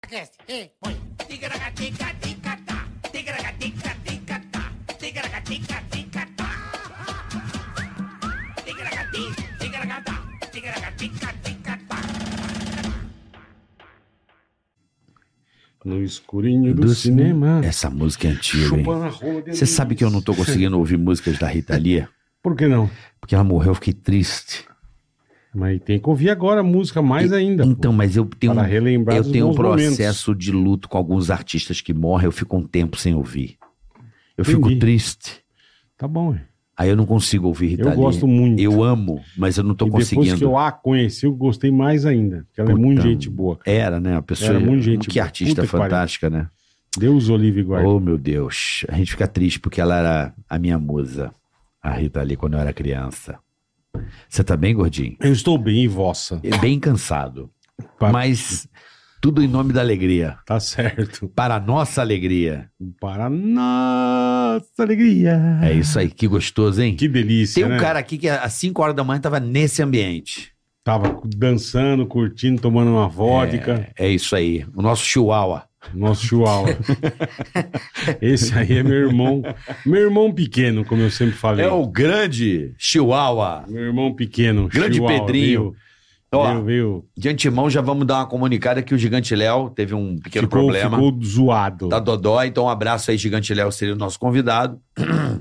Podcast. E põe. No escurinho do, Do cinema. Essa música é antiga, hein? Chupando a rola de Você sabe que eu não tô conseguindo ouvir músicas da Rita Lee? Por que não? Porque ela morreu, eu fiquei triste. Mas tem que ouvir agora a música mais ainda. pô, Então, mas eu tenho, para relembrar eu dos tenho um bons momentos. processo de luto com alguns artistas que morrem, eu fico um tempo sem ouvir. Eu Entendi. fico triste. Tá bom. é. Aí eu não consigo ouvir Rita Eu Lee. gosto muito. Eu amo, mas eu não e tô depois conseguindo. que eu a conheci, eu gostei mais ainda. Porque ela é Puta. muito gente boa. Era, né? A pessoa. Era muito gente que boa. artista Puta que pariu. fantástica, né? Deus Olive guarda. Oh, meu Deus. A gente fica triste porque ela era a minha musa, a Rita Lee, quando eu era criança. Você tá bem, gordinho? Eu estou bem, e vossa. É Bem cansado. Pa- Mas tudo em nome da alegria. Tá certo. Para a nossa alegria. Para nossa alegria. É isso aí. Que gostoso, hein? Que delícia, Tem um né? cara aqui que às 5 horas da manhã tava nesse ambiente. Tava dançando, curtindo, tomando uma vodka. É isso aí. O nosso chihuahua. Nosso chihuahua. Esse aí é meu irmão. Meu irmão pequeno, como eu sempre falei. É o grande chihuahua. Meu irmão pequeno. Grande Pedrinho. Veio, Ó, veio, veio. de antemão já vamos dar uma comunicada que o Gigante Léo teve um pequeno ficou, problema. ficou zoado. da Dodó. Então, um abraço aí, Gigante Léo seria o nosso convidado.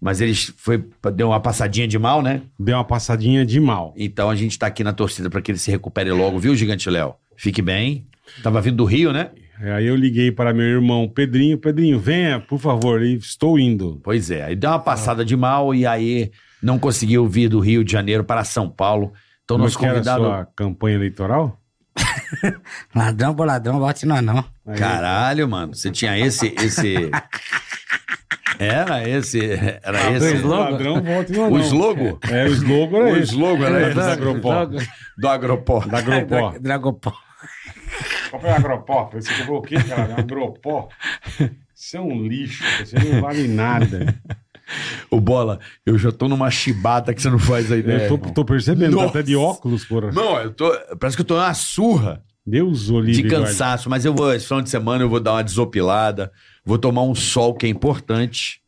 Mas ele foi, deu uma passadinha de mal, né? Deu uma passadinha de mal. Então a gente tá aqui na torcida pra que ele se recupere logo, viu, Gigante Léo? Fique bem. Tava vindo do Rio, né? Aí eu liguei para meu irmão Pedrinho. Pedrinho, venha, por favor. E estou indo. Pois é, aí deu uma passada de mal e aí não conseguiu vir do Rio de Janeiro para São Paulo. Então, Como é nosso que era a convidado. sua campanha eleitoral? Ladrão por ladrão, vote nós não. Aí- Caralho, mano, você tinha esse. esse... Era esse. Era Ladrão, esse. Ladrão, voto Ah, não, O não. slogan? É, o slogan era O esse. slogan era É, esse. Da Agropó. Drogo- Do Agropó. Da Agropó. Dra- Dragopó. Qual foi a Agropó? Você comprou é o quê, cara? Um Agropó? Você é um lixo, você não vale nada. Ô, Bola, eu já tô numa chibata que você não faz a ideia. Eu tô, irmão. tô percebendo, tá Nossa. até de óculos, porra. Não, eu tô. Parece que eu tô numa surra Deus olive. de cansaço, mas eu vou. Esse final de semana eu vou dar uma desopilada, vou tomar um sol que é importante.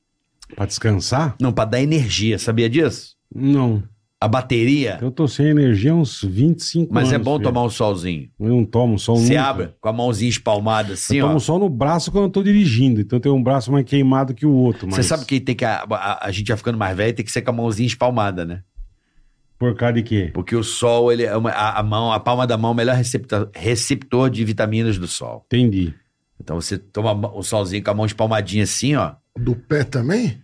guarde. Pra descansar? Não, pra dar energia, sabia disso? Não. A bateria. Eu tô sem energia há uns 25 Mas anos. é bom filho. tomar um solzinho. Eu não tomo um sol Você nunca. abre com a mãozinha espalmada assim, Eu ó. tomo sol no braço quando eu tô dirigindo. Então eu tenho um braço mais queimado que o outro. Você mas sabe que tem que. A, a- a gente vai ficando mais velho, tem que ser com a mãozinha espalmada, né? Por causa de quê? Porque o sol, ele é uma- a, a mão, a palma da mão é o melhor receptor, receptor de vitaminas do sol. Entendi. Então você toma o solzinho com a mão espalmadinha assim, ó. Do pé também?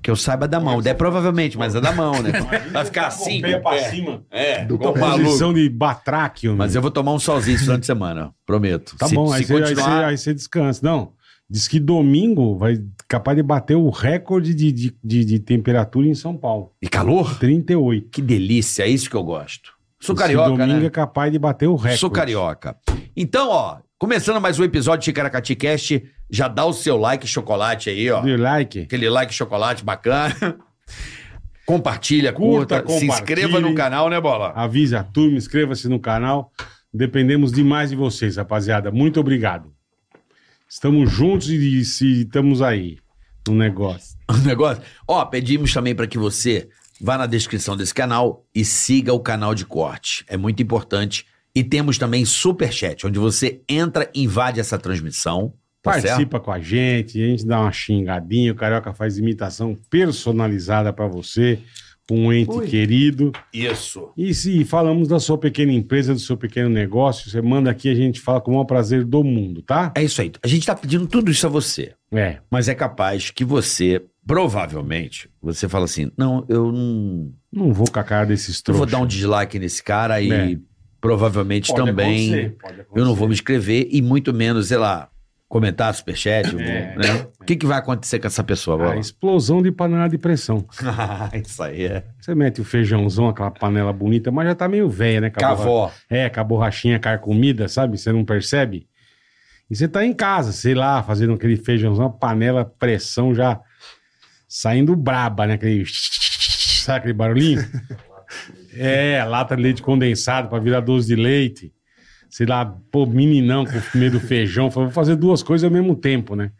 Que eu saiba da mão. É provavelmente, mas é da mão, né? Vai ficar assim. Com o pé com o pra pé. cima. É, Do igual pé. maluco. Posição de batráquio. Mas meu. eu vou tomar um solzinho esse final de semana, ó, prometo. Uhum. Tá se, bom, aí você, se aí continuar. você- aí você descansa. Não, diz que domingo vai capaz de bater o recorde de, de, de- de temperatura em São Paulo. E calor? 38. Que delícia, é isso que eu gosto. Sou Diz que carioca, domingo é né? capaz de bater o recorde. Sou carioca. Então, ó, começando mais um episódio de Chicaracati Cast, já dá o seu like chocolate aí, ó. Dê like. Aquele like chocolate bacana. Compartilha, Curta, curta, se inscreva compartilhe. no canal, né, Bola? Avisa a turma, inscreva-se no canal. Dependemos demais de vocês, rapaziada. Muito obrigado. Estamos juntos e, e se estamos aí no negócio. o negócio. Ó, pedimos também para que você vá na descrição desse canal e siga o canal de corte. É muito importante. E temos também Superchat, onde você entra e invade essa transmissão. Tá certo? Participa com a gente, a gente dá uma xingadinha, o Carioca faz imitação personalizada pra você, com um ente Ui. querido. Isso. E se falamos da sua pequena empresa, do seu pequeno negócio, você manda aqui, a gente fala com o maior prazer do mundo, tá? É isso aí. A gente tá pedindo tudo isso a você. É. Mas é capaz que você, provavelmente, você fala assim: não, eu não. Não vou com a cara desses Eu trouxas. vou dar um dislike nesse cara e É. provavelmente Pode também. acontecer, pode acontecer. Eu não vou me inscrever e muito menos, sei lá, comentar superchat. eu vou, É. Ah, né? O que, que vai acontecer com essa pessoa, A Bola? explosão de panela de pressão. Isso aí é. Você mete o feijãozão, aquela panela bonita, mas já tá meio velha, né? com a borra- Cavó. É, com a borrachinha carcomida, sabe? Você não percebe? E você tá em casa, sei lá, fazendo aquele feijãozão, a panela, pressão já saindo braba, né? Aquele... Sabe aquele barulhinho? É, lata de leite condensado pra virar doce de leite. sei lá, pô, meninão com medo do feijão, falou, vou fazer duas coisas ao mesmo tempo, né?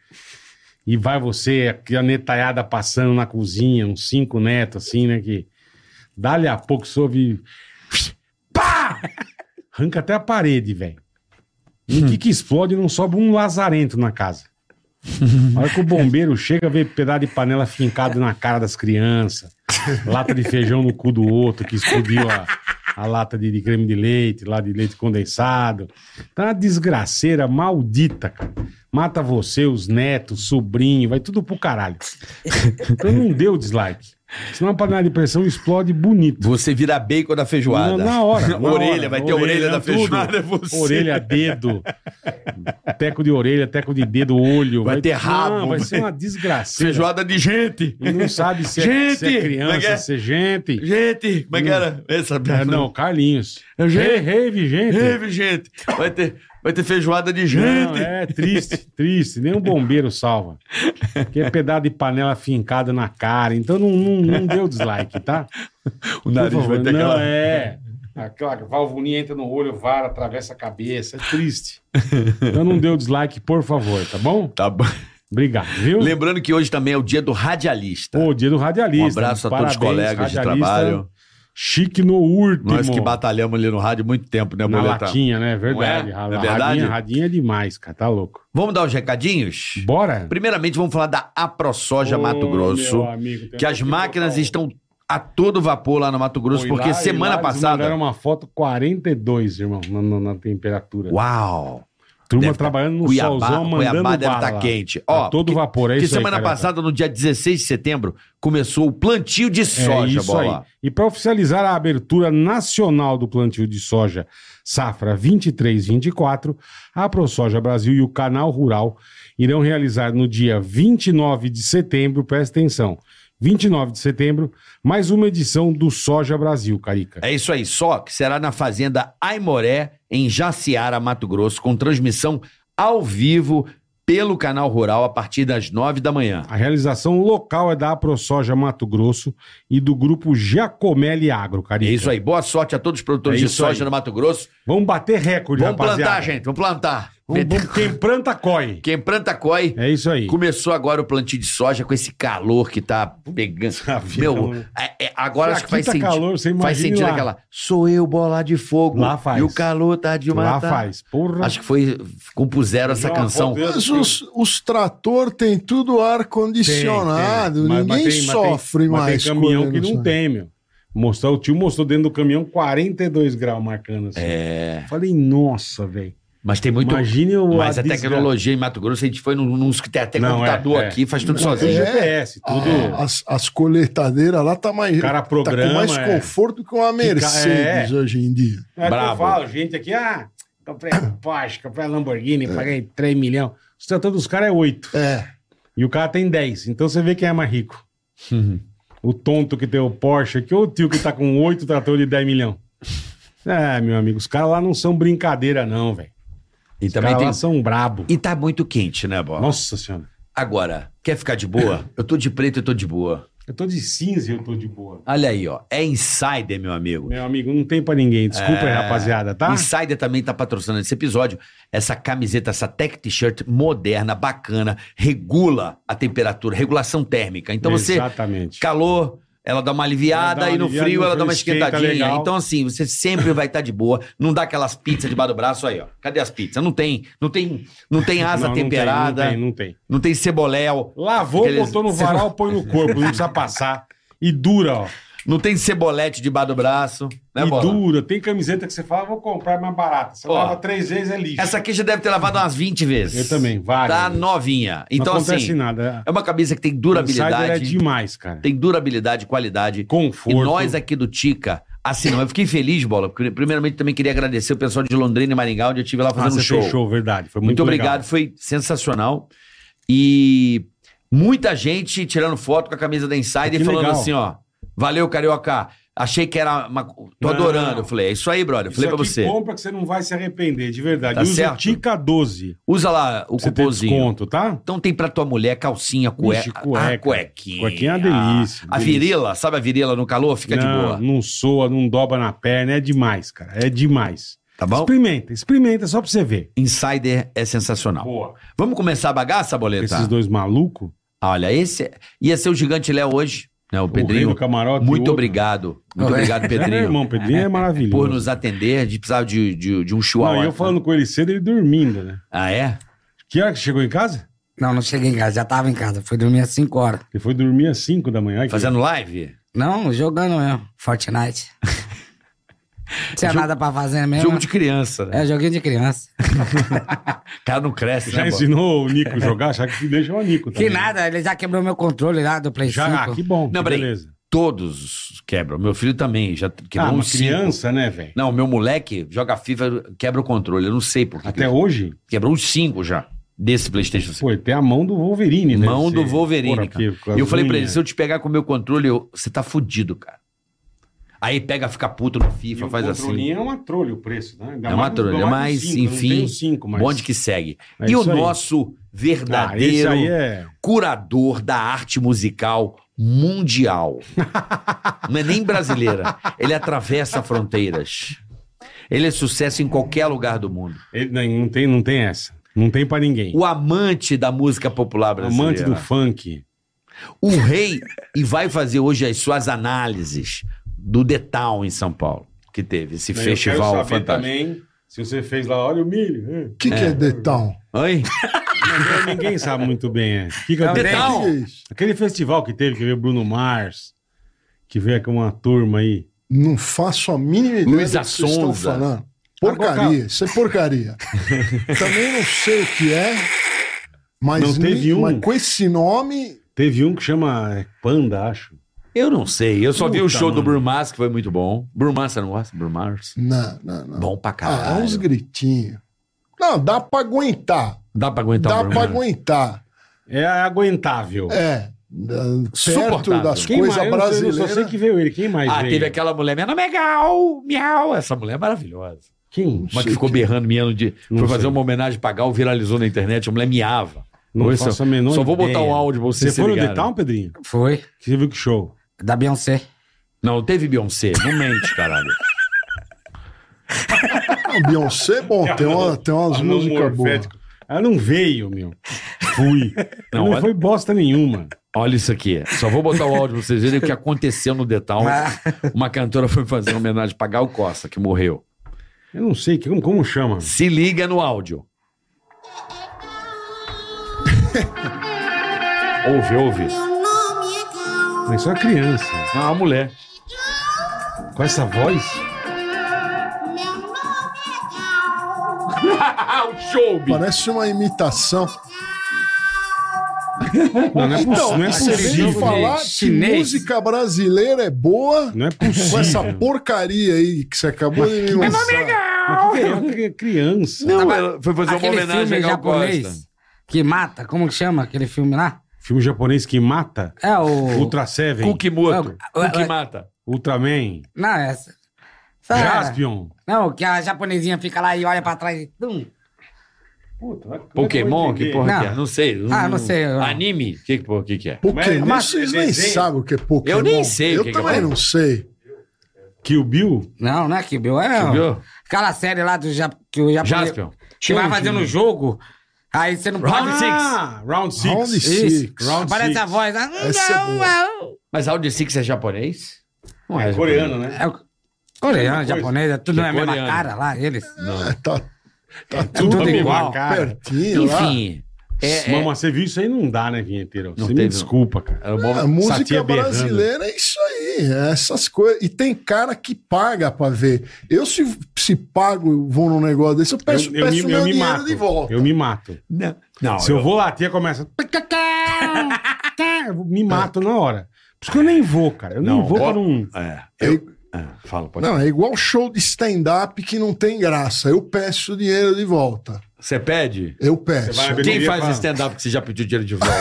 E vai você, aqui a netaiada passando na cozinha, uns cinco netos, assim, né? Que dali a pouco você ouve. Pá! Arranca até a parede, velho. E o que, que explode não sobe um lazarento na casa. A hora que o bombeiro chega, vê pedaço de panela fincado na cara das crianças, lata de feijão no cu do outro, que explodiu a, a lata de, de creme de leite, lá de leite condensado. Tá uma desgraceira maldita, cara. Mata você, os netos, sobrinho, vai tudo pro caralho. Então não dê o dislike. Senão a panela de pressão explode bonito. Você vira bacon da feijoada. Na, na hora. na orelha, hora. vai ter orelha, da tudo. feijoada. é Você. Orelha, dedo, teco de orelha, teco de dedo, olho. Vai ter rabo, Não, vai vai- ser uma desgraceira. Feijoada de gente. E não sabe se é, Gente! se é Como é que criança, é? se é gente. Gente. Como é que Hum. era? Essa É, não, Carlinhos. É gente. Hey, hey, gente. Teve gente. Vai ter, vai ter feijoada de Não, gente. é triste, triste. Nem um bombeiro salva. Porque é pedaço de panela fincada na cara. Então não, não, não deu dislike, tá? O nariz Por favor, vai ter não, aquela... é. Aquela valvulinha entra no olho, vara, atravessa a cabeça. É triste. Então não deu dislike, por favor, tá bom? Tá bom. Obrigado, viu? Lembrando que hoje também é o dia do radialista. Pô, dia do um radialista. abraço a todos Parabéns, os colegas de radialista. trabalho. Chique no último. Nós que batalhamos ali no rádio há muito tempo, né, Na Boleta? latinha, né? Verdade. Não é? Ra- Não é verdade? Radinha, radinha é demais, cara. Tá louco. Vamos dar os recadinhos? Bora? Primeiramente, vamos falar da AproSoja Mato Grosso. Que as um- máquinas estão a todo vapor lá no Mato Grosso, porque semana passada. Mandaram uma foto 42, irmão, na, na- na temperatura. Uau! Turma deve tá- trabalhando no Cuiabá, um solzão, mandando Cuiabá deve bala estar lá. quente. A Ó, todo que, vapor, é que isso aí, semana careca. passada, no dia 16 de setembro, começou o plantio de soja, É isso bola. aí. E para oficializar a abertura nacional do plantio de soja safra 23-24, a ProSoja Brasil e o Canal Rural irão realizar no dia 29 de setembro, presta atenção, 29 de setembro, mais uma edição do Soja Brasil, Carica. É isso aí, só que será na Fazenda Aimoré, em Jaciara, Mato Grosso, com transmissão ao vivo pelo canal Rural a partir das 9 da manhã. A realização local é da AproSoja Mato Grosso e do grupo Giacomelli Agro, É Carica. isso aí. Boa sorte a todos os produtores É de isso soja aí. no Mato Grosso. Vamos bater recorde, Vamos rapaziada. plantar, gente. Vamos plantar. Vamos, vamos- quem planta, corre. Quem planta coi. É isso aí. Começou agora o plantio de soja com esse calor que tá pegando. vida, Meu, mano. é- é- agora Se acho que aqui faz tá sentido. calor, você faz imagine sentido lá. aquela. Sou eu, bola de fogo. Lá faz. E o calor tá de Lá matar. faz, porra. Acho que foi. Compuseram essa Já canção. voltei. Mas os, os trator tem tudo ar-condicionado, Tem, tem. ninguém Mas- mas tem- mas tem- sofre mas mais. Tem caminhão que correndo, assim. não sabe? tem, meu. Mostrou, o tio mostrou dentro do caminhão 42 graus marcando assim. É. Falei, nossa, velho. Mas tem muito. Imagine o. mas a desgra- tecnologia em Mato Grosso, a gente foi num, num que tem até Não, computador é, é. aqui, faz tudo Não, sozinho. Tem GPS, tudo. É, As, as coletadeiras lá tá mais. O cara tá com programa, mais é. conforto que uma Mercedes é. hoje em dia. É que eu Bravo. falo, gente aqui, ah, comprei Porsche, comprei Lamborghini, É. paguei 3 milhões. Os tratores dos caras é 8. É. E o cara tem 10. Então você vê quem é mais rico. Uhum. O tonto que tem o Porsche aqui ou o tio que tá com 8 trator de 10 milhões. É, meu amigo, os caras lá não são brincadeira, não, velho. E Os também caras tem. lá são brabo. E tá muito quente, né, Bola? Nossa senhora. Agora, quer ficar de boa? Eu tô de preto e tô de boa. Eu tô de cinza e eu tô de boa. Olha aí, ó. É Insider, meu amigo. Meu amigo, não tem pra ninguém. Desculpa É. aí, rapaziada, tá? Insider também tá patrocinando esse episódio. Essa camiseta, essa tech t-shirt moderna, bacana, regula a temperatura, regulação térmica. Então você, Exatamente. calor, ela dá uma Ela aliviada dá uma e no aliviada, frio no ela dá frio uma esquenta esquentadinha. legal. Então assim, você sempre vai estar de boa, não dá aquelas pizzas debaixo do braço aí, ó. Cadê as pizzas? Não tem, não tem, não tem asa Não, não tem, temperada, Não não tem, não tem. ceboléu, Lavou, Aqueles- botou no varal, põe no corpo. Não precisa passar. E dura, ó. não tem cebolete debaixo do braço, né, e Bola? dura. Tem camiseta que você fala, vou comprar é mais barata. Você Ó. lava três vezes, é lixo. Essa aqui já deve ter lavado umas 20 vezes. Eu também, várias. Tá vezes. novinha. Então não acontece assim, nada. É uma camisa que tem Insider é durabilidade, demais, cara. tem durabilidade, qualidade. Conforto. E nós é aqui do Tica assinamos. Eu fiquei feliz, Bola, porque primeiramente também queria agradecer o pessoal de Londrina e Maringá, onde eu estive lá ah, fazendo você um show. show. fechou, verdade. Foi Muito, muito, obrigado, legal. foi sensacional. E muita gente tirando foto com a camisa da Insider Que e falando legal. assim, ó, valeu, Carioca, achei que era uma... Tô Não. adorando. Eu falei, é isso aí, brother. Eu falei Isso pra aqui você. compra que você não vai se arrepender, de verdade. Tá Usa certo? o Tica 12 Usa lá pra o você ter cupomzinho. desconto, tá? Então tem pra tua mulher calcinha, cueca. Ixi, cueca. Ah, cuequinha. Cuequinha é uma delícia, A delícia. virila, sabe a virila no calor? Fica de não, boa. Não soa, não dobra na perna, é demais, cara. É demais. Tá bom? Experimenta, experimenta só pra você ver. Insider é sensacional. Boa. Vamos começar a bagaça, boleta? Esses dois malucos. Olha, esse ia ser o Gigante Léo hoje, né? O, rei do Pedrinho. camarote. Muito outro. obrigado. Muito obrigado, É, Pedrinho, irmão, Pedrinho é maravilhoso. por nos atender. A gente precisava de, de, de um Não, chihuahua. e eu falando com ele cedo, ele dormindo, né? Ah, é? Que hora que você chegou em casa? Não, não cheguei em casa, já tava em casa. Fui dormir às 5 horas. Ele foi dormir às 5 da manhã. aqui. Fazendo live? Não, jogando mesmo. Fortnite. Não tinha nada pra fazer mesmo. Jogo de criança, né? É, joguinho de criança. O cara não cresce, Já né? bola? ensinou o Nico a jogar? Já que deixa o Nico Que também. né? nada, ele já quebrou meu controle lá do Play Já, 5. ah, que bom. Não, que peraí. beleza. Todos quebram. Meu filho também. Já quebrou Ah, uma uns cinco. criança, né, velho? Não, meu moleque joga FIFA, quebra o controle. Eu não sei por quê. Até hoje, Quebrou uns cinco já. Desse PlayStation 5. pô, tem a mão do Wolverine, né? Mão do Wolverine, cara. que- com E eu as falei pra ele: unhas. se eu te pegar com o meu controle, eu- você tá fudido, cara. Aí pega, fica puto no E FIFA, o faz assim. controlinho é uma trolha o preço, né? Ainda É uma mais- trolha, ainda mas, cinco, eu não enfim, tenho cinco, mas... Bonde que segue. É e o isso aí. nosso Ah, esse verdadeiro aí é... curador da arte musical mundial. Não é nem brasileira. Ele atravessa fronteiras. Ele é sucesso em qualquer lugar do mundo. Ele não, não tem, não tem essa. Não tem pra ninguém. O amante da música popular Amante brasileira. do funk. O rei e vai fazer hoje as suas análises do The Town em São Paulo, que teve esse Mas eu festival quero saber fantástico. também se você fez lá, olha o milho. O que, que é Detal? Oi? é. Ninguém sabe muito bem. É. Que que eu Não, tenho- The O Town. que, que é isso? Aquele festival que teve, que veio Bruno Mars, que veio com uma turma aí. Não faço a mínima ideia Luísa do que vocês estão Sonza. Tá falando. Porcaria, isso é porcaria. Também não sei o que é, mas, Não teve nem- um. mas com esse nome, Teve um que chama é, Panda, acho. Eu não sei. Eu só vi o Puta, show do mano. Bruno Mars, que foi muito bom. Bruno Mars, você não gosta? Bruno Mars? não, não, não. Bom pra Ah, caralho. uns gritinhos. Não, dá pra aguentar. Dá pra Então, aguentar o dá Bruno pra Mars? aguentar. É aguentável. É. da- Suportável. Perto das Quem coisas mais? Eu não sei, Eu só sei brasileiras. que veio ele. Quem mais Ah, veio? teve aquela mulher. Minha nome é Gal, miau. Essa mulher é maravilhosa. Quem? Uma que Sei ficou que- berrando, miando de. Não foi fazer sei. uma homenagem pra Gal, viralizou na internet. A mulher miava. Não Oi, faço a menor Só vou botar ideia. um áudio pra vocês Você se né? foi no ligarem. The Town, Pedrinho? Foi, Que Você viu que show? da Beyoncé. Não, teve Beyoncé. Não mente, caralho. Ah, Beyoncé, bom, tem, uma- tem umas Anão músicas boas. morfético. Ela não veio, meu. Fui. Não, Não, não olha- foi bosta nenhuma. Olha isso aqui. Só vou botar o áudio pra vocês verem o que aconteceu no The Town. Ah, Ah, Uma cantora foi fazer uma homenagem pra Gal Costa, que morreu. Eu não sei que- como, como chama. Se liga no áudio. ouve, ouve. Mas só é criança. É uma mulher. Com essa voz. Ah, o show, bicho. Parece uma imitação. Não, não é, poss- Então, não é você vem possível. me falar que Chinês. música brasileira é boa Não é com possível. essa porcaria aí que você acabou de me mostrar. Mas que- é uma cri- criança. Não, ela foi fazer uma Aquele homenagem a filme Gal japonês Costa. que mata, como que chama aquele filme lá? Filme japonês que mata. É o... Ultra Seven. Kukimoto. Não, ué, Kuki ué. mata. Ultraman. Não, é essa. essa é. Ah. Jaspion. Não, que a japonesinha fica lá e olha pra trás e... Tum. Puta, vai- Pokémon? vai entender. Que porra que é? Não. Não sei. Ah, não sei. Anime? Que porra que que é? Pokémon, Mas- vocês é nem desenho. sabem o que é Pokémon. Eu nem sei o Eu que que é também Pokémon. não sei. Kill Bill? Não, não é Kill Bill, é... Entendeu? Aquela série lá do ja... que o japonês... Jaspion. Que vai fazendo um jogo, aí você não pode... Round six. Ah, Round Six. Round Isso. Six. Round Aparece six. a voz. Ah, Essa é não, Mas Round Six é japonês? Não É coreano, né? É o coreano, Coisa. japonês, é tudo Que na mesma coreano. cara lá, eles. É, tá tá tudo tudo igual. Cara. pertinho lá. Enfim. É, é, Mano, mas você viu isso aí não dá, né, vinheteiro? Não Você teve, me não. desculpa, cara. era É bom- A Satia música berrando. brasileira é isso aí, é essas coisas. E tem cara que paga pra ver. Eu, se, se pago, vou num negócio desse, eu peço, Eu, eu peço me, meu eu me dinheiro mato. de volta. Eu me mato. Não, não, Se eu vou lá, a tia começa. "Tá, Eu me mato na hora. Por isso que eu nem vou, cara. Eu nem Não, vou ó. para um. É, Eu- é, fala, pode Não, é igual show de stand-up que não tem graça. Eu peço dinheiro de volta. Você pede? Eu peço. vai abrir- Quem Ele faz fala- stand-up que você já pediu dinheiro de volta?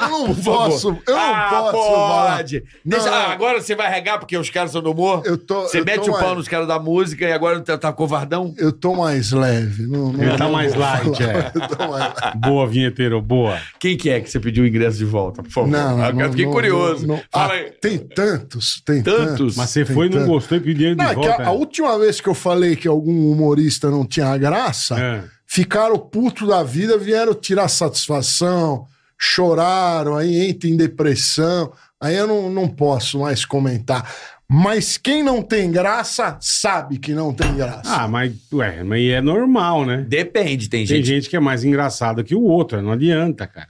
Eu não favor. posso, eu não Ah, posso. Vá. Pode. Deixa- Não. ah, agora você vai regar porque os caras são do humor? Eu tô, Você eu mete o tô pau mais- nos caras da música e agora tá, tá covardão? Eu tô mais leve. Não, não, Ele tá não mais vou light, falar. é. Eu tô mais leve. Boa, vinheteiro, boa. Quem que é que você pediu o ingresso de volta, por favor? Não, não, Agora eu não, fiquei não, curioso. não, não. Fala Ah, aí. tem tantos, tem tantos. Tantos. Mas você Tem foi, não tanto. gostou e pediu dinheiro de Não, é que volta. né? a, a última vez que eu falei que algum humorista não tinha graça, É. ficaram puto da vida, vieram tirar satisfação, choraram, aí entra em depressão. Aí eu não, não posso mais comentar. Mas quem não tem graça sabe que não tem graça. Ah, mas, ué, mas é normal, né? Depende, tem Tem gente. gente que é mais engraçada que o outro, não adianta, cara.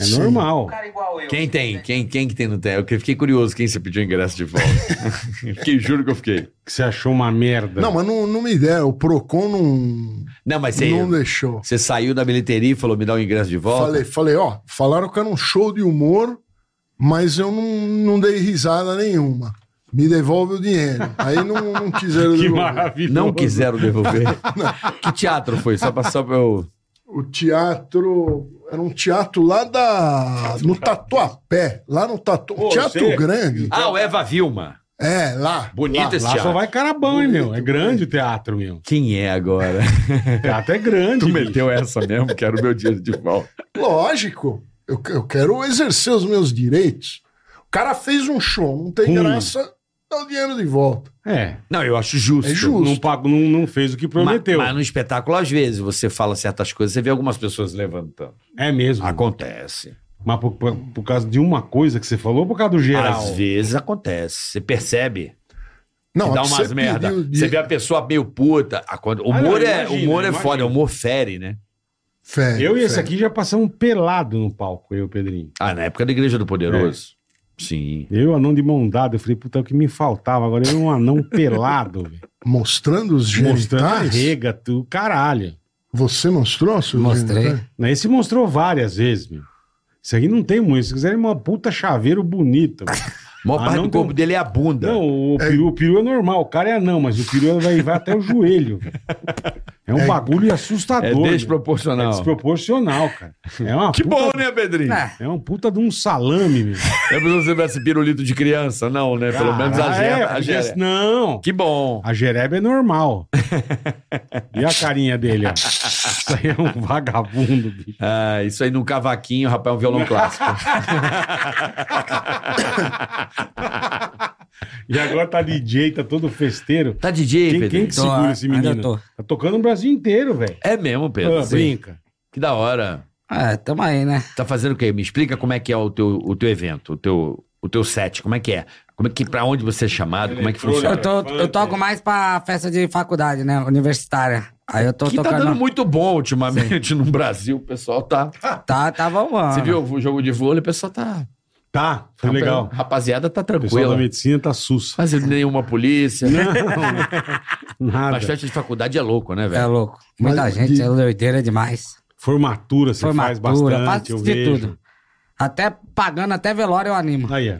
É Sim. normal. Quem tem? Quem, quem que tem no tem? Eu fiquei curioso quem você pediu o ingresso de volta. fiquei, juro que eu fiquei. Que você achou uma merda. não, mas não, não me deram. O Procon não, Não, mas você, não deixou. você saiu da bilheteria e falou, me dá o ingresso de volta. Falei, falei, ó, falaram que era um show de humor, mas eu não, não dei risada nenhuma. Me devolve o dinheiro. Aí não, não quiseram que devolver. maravilhoso. Não quiseram devolver. Que teatro foi? Só pra, só pra eu... O teatro. Era um teatro lá da. No Tatuapé. Lá no Tatu. Pô, teatro você- Grande. Ah, o Eva Vilma. É, lá. Bonito lá. esse Lá teatro. só vai cara bom, hein, meu? É grande o teatro, meu. Quem é agora? O teatro é grande. Tu bicho. meteu essa mesmo? Quero meu dinheiro de volta. Lógico. Eu, que- eu quero exercer os meus direitos. O cara fez um show, não tem Ruim. graça, dá o dinheiro de volta. É. Não, eu acho justo. É justo. Não, pagou, não, não fez o que Ma- prometeu. Mas, no espetáculo, às vezes, você fala certas coisas, você vê algumas pessoas levantando. É mesmo. Acontece. Mas por, por- por causa de uma coisa que você falou ou por causa do geral? Às vezes acontece. Você percebe. Não, que dá é que umas você merda. pediu de- Você vê a pessoa meio puta. Aconte- Ah, não, Humor é, imagina, humor é imagina. foda, humor fere, né? Fé, Eu e esse fé. aqui já passamos um pelado no palco, eu e o Pedrinho. Ah, na época da Igreja do Poderoso. É. Sim. Eu, e o anão de mão dada, eu falei, puta, é o que me faltava. Agora eu e um anão pelado, velho. Mostrando os Mostrando a genitais? rega, tu, caralho. Você mostrou É. os seus Mostrei. genitais? Né, Esse mostrou várias vezes, meu. Isso aqui não tem muito. Se quiser, é uma puta chaveiro bonita. meu. A maior Ah, parte não do corpo tem- dele é a bunda. Não, o peru, o peru é normal, o cara é anão, mas o peru vai, vai até o joelho. velho. É um É- bagulho É assustador. meu. É desproporcional. desproporcional, cara. É uma Que puta, bom, né, Pedrinho? Ah, É um puta de um salame, meu. É preciso você tivesse pirulito de criança, não, né? Pelo menos a Ah, gera. é, a porque gera. se- Não. Que bom. A Jereba é normal. e a carinha dele, ó. Isso aí é um vagabundo, bicho. Ah, isso aí num cavaquinho, rapaz, é um violão clássico. E agora tá DJ, tá todo festeiro. Tá DJ, Quem, quem Pedrinho? que Tô, segura esse ainda menino? tô. Tá tocando o Brasil inteiro, velho. É mesmo, Pedro. Ah, brinca. Que da hora. é, tamo aí, né? Tá fazendo o quê? Me explica como é que é o teu, o teu evento, o teu, o teu set, como é que é? Como é que, pra onde você é chamado, como é que funciona? Eu, tô, eu toco mais pra festa de faculdade, né? Universitária. Aí eu tô que tá tocando. dando muito bom ultimamente no Brasil. O pessoal tá. Tá, tá bombando. Você viu o jogo de vôlei? O pessoal tá. Tá, Ah, foi legal. A rapaziada tá O pessoal da tranquila. medicina tá sus. Fazendo nenhuma polícia. né? Nada. Mas festa de faculdade é louco, né, É velho? louco. Muita Mas gente, de- é doideira demais. Formatura você faz Formatura, bastante, faço eu de vejo. tudo. Até pagando, até velório eu animo. Aí, ó.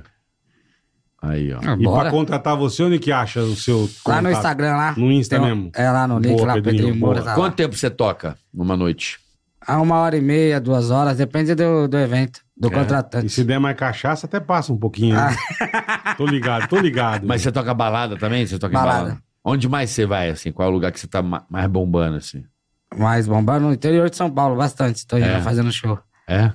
Aí, ó. E pra Bora. contratar você, onde que acha o seu Lá no contato? Instagram, lá. No Insta Tem um- mesmo. É lá no link, Boa, lá, Pedrinho, Pedrinho, boa. Moura. Tá lá. Quanto tempo você toca numa noite? Há uma hora e meia, duas horas, depende do, do evento, do E contratante. se der mais cachaça, até passa um pouquinho. né? Ah. Tô ligado, tô ligado. Mas você toca balada também? Você toca em Balada. balada? Onde mais você vai, assim? Qual é o lugar que você tá ma- mais bombando, assim? Mas bombando no interior de São Paulo, bastante. Tô indo É. fazendo show. É?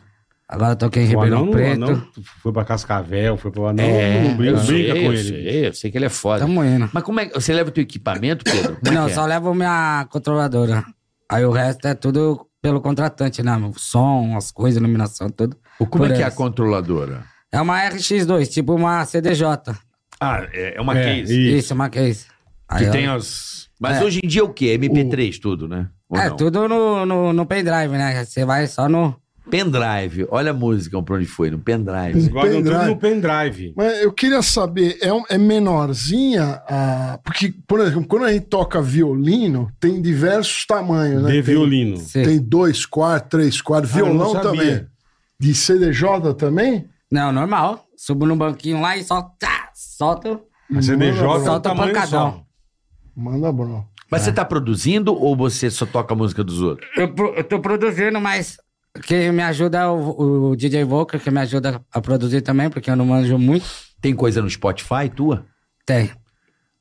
Agora eu toquei em O Ribeirão anão, Preto. o anão foi pra Cascavel, foi pra anão. é, não brinca, eu brinca sei, com eu ele. Sei, eu sei que ele é foda. Tamo indo. Mas como é que. Você leva o teu equipamento, Pedro? Como é Não, que é? só levo minha controladora. Aí o resto é tudo pelo contratante, né? O som, as coisas, iluminação, tudo. O- Como é por que é a essa. controladora? É uma RX2, tipo uma CDJ. Ah, é, é uma É, case. Isso. Isso, uma case. Aí Que eu- tem as. Mas É. hoje em dia é o quê? MP3 tudo, né? Ou É, não? tudo no, no, no pendrive, né? Você vai só no... Pendrive. Olha a música pra onde foi, no pendrive. Eles guardam tudo pendrive. no pendrive. Mas eu queria saber, é, um- é menorzinha a. Porque, por exemplo, quando a gente toca violino, tem diversos tamanhos, né? De tem, violino. Você- Tem dois quartos, três quartos, Ah, eu não violão sabia. também. De CDJ também? Não, normal. Subo no banquinho lá e só... Tá, solto. A CDJ é Manda o Solta tamanho pancadão. só. Manda bro. Mas É. você tá produzindo ou você só toca a música dos outros? Eu, pro- eu tô produzindo, mas quem me ajuda é o, o DJ Volker, que me ajuda a produzir também, porque eu não manjo muito. Tem coisa no Spotify tua? Tem.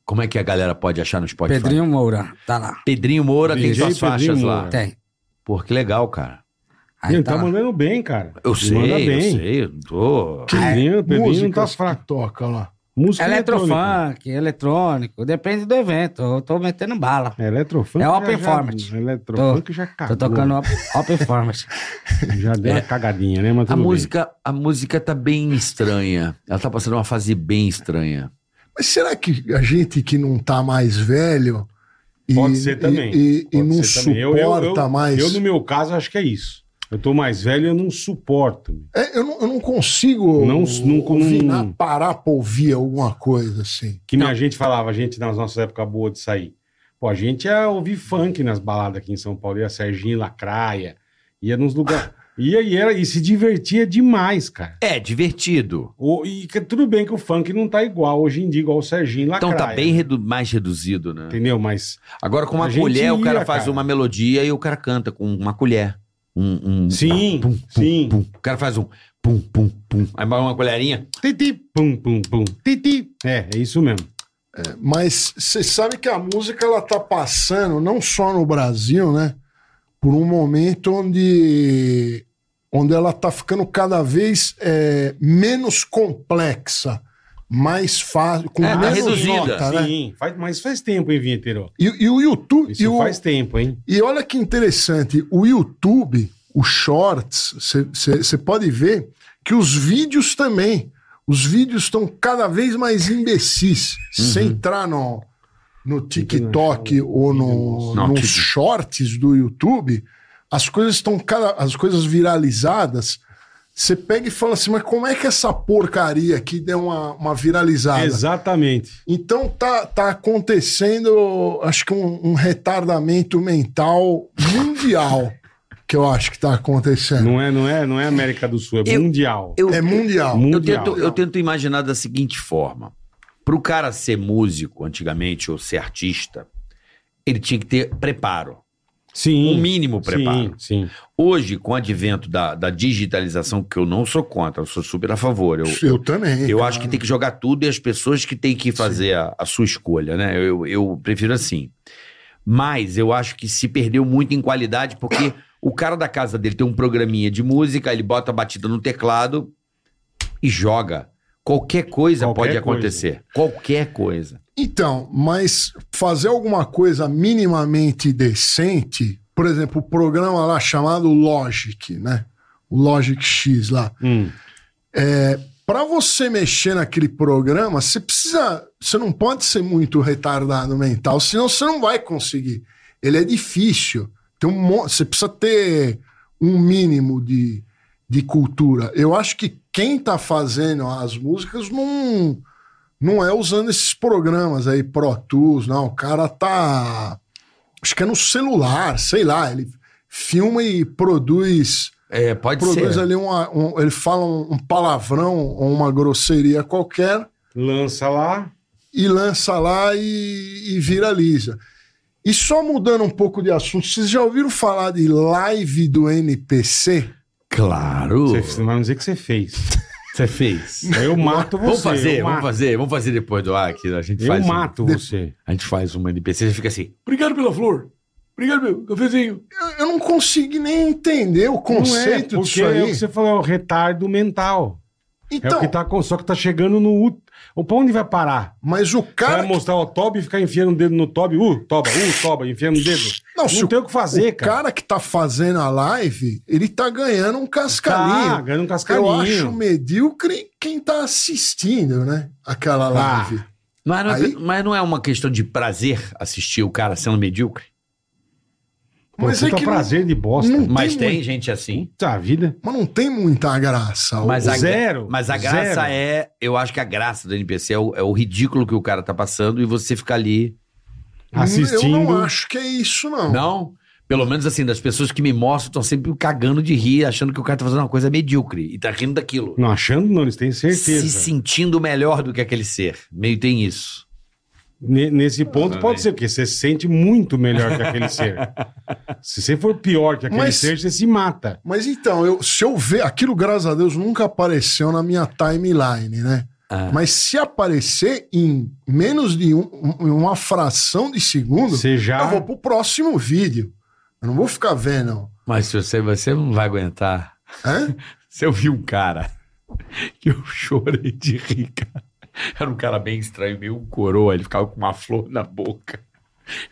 Como é que a galera pode achar no Spotify? Pedrinho Moura, tá lá. Pedrinho Moura tem DJ suas faixas Pedrinho lá. Moura. Tem. Pô, que legal, cara. Aí Ele tá tá lá. mandando bem, cara. Eu Ele sei, Manda bem. eu sei. eu Tô... Pedrinho, Pedrinho não Música tá que fraco. toca lá. Música eletrônica. É, Eletrofunk, eletrônico, depende do evento. Eu tô metendo bala. É eletrofunk. É open já- format. Já, eletrofunk já Tô cagou. tocando É. op, op performance. Já deu uma cagadinha, né? Mas A tudo bem. música, a música tá bem estranha. Ela tá passando uma fase bem estranha. Mas será que a gente que não tá mais velho e, Pode ser também. e, e Pode não ser suporta também. Eu- eu- eu- mais? Eu, no meu caso, acho que é isso. Eu tô mais velho, eu não suporto. meu. É, eu, não, eu não consigo Não- não- um- ouvir não- nada, parar pra ouvir alguma coisa assim. Que nem a gente falava, a gente nas nossas épocas boas de sair. Pô, a gente ia ouvir funk nas baladas aqui em São Paulo, ia Serginho Lacraia, ia nos lugares. Ia e, era, e se divertia demais, cara. É divertido. O, e que- tudo bem que o funk não tá igual hoje em dia, igual o Serginho Lacraia. Então tá bem redu- mais reduzido, né? Entendeu? Mas Agora com né? A uma gente colher o cara ia, faz cara. uma melodia e o cara canta com uma colher. Um, um- Sim, pum, pum, sim. pum. O cara faz um pum, pum, pum. Aí vai uma colherinha. Titi, pum, pum, pum. Titi. É, é isso mesmo. Mas você sabe que a música ela tá passando não só no Brasil, né? Por um momento onde onde ela tá ficando cada vez é, menos complexa, mais fácil, com É, tá menos reduzida. nota, né? Sim, faz, mas faz tempo, hein, Vinheteiro? E, e o YouTube, Isso e, o- faz tempo, hein? e olha que interessante, o YouTube, o Shorts, você pode ver que os vídeos também, os vídeos estão cada vez mais imbecis. Uhum. Se entrar no, no TikTok ou no, Não, nos Tik- Shorts do YouTube, as coisas estão cada, as coisas viralizadas. Você pega e fala assim, mas como é que essa porcaria aqui deu uma, uma viralizada? Exatamente. Então tá, tá acontecendo, acho que um, um retardamento mental mundial que eu acho que tá acontecendo. Não é, não é, não é América do Sul, é Eu- mundial. Eu, É mundial. Mu- eu, mundial. tento, eu tento imaginar da seguinte forma. Pro cara ser músico antigamente ou ser artista, ele tinha que ter preparo. Sim. Um mínimo preparo. Sim, sim. Hoje, com o advento da, da digitalização, que eu não sou contra, eu sou super a favor. Eu, Eu também. Eu cara. acho que tem que jogar tudo e as pessoas que têm que fazer a, a sua escolha, né? Eu, eu prefiro assim. Mas eu acho que se perdeu muito em qualidade, porque o cara da casa dele tem um programinha de música, ele bota a batida no teclado e joga. Qualquer coisa Qualquer pode coisa. acontecer. Qualquer coisa. Então, mas fazer alguma coisa minimamente decente, por exemplo, o programa lá chamado Logic, né? O Logic X lá. Hum. Pra você mexer naquele programa, você precisa. Você não pode ser muito retardado mental, senão você não vai conseguir. Ele é difícil. Tem um, mon- você precisa ter um mínimo de, de cultura. Eu acho que quem tá fazendo as músicas não, não é usando esses programas aí, Pro Tools, não. O cara tá. Acho que é no celular, sei lá. Ele filma e produz É, pode produz ser. ali uma, um- ele fala um, um palavrão ou uma grosseria qualquer Lança lá. e lança lá e, e viraliza. E só mudando um pouco de assunto, vocês já ouviram falar de live do NPC? Claro. Você você vai me dizer que você fez. Você fez. Eu mato você. Vamos fazer, eu vamos mato. fazer, vamos fazer depois do ar aqui. A gente Eu faz. um- mato você. a gente faz uma NPC e fica assim. Obrigado pela flor. Obrigado, meu cafezinho. Eu, eu não consegui nem entender o conceito não é, porque disso é o aí. que você falou, é o retardo mental. é o Então, que tá, com- só que tá chegando no... ú- Ou pra onde vai parar? mas o cara. vai mostrar o Toba e ficar enfiando o dedo no Toba. Uh, Toba, uh, Toba, enfiando o dedo. Não, se o- tem o que fazer, o cara que tá fazendo a live, ele tá ganhando um cascalinho. Tá, ganhando um Eu cascalinho. acho medíocre quem tá assistindo, né? Tá. Aquela live. Mas não, é, Aí- mas não é uma questão de prazer assistir o cara sendo medíocre? Pô, Mas é puta que não- Hum. prazer de bosta. não- Mas tem tem, muito. gente assim. Puta vida. Mas não tem muita graça. O- Mas a, Zero, Mas a zero. graça é. Eu acho que a graça do NPC é o, é o ridículo que o cara tá passando e você fica ali. Assistindo. Eu não acho que é isso, não. Não? Pelo menos assim, das pessoas que me mostram estão sempre cagando de rir, achando que o cara tá fazendo uma coisa medíocre e tá rindo daquilo. Não achando, não, eles têm certeza. Se sentindo melhor do que aquele ser. Meio tem isso. Ne- Nesse ponto pode ser, porque você se sente muito melhor que aquele ser. Se você for pior que aquele Mas- ser, você se mata. Mas então, eu, se eu ver. Aquilo, graças a Deus, nunca apareceu na minha timeline, né? Ah. Mas se aparecer em menos de um- um- uma fração de segundo, Você já. eu vou pro próximo vídeo. Eu não vou ficar vendo. Mas se você, você não vai aguentar. Hã? Você ouviu um cara que eu chorei de rir, cara. Era um cara bem estranho, meio coroa. Ele ficava com uma flor na boca.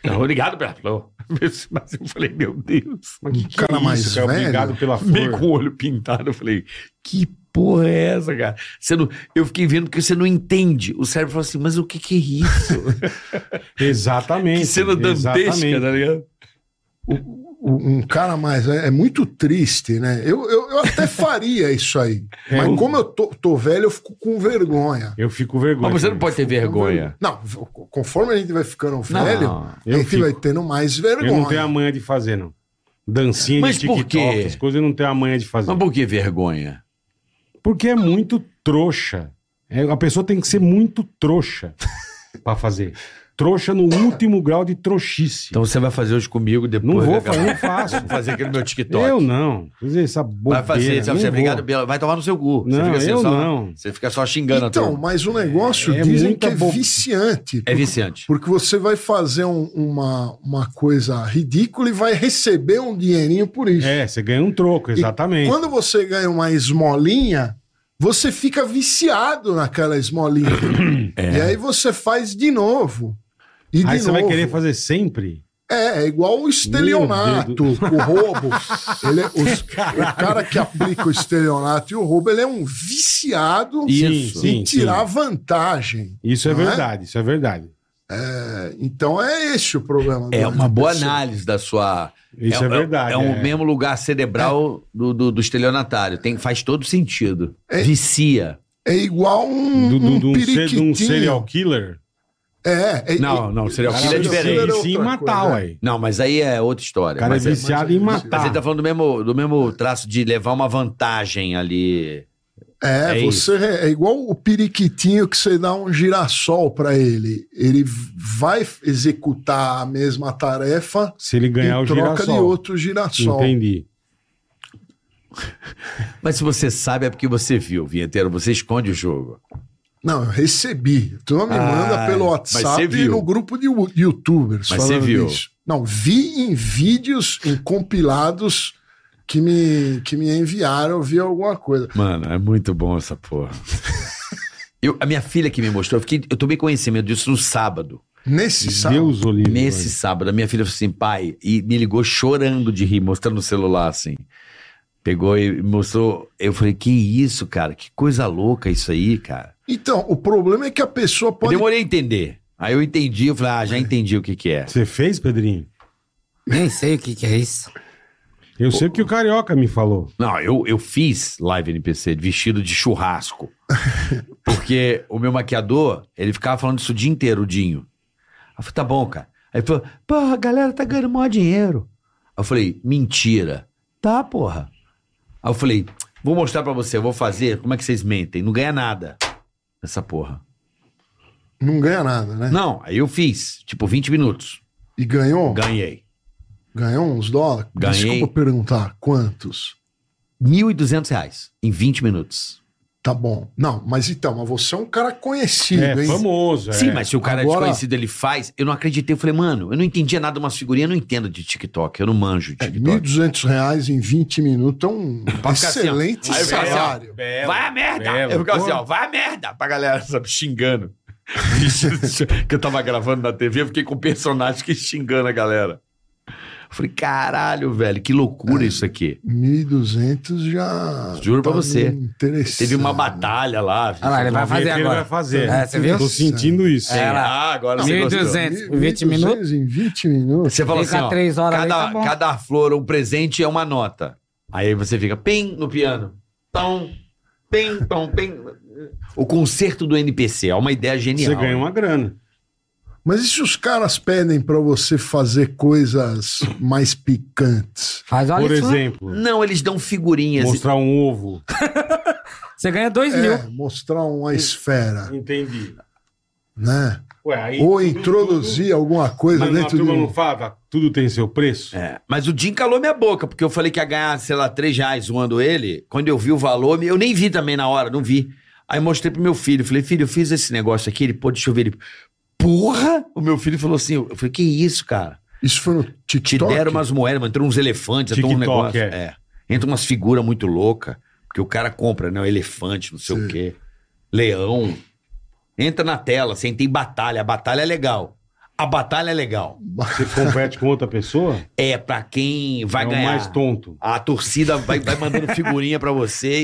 Não, obrigado pela flor. Mas eu falei, meu Deus. Mas que, que Cara é mais isso, cara? velho? Obrigado pela Meio com flor. o olho pintado. Eu falei, que porra é essa, cara? Você não, eu fiquei vendo porque você não entende. O cérebro falou assim, mas o que, que é isso? Exatamente. que cena dantesca, exatamente. tá ligado? um cara mais. É, é muito triste, né? Eu, eu, eu até faria isso aí. É, mas eu- como eu tô, tô velho, eu fico com vergonha. Eu fico com vergonha. Mas você não pode ter vergonha. Não, conforme a gente vai ficando velho, Não. a Eu, gente fico. vai tendo mais é vergonha. eu não tenho a manha de fazer, não. Dancinha Mas de por TikTok, quê? essas coisas eu não tenho a manha de fazer. Mas por que vergonha? Porque é muito trouxa. É, a pessoa tem que ser muito trouxa pra fazer. Trouxa no último grau de trouxice. Então você vai fazer hoje comigo depois. não vou né, cara? fazer, não faço. Vou fazer aqui no meu TikTok. Eu não. Fazer essa bobeira. vai fazer, não sabe, você é vou. obrigado pela. Vai tomar no seu cu. você Não, fica assim, eu só, não. Você fica só xingando a Então, turma. mas o negócio É dizem muita que é bo- viciante. É viciante. Porque você vai fazer um- uma, uma coisa ridícula e vai receber um dinheirinho por isso. É, você ganha um troco, E exatamente. quando você ganha uma esmolinha, você fica viciado naquela esmolinha. E aí você faz de novo. E de É. Aí você novo. vai querer fazer sempre. É, é igual o estelionato, o roubo. Ele é- os- o cara que aplica o estelionato e o roubo, ele é um viciado Isso. em tirar vantagem. Isso é Não é? verdade, isso é verdade. É, então é esse o problema. É do- uma do boa pessoal. análise da sua. Isso é, verdade. É, o é. mesmo lugar cerebral do, do, do estelionatário. Tem, faz todo sentido. É. Vicia. É igual um, Do, do, um do um ser- de um periquitinho. serial killer. É, é, Não, não, serial Cara, killer é serial diferente. killer é E sim outra matar, coisa, ué. Não, mas aí é outra O história. cara é mas, é- viciado mas em é- mas matar. ele tá falando do mesmo, do mesmo traço de levar uma vantagem ali. É, É você é igual o periquitinho que você dá um girassol pra ele. Ele vai executar a mesma tarefa Se ele ganhar em o troca de girassol. outro girassol. Entendi. Mas se você sabe, é porque você viu, Vinheteiro. Você esconde o jogo. Não, eu recebi. Tu me manda pelo Ah, mas WhatsApp você e viu. no grupo de yo- youtubers Mas falando você viu. disso. Não, vi em vídeos, em compilados que me, que me enviaram, eu vi alguma coisa. Mano, é muito bom essa porra. Eu- a minha filha que me mostrou, eu, fiquei, eu tomei conhecimento disso no sábado. Nesse sábado. Deus olívio. Nesse velho. sábado, a minha filha falou assim, pai, e me ligou chorando de rir, mostrando o celular assim. Pegou e mostrou. Eu falei, que isso, cara? Que coisa louca isso aí, cara. Então, o problema é que a pessoa Eu pode. demorei a entender. Aí eu entendi, eu falei, ah, já entendi o que que é. Você fez, Pedrinho? Nem sei o que, que é isso. Eu sei que o Carioca me falou. Não, eu, eu fiz live NPC vestido de churrasco. Porque o meu maquiador, ele ficava falando isso o dia inteiro, o Dinho. Aí eu falei, tá bom, cara. Aí ele falou, porra, a galera tá ganhando maior dinheiro. Aí eu falei, mentira. Tá, porra. Aí eu falei, vou mostrar pra você, eu vou fazer, como é que vocês mentem? Não ganha nada. Essa porra. Não ganha nada, né? Não, aí eu fiz, tipo, 20 minutos. E ganhou? Ganhei. Ganhou uns dólares? Ganhei. Desculpa perguntar, quantos? 1.200 reais em 20 minutos. Tá bom. Não, mas então, mas você é um cara conhecido, É hein? famoso. é. Sim, mas se o cara é Agora- desconhecido, ele faz. Eu não acreditei. Eu falei, mano, eu não entendia nada de umas figurinhas, eu não entendo de TikTok, eu não manjo de É, R$ TikTok. 1.200 reais em 20 minutos é um ficar assim, ó. excelente Aí eu fico assim, ó. salário. Belo, vai a merda! belo. eu ficava assim, ó, vai a merda! Pra galera, sabe, xingando. que eu tava gravando na TV, eu fiquei com o personagem que xingando a galera. Eu falei, caralho, velho, que loucura É. isso aqui. 1.200 já. tá Juro pra você. Interessante. Teve uma batalha lá. Ah, Olha lá, ele vai Vamos ver fazer que ele agora. vai fazer. É, você viu? Tô sentindo isso. É. Ah, agora você gostou. 1.200 em 20 minutos. Em 20 minutos. Você fala assim, Fica ó, três horas ali, cada, tá bom. cada flor, um presente é uma nota. Aí você fica pim no piano. Tom, pim, tom, pim. O concerto do NPC é uma ideia genial. Você ganha uma grana. Mas e se os caras pedem pra você fazer coisas mais picantes? Faz olha Por isso. né? exemplo, Não, eles dão figurinhas. mostrar um ovo. Você ganha 2 mil. É, mostrar uma esfera. Entendi. né? Ué, aí Ou tudo- introduzir alguma tudo- coisa Mas a dentro um turma não do. fala, tá? tudo tem seu preço. É, mas o Jim calou minha boca, porque eu falei que ia ganhar, sei lá, 3 reais zoando ele. Quando eu vi o valor, eu nem vi também na hora, não vi. Aí mostrei pro meu filho, falei, filho, eu fiz esse negócio aqui, ele pô, deixa eu ver. Ele, porra! O meu filho falou assim, eu falei, que isso, cara? Isso foi no Te TikTok. deram umas moedas, mas entrou uns elefantes, entrou um TikTok, negócio. é. É. Entra umas figuras muito loucas, porque o cara compra, né? Um elefante, não sei Sim. o quê. Leão. Entra na tela, assim, tem batalha. A batalha é legal. A batalha é legal. Você compete com outra pessoa, É pra quem vai é o ganhar. mais tonto. A torcida vai, vai mandando figurinha pra você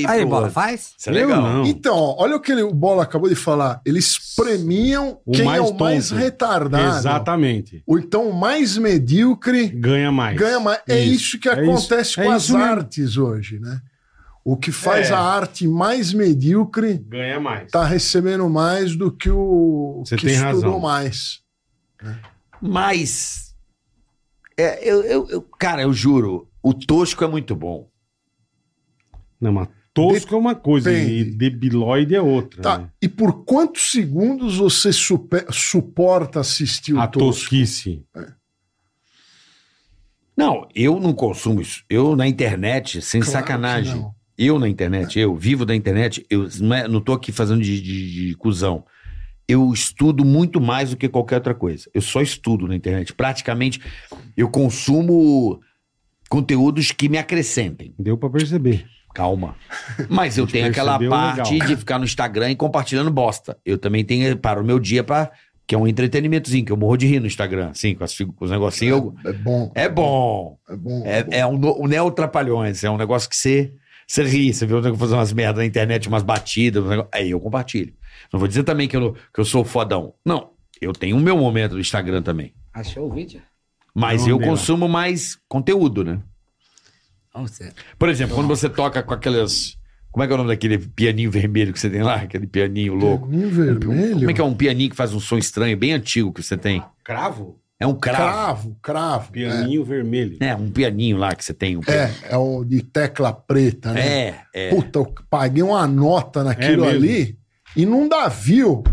e Aí, pro bola, outro. faz. Isso é Eu legal. não. Então, ó, olha o que ele- o Bola acabou de falar. Eles premiam O quem é mais o mais tonto. retardado. Exatamente. Ou então o mais medíocre Ganha mais. ganha mais. É isso, que É isso. acontece É com as isso mesmo. artes hoje, né? O que faz É. a arte mais medíocre Ganha mais. tá recebendo mais do que o Você que tem estudou razão. mais. Mas. é, eu, eu- eu- cara, eu juro, o tosco é muito bom. Não, mas tosco é uma coisa e Depende. debilóide é outra. Tá. né? E por quantos segundos você supe- suporta assistir A o tosco? tosquice. Não, eu não consumo isso. Eu na internet, sem Claro que sacanagem. não. Eu na internet, eu vivo da internet, eu não, é- não tô aqui fazendo de, de, de cuzão. Eu estudo muito mais do que qualquer outra coisa. Eu só estudo na internet. Praticamente, eu consumo conteúdos que me acrescentem. Deu pra perceber. Calma. Mas eu tenho aquela percebeu parte legal. de ficar no Instagram e compartilhando bosta. Eu também tenho para o meu dia para que é um entretenimentozinho, que eu morro de rir no Instagram, assim, com, as, figu- com os negocinhos. eu- É bom. É bom. É bom. é bom. É, é um no- o Neo Trapalhões. É um negócio que você, você ri, você vê o nego fazendo umas merdas na internet, umas batidas. uns negó- Aí eu compartilho. Não vou dizer também que eu, não- que eu sou fodão. Não. Eu tenho o meu momento no Instagram também. Achou o vídeo? Mas Não, eu Neo. consumo mais conteúdo, né? Vamos ver. Por exemplo, quando você toca com aquelas. Como é que é o nome daquele pianinho vermelho que você tem lá? Aquele pianinho louco. Caminho vermelho. Como é que é um pianinho que faz um som estranho, bem antigo que você tem? Cravo? É um cravo. Cravo, cravo. É. Pianinho vermelho. É, um pianinho lá que você tem. Um pianinho. É, é o de tecla preta, né? é, é. Puta, eu paguei uma nota naquilo É mesmo. ali e não dá view.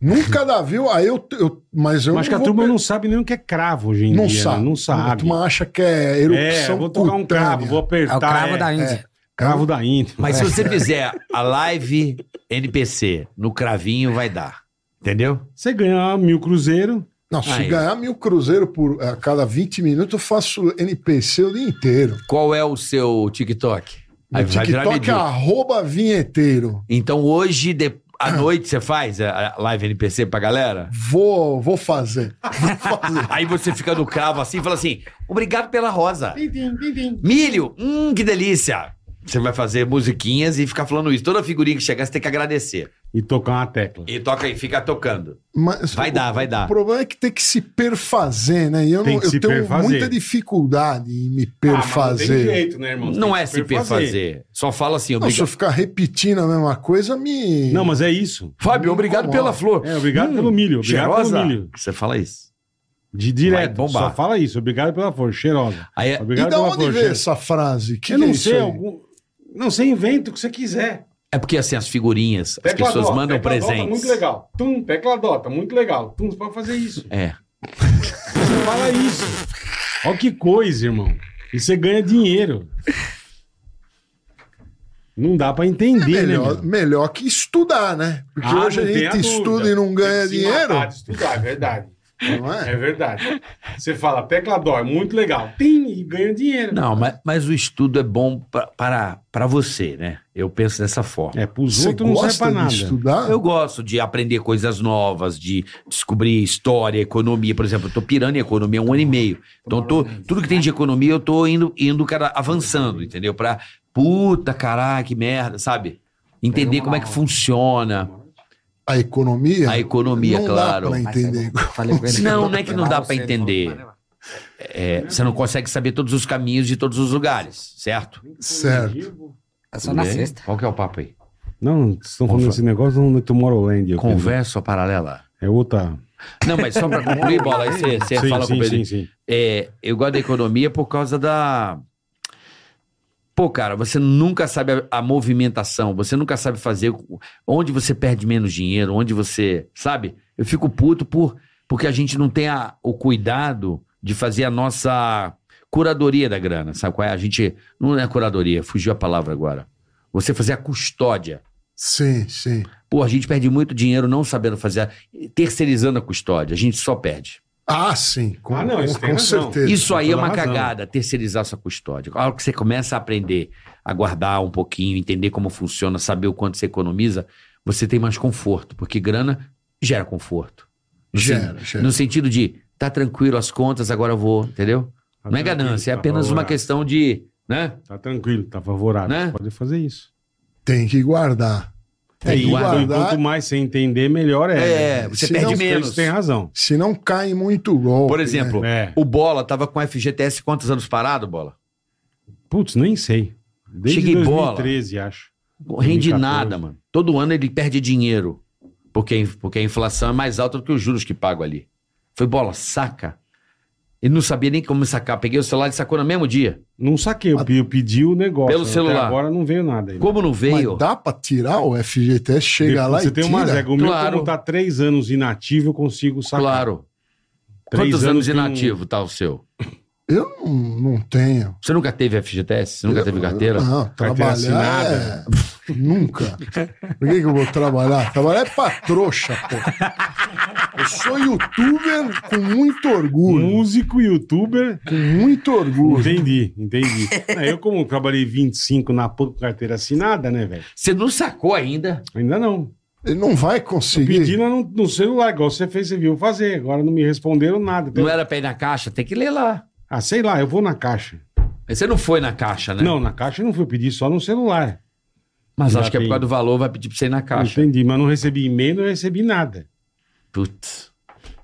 Nunca dá view. Aí eu, eu mas eu Mas que a vou turma pe- não sabe nem o que é cravo hoje em não dia. sabe. né? Não A sabe. turma acha que É, é erupção vou tocar um cravo, cutânea. vou É apertar. o cravo é. da Índia. Cravo da Índia. Mas se você fizer a live NPC no cravinho, vai dar. Entendeu? Você ganha mil cruzeiro. Não, se Aí. ganhar mil cruzeiro por a cada 20 minutos, eu faço NPC o dia inteiro. Qual é o seu TikTok? Aí No vai virar TikTok é medíocre. arroba vinheteiro. Então hoje, de- à noite, você faz a a live NPC pra galera? Vou, vou fazer. Vou fazer. Aí você fica no cravo assim e fala assim: obrigado pela rosa. Milho, hum, que delícia. Você vai fazer musiquinhas e ficar falando isso. Toda figurinha que chegar, você tem que agradecer. E tocar uma tecla. E toca aí, fica tocando. Mas Vai o- dar, vai dar. O problema é que tem que se perfazer, né? E eu, Tem não, que eu se tenho perfazer. muita dificuldade em me Ah, mas não perfazer. tem jeito, né, irmão? Não Tem que é se perfazer. Só fala assim, Não, se eu obrigado. ficar repetindo a mesma coisa, me. Não, mas é isso. Fábio, obrigado Incomoda. pela flor. É, obrigado pelo milho. Obrigado cheirosa. pelo milho. Você fala isso. De direto. Vai bombar. Só fala isso. Obrigado pela força. Cheirosa. Aí, é- e Obrigado da pela onde força. veio cheirosa. essa frase? Que eu não que é isso sei. aí? Algum... Não sei, inventa o que você quiser. é porque assim, as figurinhas, as Tecla pessoas dota, mandam tecla dota, presentes. tá Muito legal. Tum, tecla dota, muito legal. Tum, você pode fazer isso. É. Você fala isso. Olha que coisa, irmão. E você ganha dinheiro. Não dá pra É entender, né? melhor, meu? melhor que estudar, né? Porque Ah, hoje a não tem gente dúvida. estuda e não Tem ganha que se dinheiro. matar de estudar, é verdade. Não é? É verdade. Você fala, tecla dó, é muito legal. Tem e ganha dinheiro. Não, mas, mas o estudo é bom pra- para, para você, né? Eu penso dessa forma. É, pros Você outros não serve gosta pra nada. de estudar? Eu gosto de aprender coisas novas, de descobrir história, economia. Por exemplo, eu tô pirando em economia há um ano e meio. Então, tô, tudo que tem de economia, eu tô indo, indo cara, avançando, entendeu? Pra puta, caralho, que merda, sabe? Entender como é que funciona A economia? a economia, não claro. é Dá pra entender. Falei com ele. Não, não é que não dá pra Você falou, entender. valeu. É, você não consegue saber todos os caminhos de todos os lugares, certo? Certo. É só na Tudo bem? sexta. Qual que é o papo aí? Não, vocês estão falando Conver- desse negócio não é Tomorrowland. eu quero- Conversa paralela. É outra. Não, mas só pra concluir, bola, aí você, você fala com o Pedrinho. sim. É, eu gosto da economia por causa da. Pô, cara, você nunca sabe a, a movimentação, você nunca sabe fazer o- onde você perde menos dinheiro, onde você. Sabe? Eu fico puto por, porque a gente não tem a- o cuidado de fazer a nossa curadoria da grana, sabe qual é? A gente. Não é curadoria, fugiu a palavra agora. Você fazer a custódia. Sim, sim. Pô, a gente perde muito dinheiro não sabendo fazer, a- terceirizando a custódia, a gente só perde. Ah, sim. Com, Ah, não, isso com, tem razão. certeza. Isso aí é toda uma razão. cagada, terceirizar sua custódia. A hora que você começa a aprender a guardar um pouquinho, entender como funciona, saber o quanto você economiza, você tem mais conforto, porque grana gera conforto. No sen- Gera, gera. No sentido de, tá tranquilo as contas, agora eu vou, entendeu? Não é ganância, é apenas uma questão de, né? Tá tranquilo, tá favorável. Né? Pode fazer isso. Tem que guardar. É, Tem e que quanto- guardar. quanto mais você entender, melhor é. É, você se perde não- menos. tem razão. Se não cai muito né? gol. Por exemplo, É. o Bola tava com FGTS quantos anos parado, Bola? Putz, nem sei. Desde Cheguei bola. 2013, acho. Rende 2014. nada, mano. Todo ano ele perde dinheiro. Porque, a in- porque a inflação é mais alta do que os juros que pago ali. Foi bola, saca. Ele não sabia nem como sacar. Peguei o celular e sacou no mesmo dia. Não saquei, eu Mas- pe- eu pedi o negócio. Pelo Até celular. agora não veio nada ainda. Como não veio? Mas dá pra tirar o FGTS, chega lá Você e tem tira. uma zega. O meu, Claro. como tá três anos inativo, eu consigo sacar. Claro. Três Quantos anos tem um- inativo tá o seu? Eu não, não tenho. Você nunca teve FGTS? Você nunca teve carteira? Não, trabalhar assinada. é- Nunca. Por que, que eu vou trabalhar? Trabalhar é pra trouxa, pô. Eu sou youtuber com muito orgulho. Músico, youtuber. Com muito orgulho. Entendi, entendi. É, eu, como trabalhei 25 na PAN com carteira assinada, né, velho? Você não sacou ainda? Ainda não. Ele não vai Pedi conseguir. lá no, no celular, igual você fez, você viu fazer. Agora não me responderam nada. Então- Não é- era pra ir na caixa? Tem que ler lá. Ah, sei lá, eu vou na caixa. Mas Você não foi na caixa, né? Não, na caixa eu não fui pedir, só no celular. Mas Já acho que é por tem. causa do valor, vai pedir pra você ir na caixa. Entendi, mas não recebi e-mail, não recebi nada. Putz.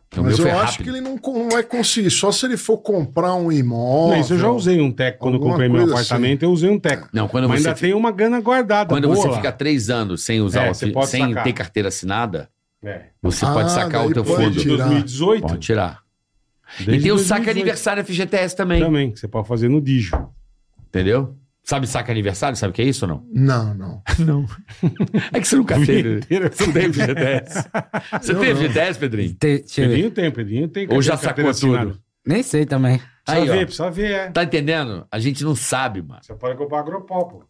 Então, Mas meu eu foi acho rápido. que ele não, con- não vai conseguir. Só se ele for comprar um imóvel. Não, isso eu já usei um teco. Quando eu Alguma comprei meu coisa assim. apartamento, eu usei um teco. Não, quando Mas você ainda tem uma grana guardada. Quando Tá boa você lá. fica três anos sem usar É, o- você pode sem sacar. ter carteira assinada, É. você Ah, pode sacar daí o teu pode fundo. Desde tirar. 2018. Pode tirar. e desde tem o saca 2018 aniversário FGTS também, Também, que você pode fazer no Digio. Entendeu? Sabe saca aniversário? Sabe o que é isso ou não? Não, não. É que você nunca teve. Inteira. Você não tem FGTS. Você Eu tem não. FGTS, Pedrinho? Te- tirei. Pedrinho tem, Pedrinho tem. Ou já carteira sacou tudo? assinada. Nem sei também. Precisa Aí, ver, ó. precisa ver, é. Tá entendendo? A gente não sabe, mano. Você pode comprar um agropó, pô.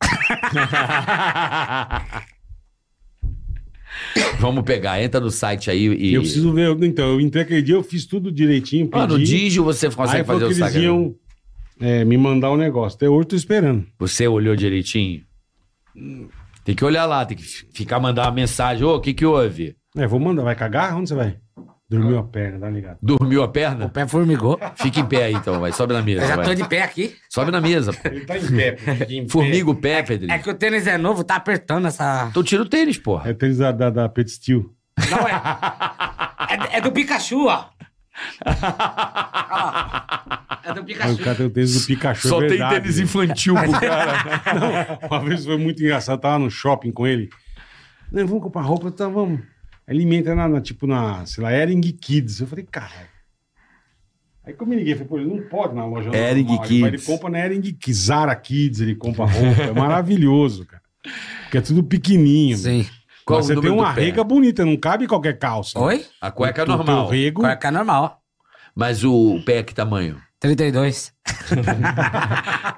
Vamos pegar. Entra no site aí e... Eu preciso ver. eu- Então, eu entrei aquele dia, eu fiz tudo direitinho, pedi. Ah, no Digio você aí consegue falou fazer o que eles saca. iam é, me mandar um negócio. Até hoje eu tô esperando. Você olhou direitinho? Tem que olhar lá, tem que fi- ficar mandar uma mensagem. Ô, o que que houve? É, vou mandar. Vai cagar? Onde você vai? Dormiu a perna, tá ligado? Dormiu a O perna? pé formigou. Fica em pé aí então, vai. Sobe na Eu mesa, já tô vai. de pé aqui. Sobe na mesa. pô. Ele tá em pé, pô. fica em pé. Formiga o pé, É Pedrinho. que o tênis é novo, tá apertando essa. Então tira o tênis, É porra. tênis da, da, da Pet Steel. Não, é. É, é do Pikachu, ó. É do Aí Pikachu. o cara tem o tênis do Pikachu, Só é verdade. tem tênis infantil pro cara. Não, uma vez foi muito engraçado, eu tava no shopping com ele. Não, vamos comprar roupa, então vamos. Aí Ele me entra na, na- tipo, na, sei lá, Ering Kids. Eu falei, caralho. Aí que eu me liguei, falei, pô, ele não pode na loja. Hering normal. Ele vai, Ele Kids. compra na Ering Kids, Zara Kids, ele compra roupa. É maravilhoso, cara. Porque é tudo pequenininho. Sim. Qual Mas o você tem número do uma pé? rega bonita, não cabe em qualquer calça. Oi? A cueca é O teu normal. rego, Qual é que é normal? Mas o pé é que tamanho? 32.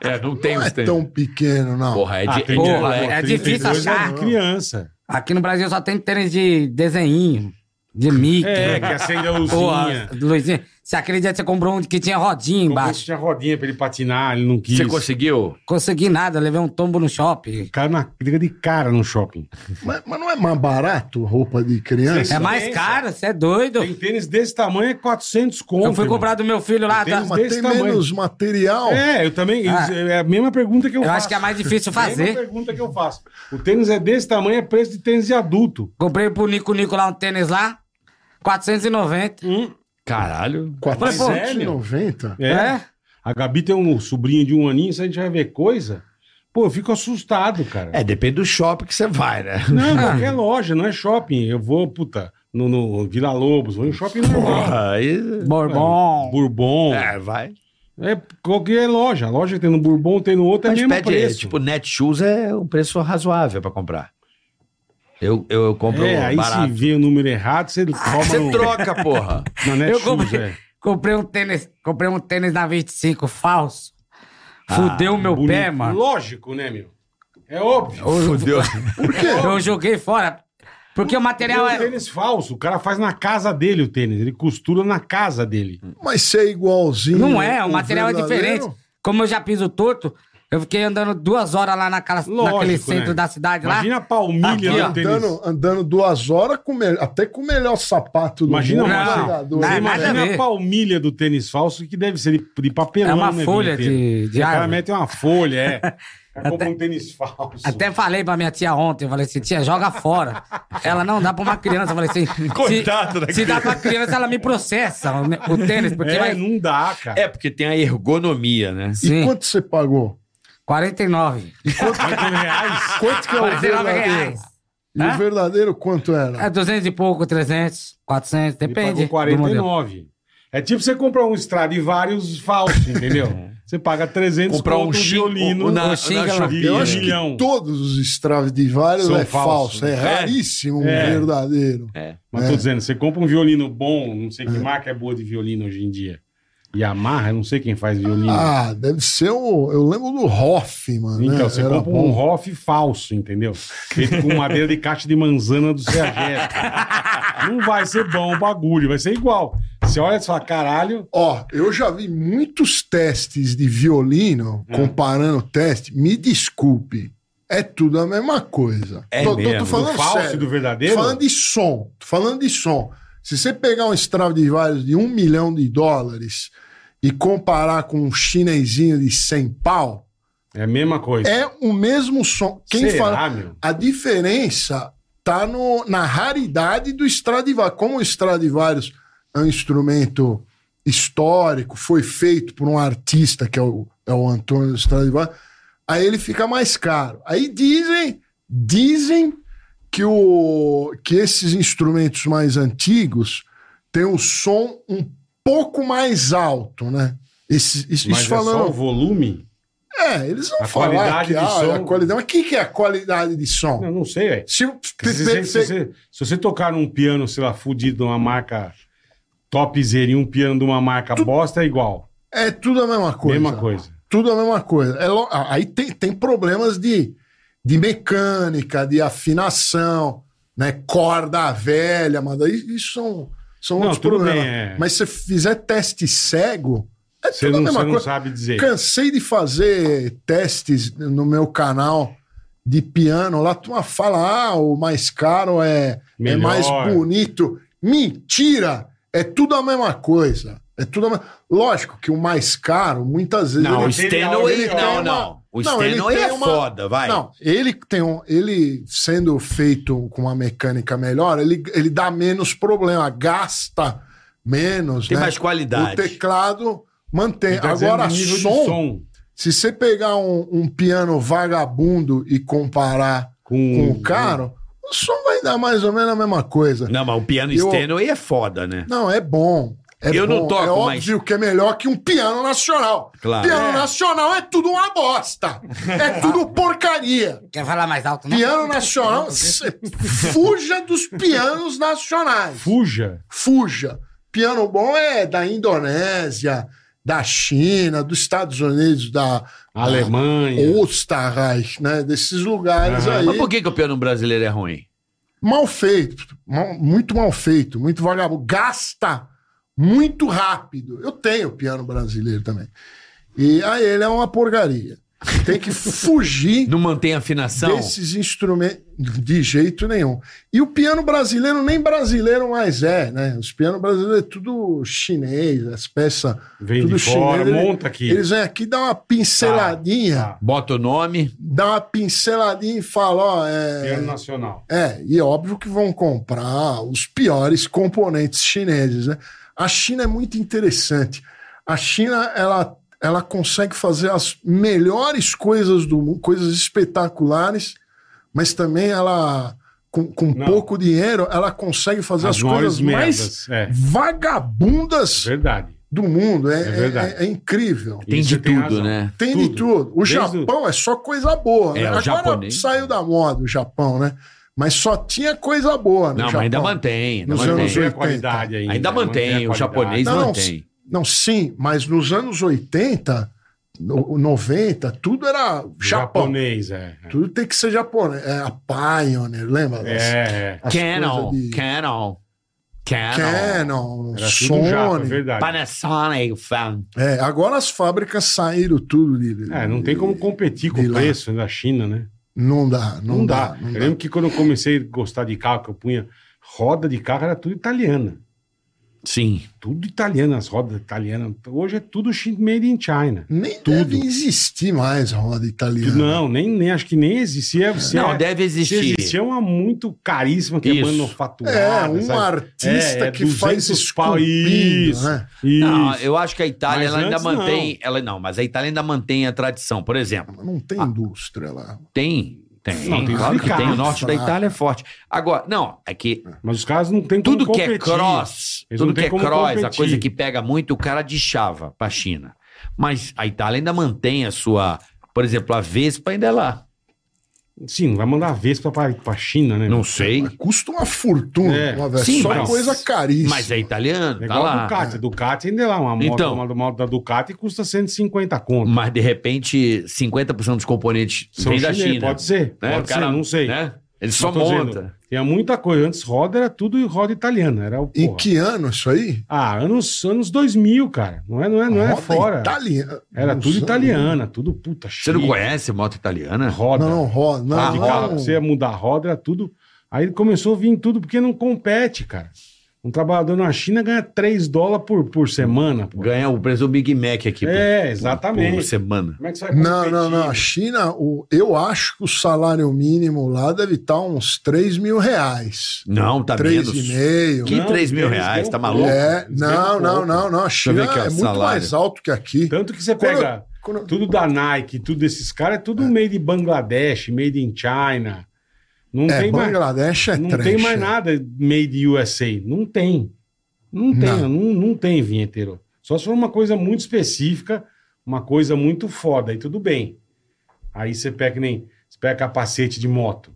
É, não tem Não é os tênis. tão pequeno, não. Porra, é Ah, tem de, é de de- Porra, moleque. é difícil 32 é achar. de criança. Aqui no Brasil só tem tênis de desenho, de né? Mickey. É, que acende a luzinha. Porra, Luizinho, se aquele dia você comprou um que tinha rodinha Embaixo embaixo, tinha rodinha pra ele patinar, ele não quis. Você conseguiu? consegui nada, levei um tombo no shopping. O cara na liga de cara no shopping. Mas, mas não é mais barato roupa de criança? É Sim. mais caro, você é doido. Tem tênis desse tamanho é 400 conto. Eu fui irmão. comprar do meu filho lá. Tem tá- uns mas desse tem tamanho. menos material. É, eu também. Ah. isso É a mesma pergunta que eu, Eu faço. acho que é mais difícil Mesma fazer. pergunta que eu faço. O tênis é desse tamanho, é preço de tênis de adulto. Comprei pro Nico Nico lá um tênis lá, 490. Caralho. 490? É. A Gabi tem um sobrinho de um aninho, se a gente vai ver coisa. Pô, eu fico assustado, cara. É, depende do shopping que você vai, né? Não, qualquer loja, não é shopping. Eu vou, puta, no, no Vila Lobos, vou em shopping normal. Porra, aí... Bourbon. Bourbon. É, vai. É qualquer loja. A loja que tem no Bourbon, tem no outro, é Mas um mesmo pede, preço. tipo, Netshoes é um preço razoável pra comprar. Eu, eu, eu compro é, aí se barato. vê o número errado, você toma Você no, troca, porra. na Ah, Eu Netshoes, comprei. é. Comprei um tênis, comprei um tênis na 25 falso. Fudeu o meu Ah, Bonito. pé, mano. Lógico, né, meu? É óbvio. Fudeu. Por quê? Eu joguei fora. Porque o material É um é. tênis falso. O cara faz na casa dele o tênis. Ele costura na casa dele. Mas ser igualzinho. Não é, o ao material é verdadeiro? né? diferente. Como eu já piso torto, eu fiquei andando duas horas lá naquela, Lógico, naquele centro né? da cidade lá. Imagina a palmilha Aqui, no ó. tênis. Andando, andando duas horas, com o me- até com o melhor sapato do Imagina, mundo. Marcelo. jogador, Não, Você né? nada imagina a a, ver. palmilha do tênis falso que deve ser de, de papelão, É uma né, folha vinheteiro? de- de O cara árvore. mete uma folha, é. O cara compra um tênis falso. Até falei pra minha tia ontem, eu falei assim, tia, joga fora. Ela não dá pra uma criança. Eu falei assim, se- né, Coitado da se, dá pra criança, ela me processa o, ne- o tênis, porque É, vai. não dá, cara. É, porque tem a ergonomia, né? E Sim, quanto você pagou? 49. Ah, Quanto que é o 49 verdadeiro? reais. E o verdadeiro quanto era? É 200 e pouco, 300, 400, Ele depende. pagou do modelo. 49. É tipo você comprar um Stradivarius falso, entendeu? você paga 300 Comprar conto um chi- violino. um- um na- na de chopinha, Eu acho que É. milhão. todos os Stradivarius São é falsos. né? falso. É raríssimo um É. verdadeiro. É. Mas É. tô dizendo, você compra um violino bom, não sei que marca é boa de violino hoje em dia. Yamaha, eu não sei quem faz violino. Ah, deve ser o. Eu lembro do Hoffman, né? Então, você Era compra um Hoff falso, entendeu? Feito com madeira de caixa de manzana do Sergério. Não vai ser bom o bagulho, vai ser igual. Você olha e fala, caralho, Ó, eu já vi muitos testes de violino, Hum. comparando o teste. Me desculpe, é tudo a mesma coisa. É tô, tô- tô mesmo, do falando falso e sério. do Tô verdadeiro? falando de som, tô falando de som. Se você pegar um Stradivarius de um milhão de dólares e comparar com um chinesinho de 100 pau, É a mesma coisa. é o mesmo som. Quem Será, fala... meu? A diferença tá no, na raridade do Stradivarius. Como o Stradivarius é um instrumento histórico, foi feito por um artista que é o, é o Antônio Stradivarius, aí ele fica mais caro. Aí dizem, dizem que, o, que esses instrumentos mais antigos têm um som um pouco mais alto, né? Esse, isso Mas isso é só o falando volume? é, eles vão A falar qualidade que de ah, som. a qualidade. Mas o que, que é a qualidade de som? Eu não sei, velho. Se, Se, você- se você- se você tocar num piano, sei lá, fudido, uma marca topzera e um piano de uma marca bosta, é igual. é tudo a mesma coisa. Mesma coisa. Tudo a mesma coisa. É lo- aí tem, tem problemas de, de mecânica, de afinação, né? Corda velha, mas daí isso são, são Não, outros tudo problemas. bem, é. Mas se você fizer teste cego, é Você não, tudo a você mesma não coisa. sabe dizer. Cansei de fazer testes no meu canal de piano. Lá a turma fala: ah, o mais caro é, é Melhor. mais bonito. Mentira! É tudo a mesma coisa. É tudo a me- Lógico que o mais caro, muitas vezes. Não, ele- o Stanley. ele tem Não, uma- não. O Não, ele Stanley é tem uma- foda, vai. Não, ele tem um. Ele sendo feito com uma mecânica melhor, ele, ele dá menos problema, gasta menos. Tem né? mais qualidade. O teclado mantém. Ele tá dizendo Agora, nível de som. Se você pegar um, um piano vagabundo e comparar Com- com o caro, o som vai dar mais ou menos a mesma coisa. Não, mas o piano Eu- Stanley é foda, né? Não, é bom. É Eu não bom. toco, É mas- óbvio que é melhor que um piano nacional. Claro. Piano nacional é tudo uma bosta. É tudo porcaria. Quer falar mais alto? Não? Piano nacional, cê- fuja dos pianos nacionais. Fuja. Fuja. Piano bom é da Indonésia, da China, dos Estados Unidos, da Alemanha. Osterreich, né? Desses lugares Aham. aí. Mas por que, que o piano brasileiro é ruim? Mal feito. mal- muito mal feito, muito vagabundo. Gasta muito rápido. Eu tenho piano brasileiro também. E aí ele é uma porcaria. Tem que fugir Não mantém a afinação? desses instrumentos de jeito nenhum. E o piano brasileiro nem brasileiro mais é, né? Os pianos brasileiros é tudo chinês, as peças Vem tudo de fora, chinês. monta aqui. Eles vêm aqui dar uma pinceladinha, Tá, tá. Bota o nome. dá uma pinceladinha e fala, ó, é Piano nacional. é, e é óbvio que vão comprar os piores componentes chineses, né? A China é muito interessante. A China, ela, ela consegue fazer as melhores coisas do mundo, coisas espetaculares, mas também ela, com, com Não. pouco dinheiro, ela consegue fazer as, As maiores coisas mais merdas, é. vagabundas Verdade. do mundo. É, É verdade. é- é incrível. E Tem você de tem tudo, razão. né? Tem de Tudo. tudo. O Desde o- Japão é só coisa boa. É, né? o Agora japonês- saiu da moda o Japão, né? Mas só tinha coisa boa no Não, Japão. mas ainda mantém. Ainda Nos mantém. anos né? Tem a 80. qualidade ainda. Ainda a mantém, o qualidade. japonês Não, mantém. Não, sim, mas nos anos 80, no, 90, tudo era Japão. Japonês, é. Tudo tem que ser japonês. É a Pioneer, lembra? É, é. As Canon, coisas de- Canon, Canon, Canon, Era tudo japo, é Sony. verdade. Panasonic, fan. É, agora as fábricas saíram tudo de. É, não tem como competir com de o lá. preço da China, né? Não dá, não, Não, dá. dá. não eu dá. lembro que quando eu comecei a gostar de carro, que eu punha roda de carro, era tudo italiana. Sim. Tudo italiano, as rodas italianas. Hoje é tudo chi- made in China. Nem Tudo. deve existir mais roda italiana. Não, nem, nem acho que nem existia. Se não, é- deve se existir. existia uma muito caríssima que é Isso. manufaturada. É, um sabe? artista É, é que faz 200 pau, esculpindo, isso. né? Isso. Não, eu acho que a Itália Mas ela ainda antes, não. mantém. Ela, não, mas a Itália ainda mantém a tradição. Por exemplo, Não tem Ah. indústria lá. tem. Tem, Não, tem claro os que tem. O ricaços norte da lá. Itália é forte. Agora, não, é que Mas os caras não tem tudo como que é competir. cross, Eles não tudo têm que é como cross, a competir. coisa que pega muito, o cara deixava pra China. Mas a Itália ainda mantém a sua. Por exemplo, a Vespa ainda é lá. Sim, vai mandar a Vespa pra, pra China, né? Não sei. Mas custa uma fortuna, É. uma vez. Sim, só mas- coisa caríssima. Mas é italiano, É tá igual a lá. Ducati. A Ducati ainda é lá. Uma moto, Então. uma moto da Ducati custa 150 conto. Mas de repente, 50% dos componentes São vem da chineses, China. Pode ser, né? pode O cara, ser, não sei. né? Ele só Mas tô dizendo, monta. Tinha muita coisa. Antes roda era tudo roda italiana. Era o Em porra. que ano isso aí? Ah, anos, anos 2000, cara. Não é, não é, não é Roda fora. italiana. Era Não tudo sei. italiana, tudo puta Você não conhece moto italiana? Roda. Não, não, roda. Não, Ah, de carro, não. você ia mudar a roda, era tudo. Aí começou a vir tudo porque não compete, cara. Um trabalhador na China ganha 3 dólares por, por semana. pô. Ganha o preço do Big Mac aqui. pô. É, Por exatamente. semana. Como é que você vai Não, competir? não, não. A China, o, eu acho que o salário mínimo lá deve estar uns 3 mil reais. Não, tá menos. 3,5. Que Não, 3 mil eles reais, ganham tá maluco? pouco. É, Eles não, ganham não, pouco. não, não. A China ver aqui, ó, é muito salário. mais alto que aqui. Tanto que você Quando eu- pega quando eu- tudo da Nike, tudo desses caras, é tudo made in Bangladesh, made in China. Não, é, tem, mais, Bangladesh é não trash, tem mais é. nada made USA. Não tem. Não tem, Não. não, não tem vinheteiro. Só se for uma coisa muito específica, uma coisa muito foda, aí tudo bem. Aí você pega que nem. Você pega capacete de moto.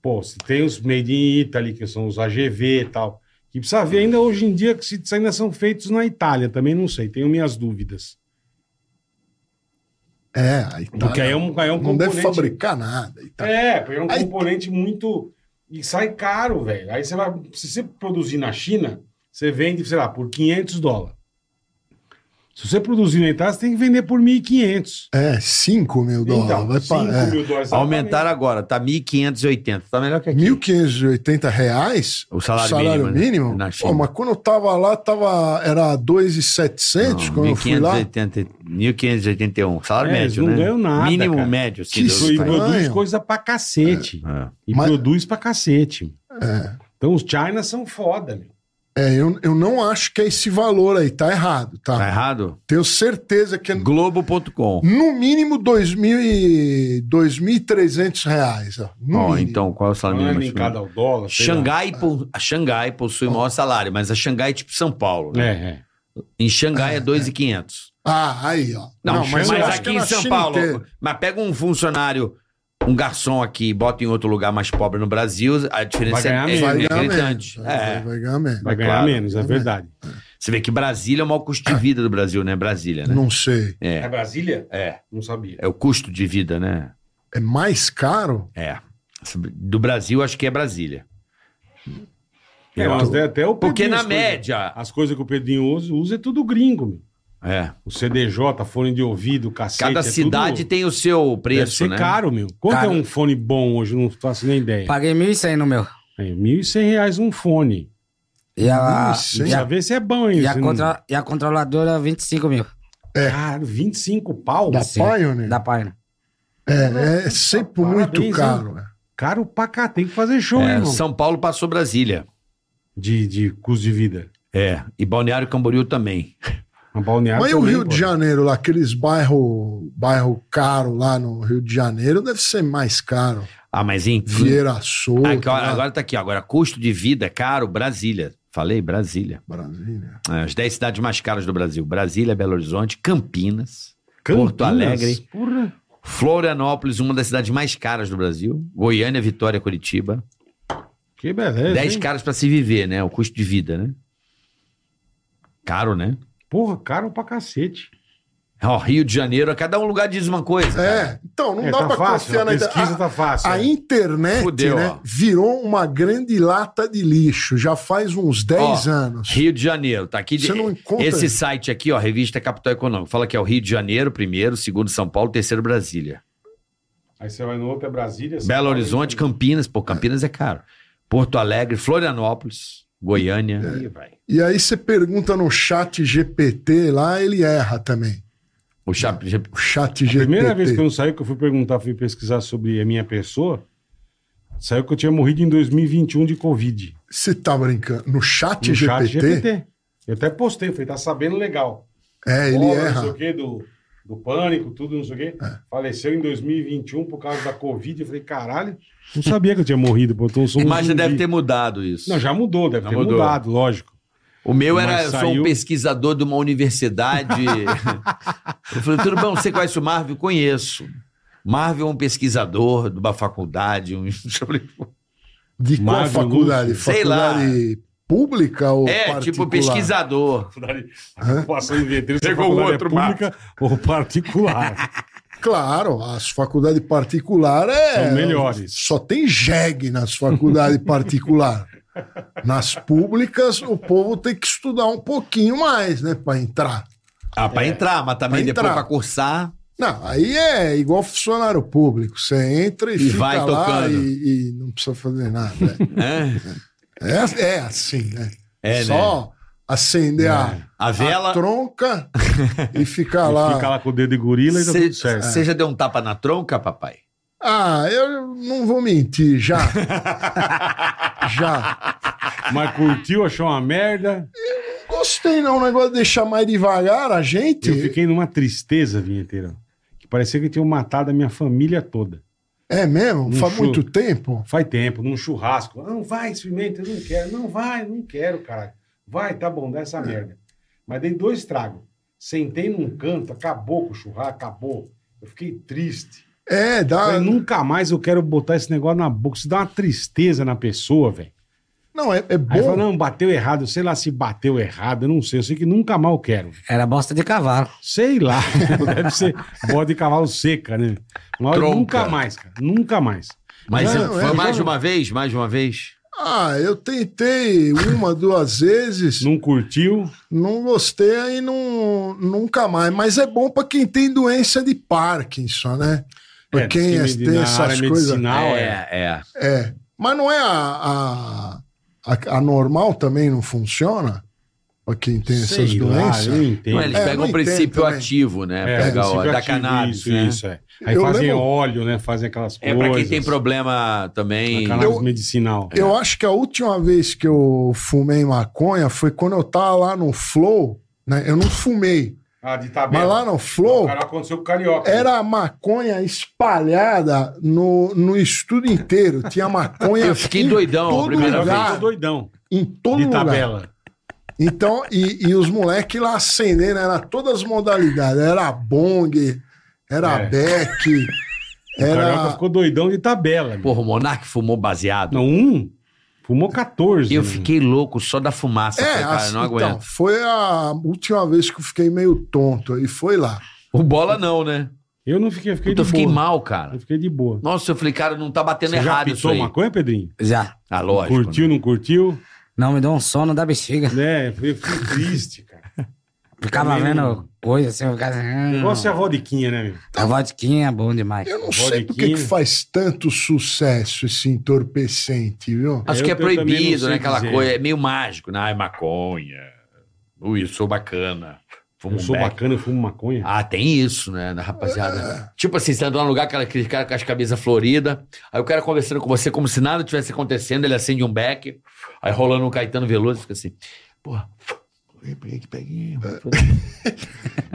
Pô, você tem os made in Italy, que são os AGV e tal. Que precisa ver ainda hoje em dia que se se ainda são feitos na Itália, também não sei, tenho minhas dúvidas. É, a Porque aí é Itália um, aí é um não componente. deve fabricar nada. a Itália. É, porque é um Aí- componente muito. E sai caro, velho. Aí você vai. Se você produzir na China, você vende, sei lá, por 500 dólares. Se você produzir na Itália, você tem que vender por 1.500. É, 5 mil Então, dólares. Vai 5 pra, é, mil dólares. Aumentaram agora, tá 1.580. Tá melhor que aqui. 1.580 reais O salário, salário mínimo. né? mínimo. Na Pô, China. mas quando eu tava lá, tava, era 2,700 Não, quando eu fui lá. 1.580, 1.581. Salário É, eles médio, não né? ganham nada, Mínimo cara. médio, Que assim. do- Isso, e Estranho. produz coisa pra cacete. É. E Mas- produz pra cacete. É. Então os China são foda, meu. É, eu, eu não acho que é esse valor aí, tá errado, tá? Tá errado? Tenho certeza que é Globo.com. no mínimo 2.000 e 2.300 reais, ó. No Ó, mínimo. então, qual é Não o salário é mínimo? linkado ao dólar. sei lá. Xangai, po- a Xangai possui o maior salário, mas a Xangai tipo São Paulo. né? É, é. Em Xangai é 2,500. Ah, aí, ó. Não, mas, eu acho aqui que é em na São China Paulo, inteira. mas pega um funcionário, um garçom aqui e bota em outro lugar mais pobre no Brasil, a Vai diferença é, ganhar é, menos. Vai é ganhar menos. gritante. Vai, É. vai ganhar Vai menos. Mas ganhar claro. menos, é verdade. Você vê que Brasília é o maior custo de vida do Brasil, né? Brasília, né? Não sei. É, Brasília? é. Não sabia. É o custo de vida, né? É mais caro? É. Do Brasil, acho que é Brasília. É, mas até, até o Porque Pedrinho, na as coisas- média. As coisas que o Pedrinho usa, usa é tudo gringo, meu. É. O CDJ, fone de ouvido, cacete. Cada é cidade tudo... tem o seu Deve preço, ser né? caro, meu. Quanto Caro. é um fone bom hoje? Não faço nem ideia. Paguei 1.100 no meu. É, R$ 1.100 reais um fone. E Ah, a, 1.100? e Precisa a, ver se é bom, hein? e a, se não- contra, e a controladora 25 mil É. Cara, 25 pau? Da Sim. Pioneer? da página. É, é sempre Parabéns, muito hein? caro. né? Caro pra cá, tem que fazer show, hein, É, irmão. São Paulo passou Brasília. De, de custo de vida. É. E Balneário Camboriú também. A balneário Mas e o também, Rio pô. de Janeiro, lá, aqueles bairro, bairro caro lá no Rio de Janeiro, deve ser mais caro. Ah, mas em. Vieira Souto. Aqui, ó, né? agora tá aqui, ó. agora custo de vida é caro, Brasília. Falei Brasília. Brasília. É, As 10 cidades mais caras do Brasil. Brasília, Belo Horizonte, Campinas, Porto Campinas? Alegre. Porra. Florianópolis, uma das cidades mais caras do Brasil. Goiânia, Vitória, Curitiba. Que É, beleza. 10 hein? caras pra se viver, né? O custo de vida, né? Caro, né? Porra, caro pra cacete. Ó, Rio de Janeiro, cada um lugar diz uma coisa. cara. É, então, não É, dá tá pra fácil, confiar a na pesquisa internet. tá fácil. A internet Fudeu, né, ó. virou uma grande lata de lixo já faz uns 10 Ó, anos. Rio de Janeiro, tá aqui. de- Você não encontra. Esse site aqui, ó, Revista Capital Econômico, fala que é o Rio de Janeiro, primeiro, segundo São Paulo, terceiro Brasília. Aí você vai no outro, é Brasília. São Belo Paulo, Horizonte, Campinas, pô, Campinas é caro. Porto Alegre, Florianópolis, É. Goiânia. Ih, vai. E aí você pergunta no chat GPT lá, ele erra também. O Chap... O chat GPT. Primeira vez que eu saí, que eu fui perguntar, fui pesquisar sobre a minha pessoa, saiu que eu tinha morrido em 2021 de Covid. Você tá brincando? No chat, No GPT, chat GPT. Eu até postei, falei, tá sabendo legal. É, ele Cobra, Não sei o erra. É. quê, do, do pânico, tudo, não sei o quê. Faleceu em 2021 por causa da Covid. Eu falei, caralho, não sabia que eu tinha morrido, pô. Então eu sou um Mas já zumbi. deve ter mudado isso. Não, já mudou, deve Já ter mudou. mudado, lógico. O meu era, Mas eu sou saiu- um pesquisador de uma universidade. eu falei, tudo bom, você conhece o Marvel? Conheço. Marvel é um pesquisador de uma faculdade. Um... Eu falei, De qual Magno faculdade? Lúcio. Sei lá. faculdade pública ou é, particular? tipo pesquisador. Hã? Passando vinheteiro, se a Pegou faculdade outro é pública ou particular. Claro, as faculdades particulares é, São melhores. Só tem jegue nas faculdades particulares. Nas públicas, o povo tem que estudar um pouquinho mais, né, para entrar. Ah, pra entrar, mas também É. Pra depois entrar. pra cursar. Não, aí é igual funcionário público. Você entra e, fica vai lá tocando. E, e não precisa fazer nada. né? É, é assim, né? É, né? É. Só acender a, A a vela. tronca e ficar tá lá. Fica lá com o dedo de gorila e dá tudo certo. Você já deu um tapa na tronca, papai? Ah, eu não vou mentir, já. já. Mas curtiu, achou uma merda. Gostei, não, o negócio de deixar mais devagar a gente. Eu fiquei numa tristeza, vinheteiro. Que parecia que tinham matado a minha família toda. É mesmo? Um Faz show. muito tempo? Faz tempo, num churrasco. Não, vai, experimenta, eu não quero. Não, vai, não quero, caralho. Vai, tá bom, dá essa merda. Mas dei dois estragos. Sentei num canto, acabou com o churrasco, acabou. Eu fiquei triste. É, dá. Falei, Não, nunca mais eu quero botar esse negócio na boca. Isso dá uma tristeza na pessoa, velho. é, é Aí fala, bom. não, bateu errado, sei lá se bateu errado, eu não sei, eu sei que nunca mal quero. Era bosta de cavalo. Sei lá, deve ser bode de cavalo seca, né? Mas Tronca. nunca mais, cara, nunca mais. Mas Não, foi é, mais de já- uma vez? Mais de uma vez? Ah, eu tentei uma, duas vezes, Não curtiu, não gostei, aí não, nunca mais. Mas é bom pra quem tem doença de Parkinson, né? Pra É, quem diz que tem na essas área coisas. medicinal, é. é. É. Mas não é a, a, a, a normal também não funciona? Pra quem tem Sei essas lá, doenças? eu não entendo. Não, eles É, pegam não o entendo princípio também. ativo, né? É, Pega o, da psicoativo, cannabis, Isso, né? isso, é. Aí Eu fazem lembro- óleo, né? Fazem aquelas É coisas. pra quem tem problema A também. cannabis Eu- medicinal. é. Eu acho que a última vez que eu fumei maconha foi quando eu tava lá no Flow, né? Eu não fumei, Ah, de mas lá no Flow Cara, aconteceu com o carioca. né? era a maconha espalhada no, no estudo inteiro. Tinha maconha Eu fiquei em doidão a todo primeira Carioca lugar, ficou doidão. Em todo De lugar. tabela. Então, e, e os moleques lá acendendo, era todas as modalidades. Era bong, era É. beck, O carioca era... ficou doidão de tabela. meu. Porra, o Monark fumou baseado. Não, um fumou 14. Eu né? fiquei louco só da fumaça. É, falei, cara, assim, não aguento. então, foi a última vez que eu fiquei meio tonto, e foi lá. O bola não, né? Eu não fiquei, eu fiquei Puta, eu de fiquei boa. mal, Eu cara. fiquei de boa. Nossa, eu falei, cara, não tá batendo Você já errado isso pitou aí. maconha, Pedrinho? Já. Ah, lógico. curtiu, não curtiu? Não me deu um sono da bexiga. Né? Eu fui fui triste, cara. Ficava Também não. vendo coisa assim, eu ficava assim. hum, Nossa, é a vodiquinha, né, meu? a vodquinha é bom demais. Eu não Vodka. sei por que que faz tanto sucesso esse entorpecente, viu? Acho Eu- que é eu também não proibido, sei né? Aquela dizer. coisa. É meio mágico, né? Ai, maconha. Ui, sou bacana. Fumo Eu um sou beck. bacana, eu fumo maconha. Ah, tem isso, né, na rapaziada? Tipo assim, você anda lá num lugar, aquela- aquele cara com as camisas floridas, aí o cara conversando com você como se nada tivesse acontecendo, ele acende um beck, aí rolando um Caetano Veloso, fica assim, porra, peguei, peguei.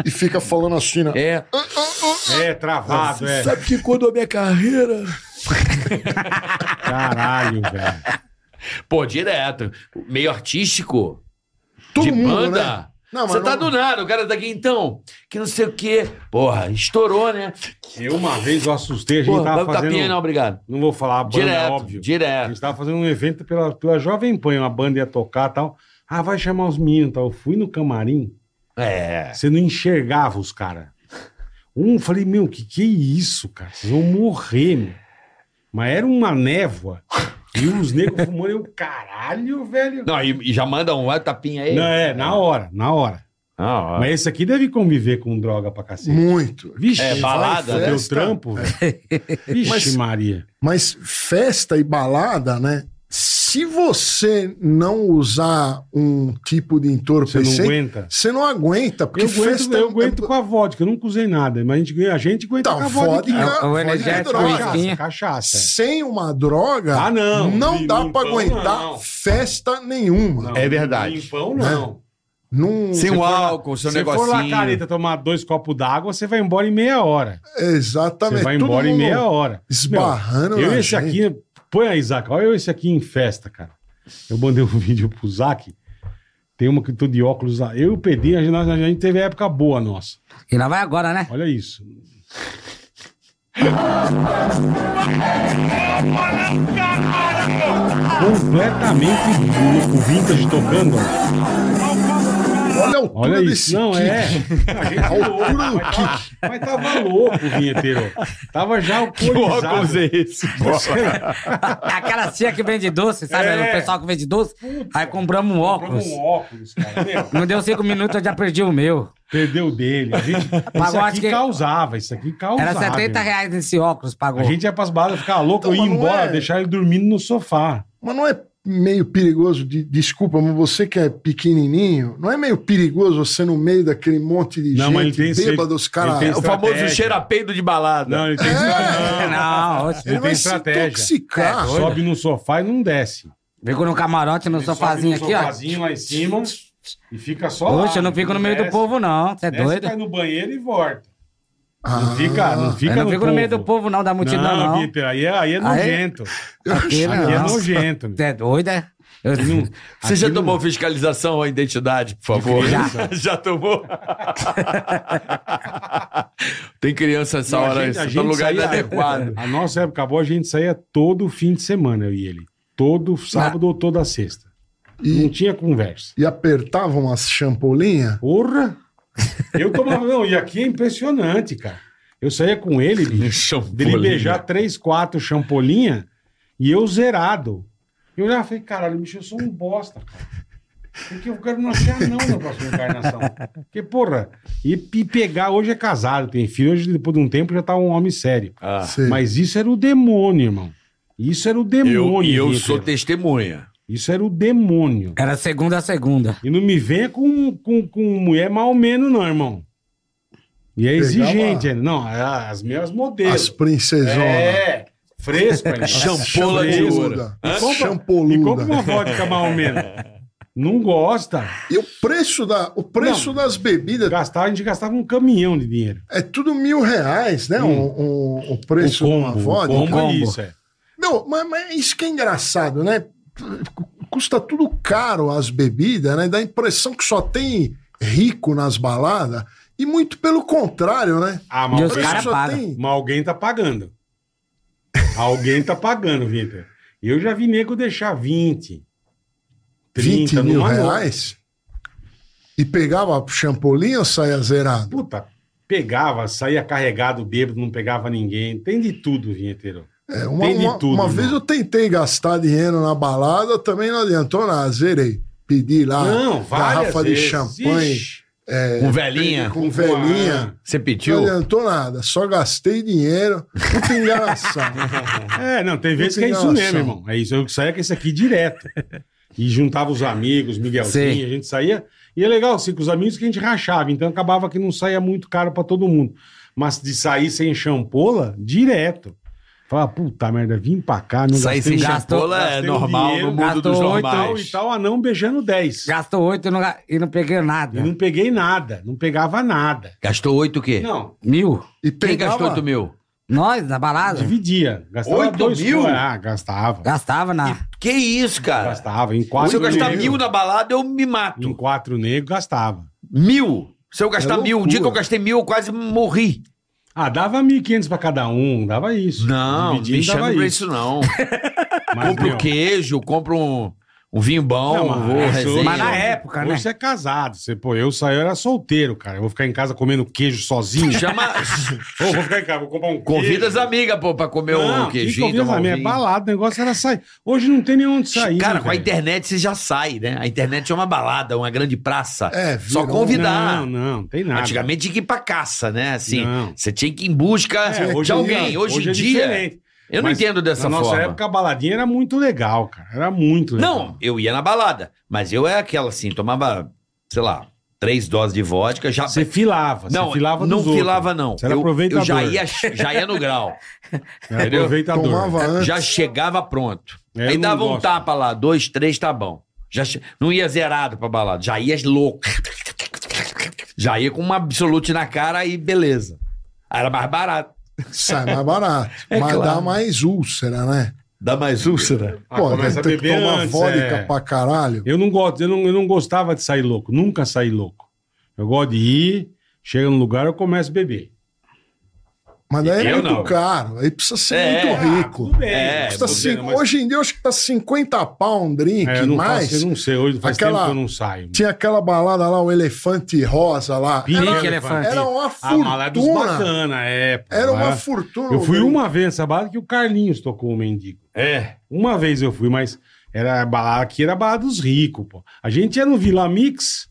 E fica falando assim, né? É, É, travado, é. sabe que quando a minha carreira... Caralho, velho. Pô, direto. Meio artístico. Todo de mundo, banda. né? Não, mas Você tá não- do nada, o cara tá aqui então, que não sei o quê. Porra, estourou, né? Eu uma vez eu assustei, a gente Porra, vai tava pro tapinha, fazendo. não, obrigado. Não vou falar a banda, é Direto, óbvio. A direto. gente tava fazendo um evento pela, pela Jovem Pan, uma banda ia tocar e tal. Ah, vai chamar os meninos e tal. Eu fui no camarim, É. você não enxergava os caras. Um, eu falei, meu, que que é isso, cara? Vocês vão morrer, meu. Mas era uma névoa. E os negros fumando, eu, caralho, velho. Não, e, e já manda um, vai tapinha aí. Não, é, na hora, na hora. Ah, ó. Mas esse aqui deve conviver com droga pra cacete. Muito. Vixe, É, balada, vai, né? teu Festa. trampo, velho. Vixe, Mas- Maria. Mas festa e balada, né? Se você não usar um tipo de Você não entorpecente, aguenta. você não aguenta, porque Eu aguento, festa é eu aguento com a vodka, eu nunca usei nada, mas a gente, ganha- a gente aguenta Então, com a vodka. vodka- cara. Ah, O, o pode né? energético, é droga. o Cachaça, skin. cachaça. sem uma droga, Ah, não. não Limpão, dá pra aguentar não. festa nenhuma. É verdade. Limpão, não. Num- Sem o um álcool, Se seu você negocinho. for lá careta tomar dois copos d'água, você vai embora em meia hora. Exatamente. Você vai Todo embora em mundo meia hora. Esbarrando Meu, eu na esse é gente. aqui, põe aí, Isaac, olha eu esse aqui em festa, cara. Eu mandei um vídeo pro Isaac. Tem uma que eu tô de óculos. lá. Eu pedi, a gente, a gente teve época boa nossa. E lá vai agora, né? Olha isso. Completamente louco, vintage tocando. ó. Olha a altura Olha desse tipo isso. Não, kick. é. A gente A louco, altura do mas, tava, kick. mas tava louco o vinheteiro. Tava já Que óculos alcoolizado. é esse? É Aquela tia que vende doce, sabe? É. O pessoal que vende doce. Aí compramos um óculos. Comprou um óculos, cara. Meu, Não deu cinco minutos, eu já perdi o meu. Perdeu dele. A gente, isso aqui Pagou, acho que- causava, isso aqui causava. Era 70 irmão. reais esse óculos, pagou. É um A gente ia pras baladas, ficava louco, Então, eu ia mas não embora, é- deixar ele dormindo no sofá. Mas não é meio perigoso, de- desculpa, mas você que é pequenininho, não é meio perigoso você no meio daquele monte de Não, mas ele gente tem esse- bêbada, os ele tem caras... É o famoso cheirapeido de balada. Não, ele tem estratégia. Não, oxe. Ele tem vai se estratégia. intoxicar. É. Sobe no sofá e não desce. Fico no um camarote, no Ele sofazinho sobe aqui, no ó. sofazinho lá em cima e fica só lá. Oxe, eu não fico no meio do desce. povo, não. Você é Desce, doido? vai no banheiro e volta. Ah, Não fica, não fica Eu não no fico povo. no meio do povo, não, da multidão, Não, não. Vitor, aí é, aí é nojento. Aqui Aqui é não. Você nojento. meu. é doido, é? Eu- Você já Aqui não- tomou fiscalização ou identidade, por favor? criança? já tomou? Tem criança nessa hora, a você tá no lugar saía- inadequado. A nossa época boa, a gente saía todo fim de semana, eu e ele. Todo sábado ou toda sexta. Não E, tinha conversa. e apertava umas champolinhas? Porra! Eu tomava. Não, e aqui é impressionante, cara. Eu saía com ele, bicho, dele né? beijar três, quatro champolinha e eu zerado. Eu olhava e falei, caralho, bicho, eu sou um bosta, cara. Porque eu quero nascer anão na próxima encarnação. Porque, porra, e, e pegar, hoje é casado, tem filho, hoje, depois de um tempo, já tá um homem sério. Ah, Sei. Mas isso era o demônio, irmão. Isso era o eu, demônio. e eu Vitor. sou testemunha. Isso era o demônio. Era segunda a segunda. E não me venha com, com, com mulher mal menos, não, irmão. E é Pegava- exigente. Ele. Não, é as minhas As modelos. princesonas. É, fresco. irmão. Champola de Fresco. ouro. Champoluda. E compra- E compra Champoluda. uma vodka mal menos. Não gosta. E o preço, da, o preço Não. das bebidas Gastava, a gente gastava um caminhão de dinheiro. é tudo mil reais, né? Hum. O, o- o preço o de combo, uma vodka. Um o combo é Combo. isso, é. Não, mas, mas isso que é engraçado, né? Custa tudo caro as bebidas, né? Dá a impressão que só tem rico nas baladas. E muito pelo contrário, né? Ah, E mas os alguém- cara só pagam. tem. Mas alguém tá pagando. Alguém tá pagando, Vitor. Eu já vi nego deixar 20. 20 30 mil numa noite. reais. E pegava champolim ou saia zerado? Puta, pegava, saía carregado, bêbado, não pegava ninguém. Tem de tudo, vinheteiro. É, uma Tem de uma- tudo, uma irmão. vez eu tentei gastar dinheiro na balada, também não adiantou nada. Zerei. Pedi lá não, várias Ah, garrafa de vezes. champanhe Ixi, Com velhinha. com velhinha. Você Não pediu? adiantou nada, só gastei dinheiro. Puta enganação. É, não, tem vezes que é isso Engraçado. mesmo, irmão. É isso, eu saía com esse aqui direto. E juntava os amigos, Miguelzinho, Sim. a gente saía. E é legal, assim, com os amigos que a gente rachava. Então acabava que não saía muito caro pra todo mundo. Mas de sair sem champola, direto. Falava, puta merda, vim pra cá, não Sair sem gastei gastou- champola é gastei um normal dinheiro, então, no mundo dos gastou oito tal normais. e tal, anão beijando 10. Gastou oito e não, ga- e não peguei nada. E não peguei nada, não pegava nada. Gastou oito o quê? Não, Mil? E Quem pegava, gastou oito mil? Nós, na balada, Dividia. Gastava Oito dois mil? conto. Ah, gastava. gastava na. Que isso, cara? Gastava. Em Se quatro eu gastar negros- mil na balada, eu me Em mato. quatro negros, gastava. Mil. Se eu gastar É mil, um dia que eu loucura. gastei mil, eu quase morri. Ah, dava 1.500 pra cada um, dava isso. Não, Dividindo, me dava chame pra isso não. Mas, compra meu, um queijo, compra um, um vinho bom, Não, mas uma isso- resenha. Mas na época, Hoje né? você é casado. Você, pô, eu saí, eu era solteiro, cara. Eu vou ficar em casa comendo queijo sozinho. Chama... Ô, vou ficar em casa, vou comprar um queijo. Convida as amigas, pô, pra comer Não, um que queijinho, convida as tomar um amigas. É vinho. balada, o negócio era sair. Hoje não tem nem onde sair. Cara, né, com a velho? internet você já sai, né? A internet é uma balada, uma grande praça. É, Só virou- convidar. Não, não, não tem nada. Antigamente tinha que ir pra caça, né? Assim, Não. você tinha que ir em busca É, de alguém. Hoje, em é dia, diferente. eu não Mas entendo dessa Na nossa forma. época, né? a baladinha era muito legal, cara. Era muito legal. Não, eu ia na balada, mas eu era aquela assim, tomava, sei lá, três doses de vodka, já Você filava. não, você filava não dos filava não. Você era eu, eu aproveitador. já ia, já ia no grau, outros. Era entendeu? aproveitador. Tomava antes. já chegava pronto. Eu Aí não dava um gosto. tapa lá, dois, três, tá bom. Já che- não ia zerado pra balada, já ia louco. Já ia com uma absolute na cara e beleza. Aí Era mais barato. Sai mais barato. É mas claro. dá mais úlcera, né? Dá mais úlcera. Ah, Pô, começa a tem que beber tomar antes, vodka é. pra caralho. Eu não gosto, eu não, eu não gostava de sair louco, nunca saí louco. Eu gosto de ir, chega no lugar, eu começo a beber. Mas daí é Eu muito não. caro. Aí precisa ser É, muito rico. Ah, tudo bem. É, Custa vou cin- dizer, mas- Hoje em dia, eu acho que tá 50 pau um drink, É, eu não mais. faço, eu não sei, hoje faz Aquela- tempo que eu não saio. Tinha aquela balada lá, o Elefante Rosa lá. Pique um Era, elefante. era uma A malé dos fortuna. bacana, é. pô, Era uma lá. fortuna. Eu fui uma vez essa balada que o Carlinhos tocou o mendigo. É. Uma vez eu fui, mas era a balada aqui, era a balada dos ricos, pô. A gente ia no Vila Mix,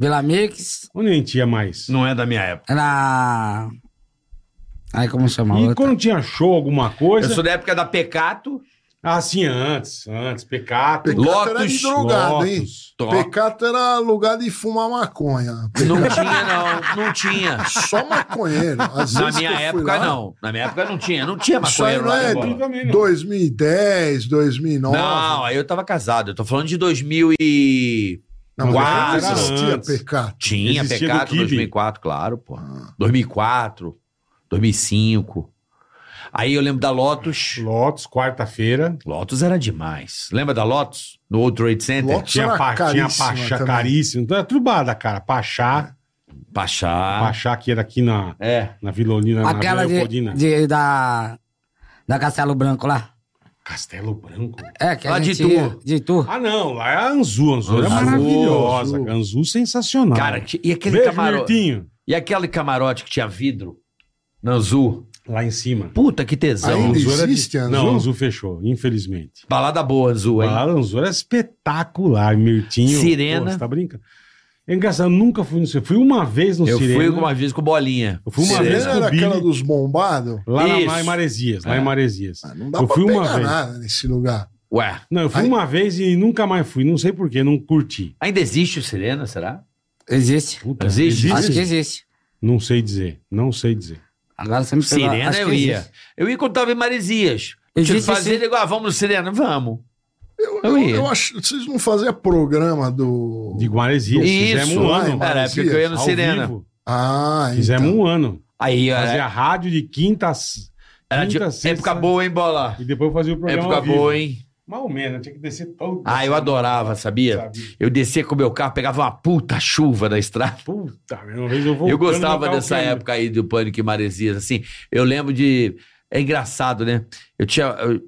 Vila Mix, onde a gente ia mais? Não é da minha época. na. Aí como chama a E outra? quando tinha show, alguma coisa. é. Eu sou da época da Pecato. Ah, sim, antes, antes, pecado. Pecato era de Lotus, drogado, hein? Lotus. Pecato era lugar de fumar maconha. Não tinha, não. Não tinha. Só maconheiro. Às Na vezes que minha eu fui época, lá, não. Na minha época não tinha. Não tinha Isso aí maconheiro não lá é na bola. Sim, também não. 2010, 2009. Não, aí eu tava casado. Eu tô falando de 2000 e... não Uau, mas não existia antes. Pecato. Tinha Existia do Pecato Kibe. 2004, claro, pô. 2004, 2005. Aí eu lembro da Lotus. Lotus, quarta-feira. Lotus era demais. Lembra da Lotus? No World Trade Center? Lotus Tinha, era pa, tinha caríssima Pachá também. caríssimo. Então era tudo bada, cara. Pachá. Pachá. Pachá que era aqui na, É. na Vila Olina, na Aquela Vila de, Leopoldina. de- da. Da Castelo Branco lá. Castelo Branco. É, que a Lá Ah, de gente ia- Itu. de Itu. Ah, não. Lá é a Anzu. Anzu, era Anzu, maravilhosa. Anzu. Anzu, sensacional. Cara, ti- e aquele Beijo, camarote? Mirtinho. E aquele camarote que tinha vidro? Na Azul. Lá em cima. Puta que tesão. Ainda Anzu era de- existe Anzu? Não, Anzu fechou, infelizmente. Balada boa, Azul, hein? Lá Anzu era espetacular. Mirtinho. Sirena. Pô, você tá brincando? É engraçado, eu nunca fui no Sirena. Fui uma vez no Eu Sirena. fui algumas vezes com bolinha. Eu fui uma Sirena vez né? com era o Billy. aquela dos bombados? Lá, na- Isso. lá em Maresias, lá É. em Maresias. Ah, Não dá eu pra fui pegar uma vez. nada nesse lugar. Ué, Não, eu fui Aí- uma vez e nunca mais fui. Não sei porquê, não curti. ainda existe o Serena, será? Existe. Puta, Existe? Acho que existe. Não sei dizer, não sei dizer. Agora você me pegou. Sirena Acho que eu ia. existe. Eu ia quando tava em Maresias. Eu Existe tinha que fazer esse- igual, ah, vamos no Sirena? Vamos. Eu, Eu eu, ia. eu acho. Vocês não faziam programa do. De Guaresias, Isso. fizemos um Lá em ano. Mar- Era a época que eu ia no ao Sirena. Então. vivo. Ah, Fizemos um ano. Aí era, Fazia rádio de quinta, s- era de- quinta sexta, época boa, hein, Bola? E depois fazia o programa Época ao vivo. boa, hein? Mais ou menos, tinha que descer todo. Ah, eu adorava, sabia? Sabe? Eu descia com o meu carro, pegava uma puta chuva na estrada. Puta, uma vez eu vou. Eu gostava dessa época aí do Pânico e Maresias, assim. Eu lembro de... É engraçado, né? Eu tinha, eu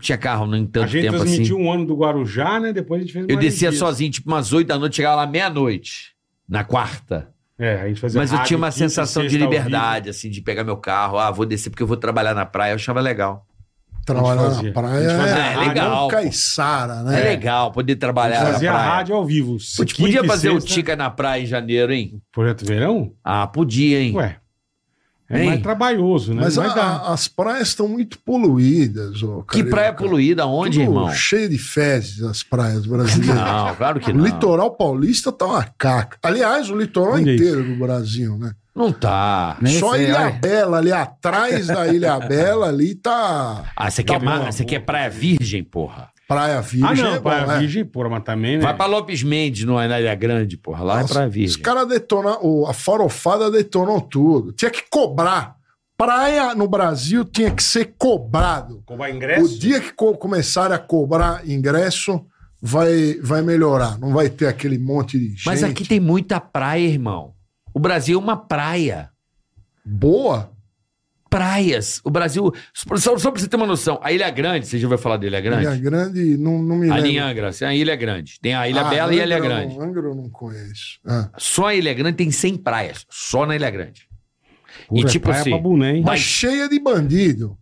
tinha carro não em A tanto gente tempo assim. transmitiu um ano do Guarujá, né? Depois a gente fez Eu descia Maresias. sozinho, tipo umas oito da noite, chegava lá meia-noite, na quarta. É, a gente fazia Mas eu rádio tinha uma quinta e sensação de sexta ao vivo. liberdade, assim, de pegar meu carro. Ah, vou descer porque eu vou trabalhar na praia. Eu achava legal. Trabalhar na fazia. praia. A gente fazia é, rádio. não Caiçara, É, né? legal poder trabalhar na Fazia praia. rádio ao vivo. Pô, tipo, Quinta podia e fazer o sexta. Tica na praia em janeiro, hein? Projeto Verão? Ah, podia, hein? Ué. É Hein? mais trabalhoso, né? Mas Mas a- dá. as praias estão muito poluídas. ô, que Carioca. praia poluída, onde, Tudo irmão? Cheio de fezes as praias brasileiras. Não, claro que O não. litoral paulista tá uma caca. Aliás, o litoral Onde é inteiro do Brasil, né? Não tá. Nem Só sei, Ilha olha. Bela, ali atrás da Ilha Bela, ali tá Ah, você Tá quer, mar... bom. você quer praia virgem, porra. Praia Virgem. Ah, não, é bom, Praia né? Virgem, porra, mas também, né? Vai pra Lopes Mendes, no Ilha Grande, porra. Lá é Nossa, praia Os virgem. caras detonaram, a farofada detonou tudo. Tinha que cobrar praia no Brasil tinha que ser cobrado. Cobrar O dia que co- começarem a cobrar ingresso, vai, vai melhorar. Não vai ter aquele monte de gente. Mas aqui tem muita praia, irmão. O Brasil é uma praia. Boa? Praias. O Brasil. Só, só pra você ter uma noção, a Ilha Grande, você já ouviu falar da Ilha Grande? Ilha Grande, não, não me A lembro. Angra, assim, a Ilha Grande. Tem a Ilha Ah, Bela e a Ilha Angra eu Grande. não- Angra eu não conheço. Ah, Só a Ilha Grande tem 100 praias. Só na Ilha Grande. Pura, e tipo praia é assim, pra boné, hein? Mas cheia de bandido.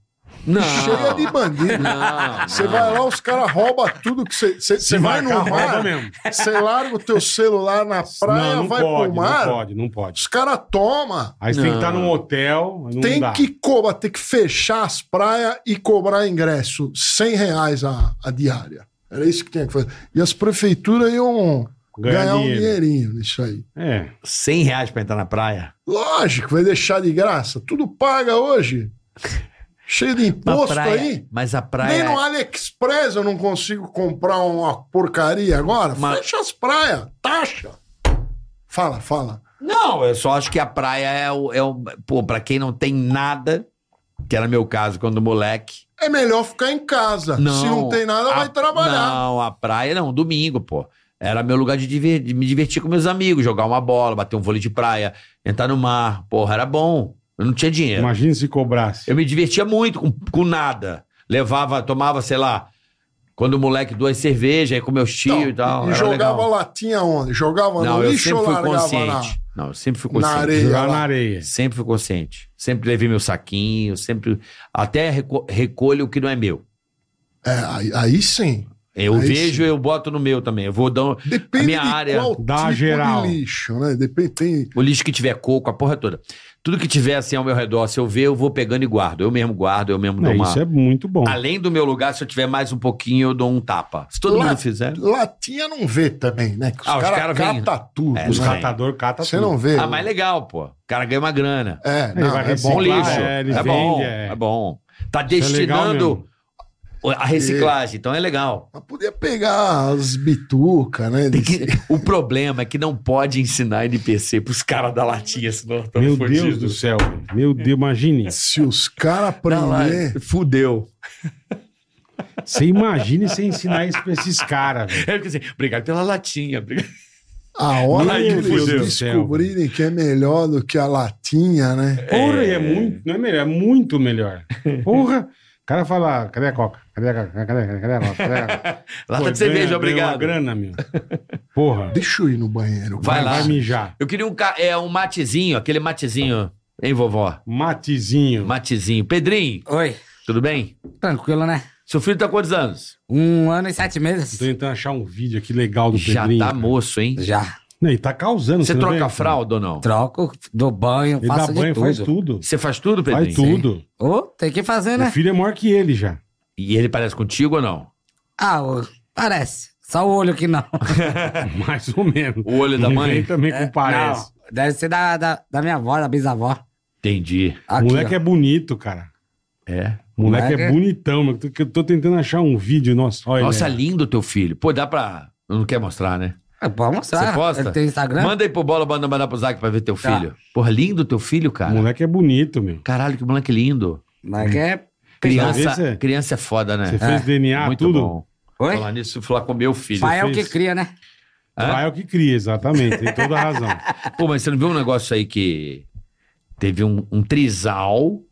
Não. Cheia de bandido. Não. Você vai lá, os caras roubam tudo que você. Você você vai no marcar, rouba mar, mesmo. você larga o teu celular na praia, não, não vai pode, pro mar, não pode, não pode. os caras tomam. Aí você tem que Não. estar num hotel, não Tem dá. que cobrar, tem que fechar as praias e cobrar ingresso. 100 reais a, a diária. Era isso que tinha que fazer. E as prefeituras iam Ganhar ganhar, dinheiro. um dinheirinho nisso aí. É. 100 reais pra entrar na praia. Lógico, vai deixar de graça. Tudo paga hoje. Cheio de Mas imposto praia- aí. Mas a Nem praia. é no AliExpress eu não consigo comprar uma porcaria agora. Mas- Fecha as praias. Taxa. Fala, fala. Não, eu só acho que a praia é o. É o pô, pra quem não tem nada, que era meu caso quando moleque. É melhor ficar em casa. Se não tem nada, a- vai trabalhar. Não, a praia não, domingo, pô. Era meu lugar de, diver- de me divertir com meus amigos, jogar uma bola, bater um vôlei de praia, entrar no mar. Porra, era bom. Eu não tinha dinheiro. É, Imagina se cobrasse. Eu me divertia muito com, com nada. Levava, tomava, sei lá, quando moleque, duas cervejas, aí com meus tios e tal. Então, e era jogava legal. latinha onde? Jogava Não, no eu lixo sempre ou fui largava na... consciente. Não, eu sempre fui na consciente. areia? Jogar lá. na areia. Sempre fui consciente. Sempre levei meu saquinho, sempre. Até reco- recolho o que não é meu. É, aí, aí sim. Eu Aí vejo, sim. eu boto no meu também. Eu vou dar um- A Depende minha de área qual dá tipo geral. de lixo, né? Depende, tem... o lixo que tiver coco, a porra toda. Tudo que tiver assim ao meu redor, se eu ver, eu vou pegando e guardo. Eu mesmo guardo, eu mesmo Não, dou uma. isso é muito bom. Além do meu lugar, se eu tiver mais um pouquinho, eu dou um tapa. Se todo Lá- mundo fizer. Latinha não vê também, né? Que os Ah, os caras cara vem- catam tudo, É, Os não né? cara- catadores catam Você tudo. não vê. Ah, mas é legal, pô. O cara ganha uma grana. É, Ele não, vai é bom Bom reciclar, lixo. é, É, ele bom, vende, é. é. bom. Tá Isso é legal destinando mesmo. a reciclagem, então é legal. Mas podia pegar as bitucas, né? Tem que- o problema é que não pode ensinar NPC pros caras da latinha, senão estão Meu fodidos. Deus do céu, velho. meu Deus, imagine. Se os caras Não, aprender... lá, Fudeu. Você imagina você ensinar isso pra esses caras, velho. É porque assim, obrigado pela latinha. obrigado. A hora Aí, que eles fudeu. descobrirem que é melhor do que a latinha, né? Porra, e é muito, não é melhor, é muito melhor. Porra, o cara fala, cadê a coca? Cadê a coca? Cadê a coca? Cadê a coca? Cadê a coca? Lata Pô, de ganha- cerveja, ganha é, uma obrigado. grana, meu. Porra, Deixa eu ir no banheiro. Vai lá. vai mijar. Eu queria um, ca- é, um matezinho, aquele matezinho. Hein, vovó? Matezinho. Matezinho. Pedrinho, Oi, tudo bem? tranquilo, né? Seu filho tá quantos anos? Um ano e sete meses? Tô tentando achar um vídeo aqui legal do Já Pedrinho. tá moço, hein? Já. Não, e tá causando. Você não vê? troca a fralda ou não? Troco, dou banho, Ele dá faço banho, de faz tudo. tudo. Você faz tudo, Pedrinho? Faz tudo. Ô, tem que fazer, O né? filho é maior que ele já. E ele parece contigo ou não? Ah, ô, parece. Só o olho que não. Mais ou menos. O olho da Não mãe? É. vem também comparece. Não, deve ser da, da, da minha avó, da bisavó. Entendi. O Aqui, moleque ó. é bonito, cara. É. O moleque, Moleque é é- bonitão, meu. Tô- que Eu tô tentando achar um vídeo. Nossa, olha. Nossa, ele. lindo teu filho. Pô, dá pra. Não quer mostrar, né? Ah, Pode Você mostrar. posta? Ele tem Né? Instagram? Manda aí pro Bola Banda mandar pro Zac pra ver teu Tá. filho. Porra, lindo teu filho, cara. O moleque é bonito, meu. Caralho, que moleque lindo. Moleque é... Criança, Às vezes- criança é foda, né? Você fez DNA, Muito tudo. bom. Oi? Falar nisso, falar com meu filho. Pai é o fez- que cria, né? Hã? Vai é o que cria, exatamente. Tem toda a razão. Pô, mas você não viu um negócio aí que teve um, um trisal,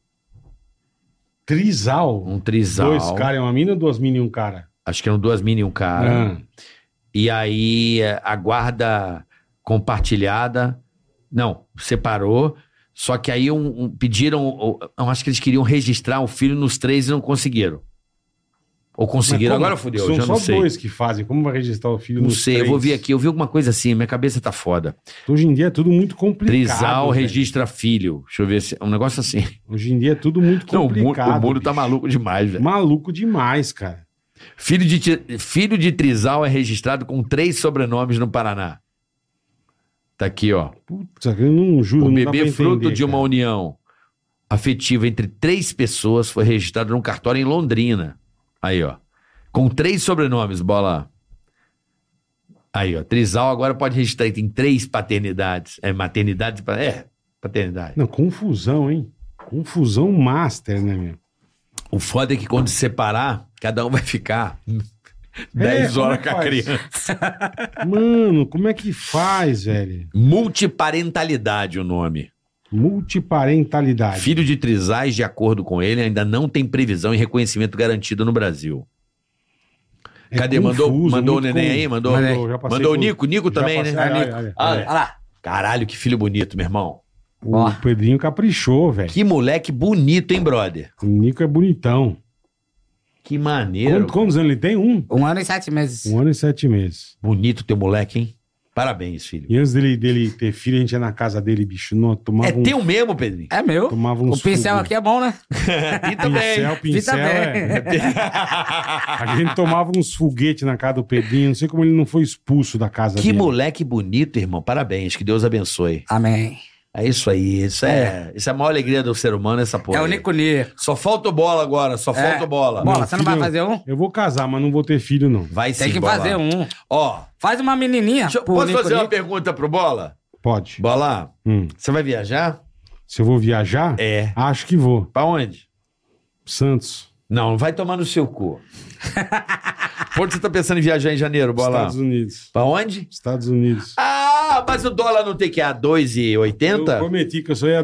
Trisal. um trisal. Dois caras, é uma mina, duas minas e um cara. Acho que eram duas minas e um cara. Ah, E aí eh, a guarda compartilhada, não, separou. Só que aí um, um- pediram, ou- eu acho que eles queriam registrar o filho nos três e não conseguiram. Ou conseguiram, mas como? agora fudeu, São já não só sei. dois que fazem. Como vai registrar o filho Não nos sei, eu três? vou ver aqui, eu vi alguma coisa assim, minha cabeça tá foda. Hoje em dia é tudo muito complicado. Trisal velho. registra filho. Deixa eu ver se. É um negócio assim. Hoje em dia é tudo muito Não, o mu- complicado. o mundo tá bicho. maluco demais, velho. Maluco demais, cara. Filho de, ti- filho de Trizal é registrado com três sobrenomes no Paraná. Tá aqui, ó. Putz, eu não juro, O não dá pra bebê entender, fruto de Uhum. cara. uma união afetiva entre três pessoas foi registrado num cartório em Londrina. Aí, ó. Com três sobrenomes, bola. Aí, ó. Trizal agora pode registrar. Tem três paternidades. É maternidade. pa- É, paternidade. Não, confusão, hein? Confusão master, né, meu? O foda é que quando separar, cada um vai ficar 10 como é horas que com a faz? criança. Mano, como é que faz, velho? Multiparentalidade o nome. Multiparentalidade. Filho de trisais, de acordo com ele, ainda não tem previsão e reconhecimento garantido no Brasil. É Cadê? confuso, mandou mandou o muito neném confuso. aí? Mandou, né? Mandei. mandou, Já passei o por- Nico? Nico Já também, passei, é, né? olha, Nico. olha, olha. Ah, Olha lá. Caralho, que filho bonito, meu irmão. O Ó. Pedrinho caprichou, velho. Que moleque bonito, hein, brother? O Nico é bonitão. Que maneiro. Quanto- quantos anos ele tem? Um. Um ano e sete meses. Um ano e sete meses. Bonito teu moleque, hein? Parabéns, filho. E antes dele, dele ter filho, a gente ia na casa dele, bicho. Não, tomava É um, teu mesmo, Pedrinho. É meu. tomava um O pincel suco. aqui é bom, né? E também. Pincel, pincel, Fita é. A gente tomava uns foguetes na casa do Pedrinho. Não sei como ele não foi expulso da casa Que dele. moleque bonito, irmão. Parabéns. Que Deus abençoe. Amém. É isso aí. Isso é, isso é a maior alegria do ser humano, essa porra. É o aí. Nico Nier. Só falta o bola agora. Só É. falta o bola. Bola, Não, você não vai filho- fazer um? Eu vou casar, mas não vou ter filho, não. Vai sim, Tem que bola. fazer um. Ó, Faz uma menininha. deixa eu- pro posso Nico fazer uma Nier. pergunta pro bola? Pode. Bola, Hum. você vai viajar? Se eu vou viajar, É. acho que vou. Pra onde? Santos. Não, não vai tomar no seu cu. Por onde você tá pensando em viajar em janeiro, bola? Estados Unidos. Pra onde? Estados Unidos. Ah, mas o dólar não tem que ir a Eu 2,80? prometi que eu só ia Cê-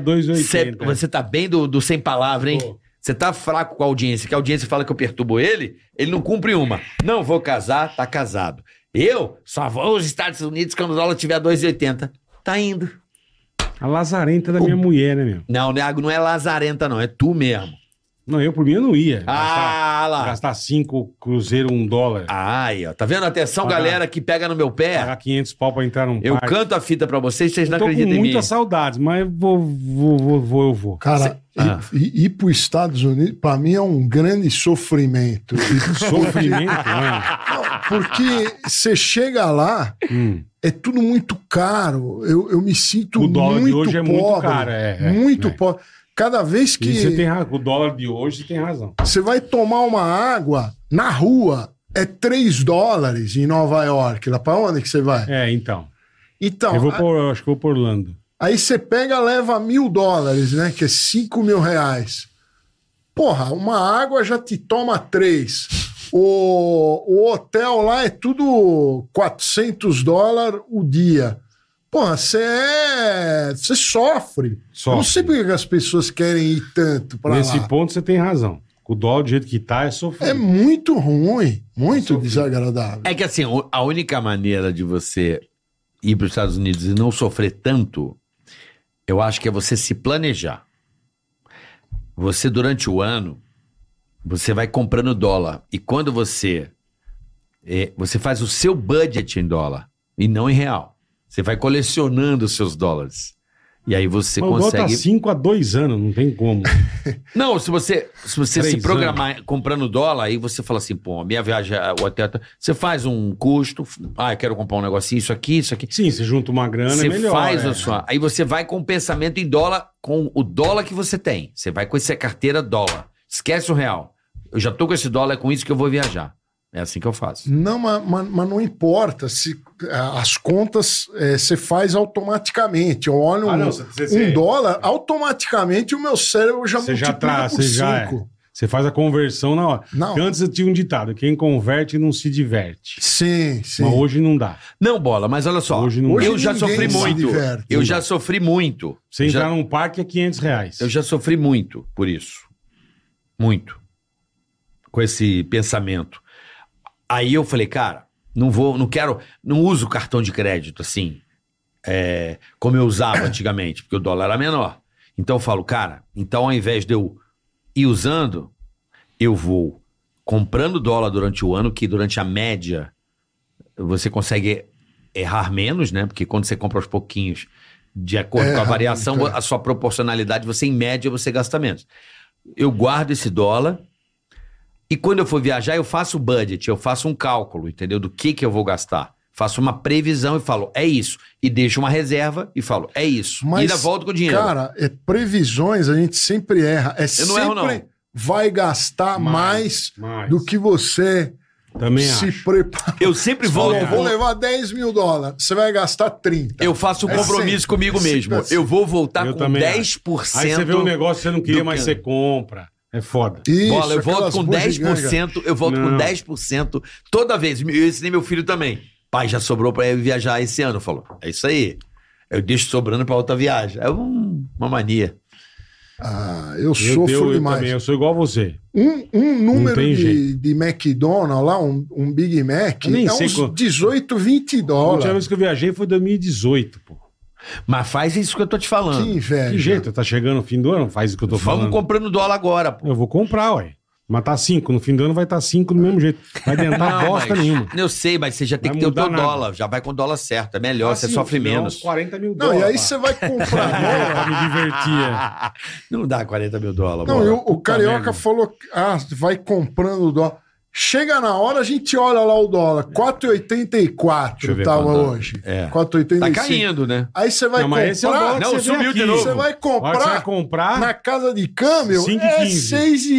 2,80. Você tá bem do, do sem palavra, hein? Pô. Você tá fraco com a audiência, que a audiência fala que eu perturbo ele, ele não cumpre uma. Não vou casar, tá casado. Eu só vou aos Estados Unidos quando o dólar tiver 2,80. Tá indo. A lazarenta da minha mulher, né, meu? Não, Nego, não é lazarenta, não. É tu mesmo. Não, eu por mim eu não ia. Gastar- Ah, lá. Gastar 5 cruzeiro, um dólar. Ai, ó. Tá vendo? Atenção, Pagar. galera, que pega no meu pé. Pagar 500 pau pra entrar num é. Eu parque. canto a fita pra vocês, vocês não Tô com acreditam em mim. muita saudade, mas vou, vou, vou, vou, eu vou. Cara, Cê- Ah. ir, ir- ir pros Estados Unidos, pra mim, é um grande sofrimento. Sofrimento, né? Porque você chega lá, Hum. é tudo muito caro. Eu, eu me sinto O dólar de muito hoje é pobre. muito caro, é, é, muito é. pobre. Cada vez E você tem que razão. O dólar de hoje você tem razão. você vai tomar uma água na rua, é 3 dólares em Nova York. Lá pra onde que você vai? É, então. Então, eu vou a- por, eu acho que eu vou por Orlando. aí você pega leva mil dólares, né? Que é 5 mil reais. Porra, uma água já te toma três. O, o hotel lá é tudo 400 dólares o dia. Porra, você é. Você sofre. Sofre. Eu não sei por que que as pessoas querem ir tanto pra Nesse lá. ponto você tem razão. O dólar do jeito que tá é É sofrido. muito ruim, muito desagradável. É que assim, o- a única maneira de você ir para os Estados Unidos e não sofrer tanto, eu acho que é você se planejar. Você, durante o ano, você vai comprando dólar. E quando você. é, você faz o seu budget em dólar e não em real. Você vai colecionando os seus dólares. E aí você Mas o dólar tá consegue. 5 a 2 anos, não tem como. Não, se você se, você Três se programar comprando dólar, aí você fala assim, pô, a minha viagem, a- o hotel... tá- Você faz um custo, f- ah, eu quero comprar um negocinho, isso aqui, isso aqui. Sim, você junta uma grana, Você é melhor. faz é. a sua... Aí você vai com o pensamento em dólar, com o dólar que você tem. Você vai com essa carteira dólar. Esquece o real. Eu já tô com esse dólar, é com isso que eu vou viajar. É assim que eu faço. Não, mas, mas- mas não importa. Se, ah, as contas é, você faz automaticamente. Eu olho um, Ah, não, você- você- um dólar, automaticamente o meu cérebro já Você já multiplica tra- por você já cinco. Você faz a conversão na hora. Não. Porque Antes eu tinha um ditado: quem converte não se diverte. Sim, sim. Mas hoje não dá. Não, bola, mas olha só. Hoje não- eu Hoje já ninguém sofri se muito. diverte. Eu já sofri muito. Você já... entrar num parque é 500 reais. Eu já sofri muito por isso. Muito. Com esse pensamento. Aí eu falei, cara, não vou, não quero, não uso cartão de crédito assim, é, como eu usava antigamente, porque o dólar era menor. Então eu falo, cara, então ao invés de eu ir usando, eu vou comprando dólar durante o ano, que durante a média você consegue errar menos, né? Porque quando você compra aos pouquinhos, de acordo É, com a variação, muito, é. a sua proporcionalidade, você em média você gasta menos. Eu guardo esse dólar e quando eu for viajar, eu faço o budget, eu faço um cálculo, entendeu? Do que que eu vou gastar. Faço uma previsão e falo, é isso. E deixo uma reserva e falo, é isso. Mas, e ainda volto com o dinheiro. Cara, é, previsões a gente sempre erra. É Eu não sempre erro, não. vai gastar mais, Mas- do que você Também se acho. prepara. Eu sempre vou. Falou, Eu, vou levar 10 mil dólares. Você vai gastar 30. faço um É compromisso sempre, comigo sempre mesmo. assim. Eu vou voltar Eu com também 10%. Aí você vê um negócio que você não queria, do mas que- você compra. É foda. Isso, Bola, eu volto aquelas com bugigangas. 10%, eu volto Não. com 10% toda vez. Eu ensinei meu filho também. Pai, já sobrou pra eu viajar esse ano. Falou, é isso aí. Eu deixo sobrando pra outra viagem. É um- uma mania. Ah, eu Eu, sofro deu- eu demais. também, eu sou igual a você. Um, um número tem de, de McDonald's lá, um, um Big Mac, Eu nem é sei uns qual- 18, 20 A última dólares. vez que eu viajei foi em 2018, pô. Mas faz isso que eu tô te falando. Que inveja. Que jeito, tá chegando o fim do ano, faz o que eu tô Vamos falando. comprando dólar agora, pô. Eu vou comprar, ué. Mas tá 5, no fim do ano vai estar tá 5 do mesmo jeito. Vai adiantar bosta mas- nenhuma. Eu sei, mas você já tem Vai que ter o teu mudar nada. dólar. Já vai com o dólar certo. É Ah, melhor, você Assim, sofre não, menos. 40 mil Não, e aí pá. você vai comprar Pra dólar. me divertir. é. Não dá 40 mil dólares. Não, bola. e o- o puta carioca merda. falou: que, ah, vai comprando dólar. Chega na hora, a gente olha lá o dólar. É. Deixa eu 4,84 ver tava quanto tá. hoje. É. Tá 4,85. caindo, né? Aí você vai Não, mas comprar. esse é o dólar que Não, você vê subiu de aqui. novo. Você vai A hora que você vai comprar comprar, na casa de câmbio Cinco e é quinze.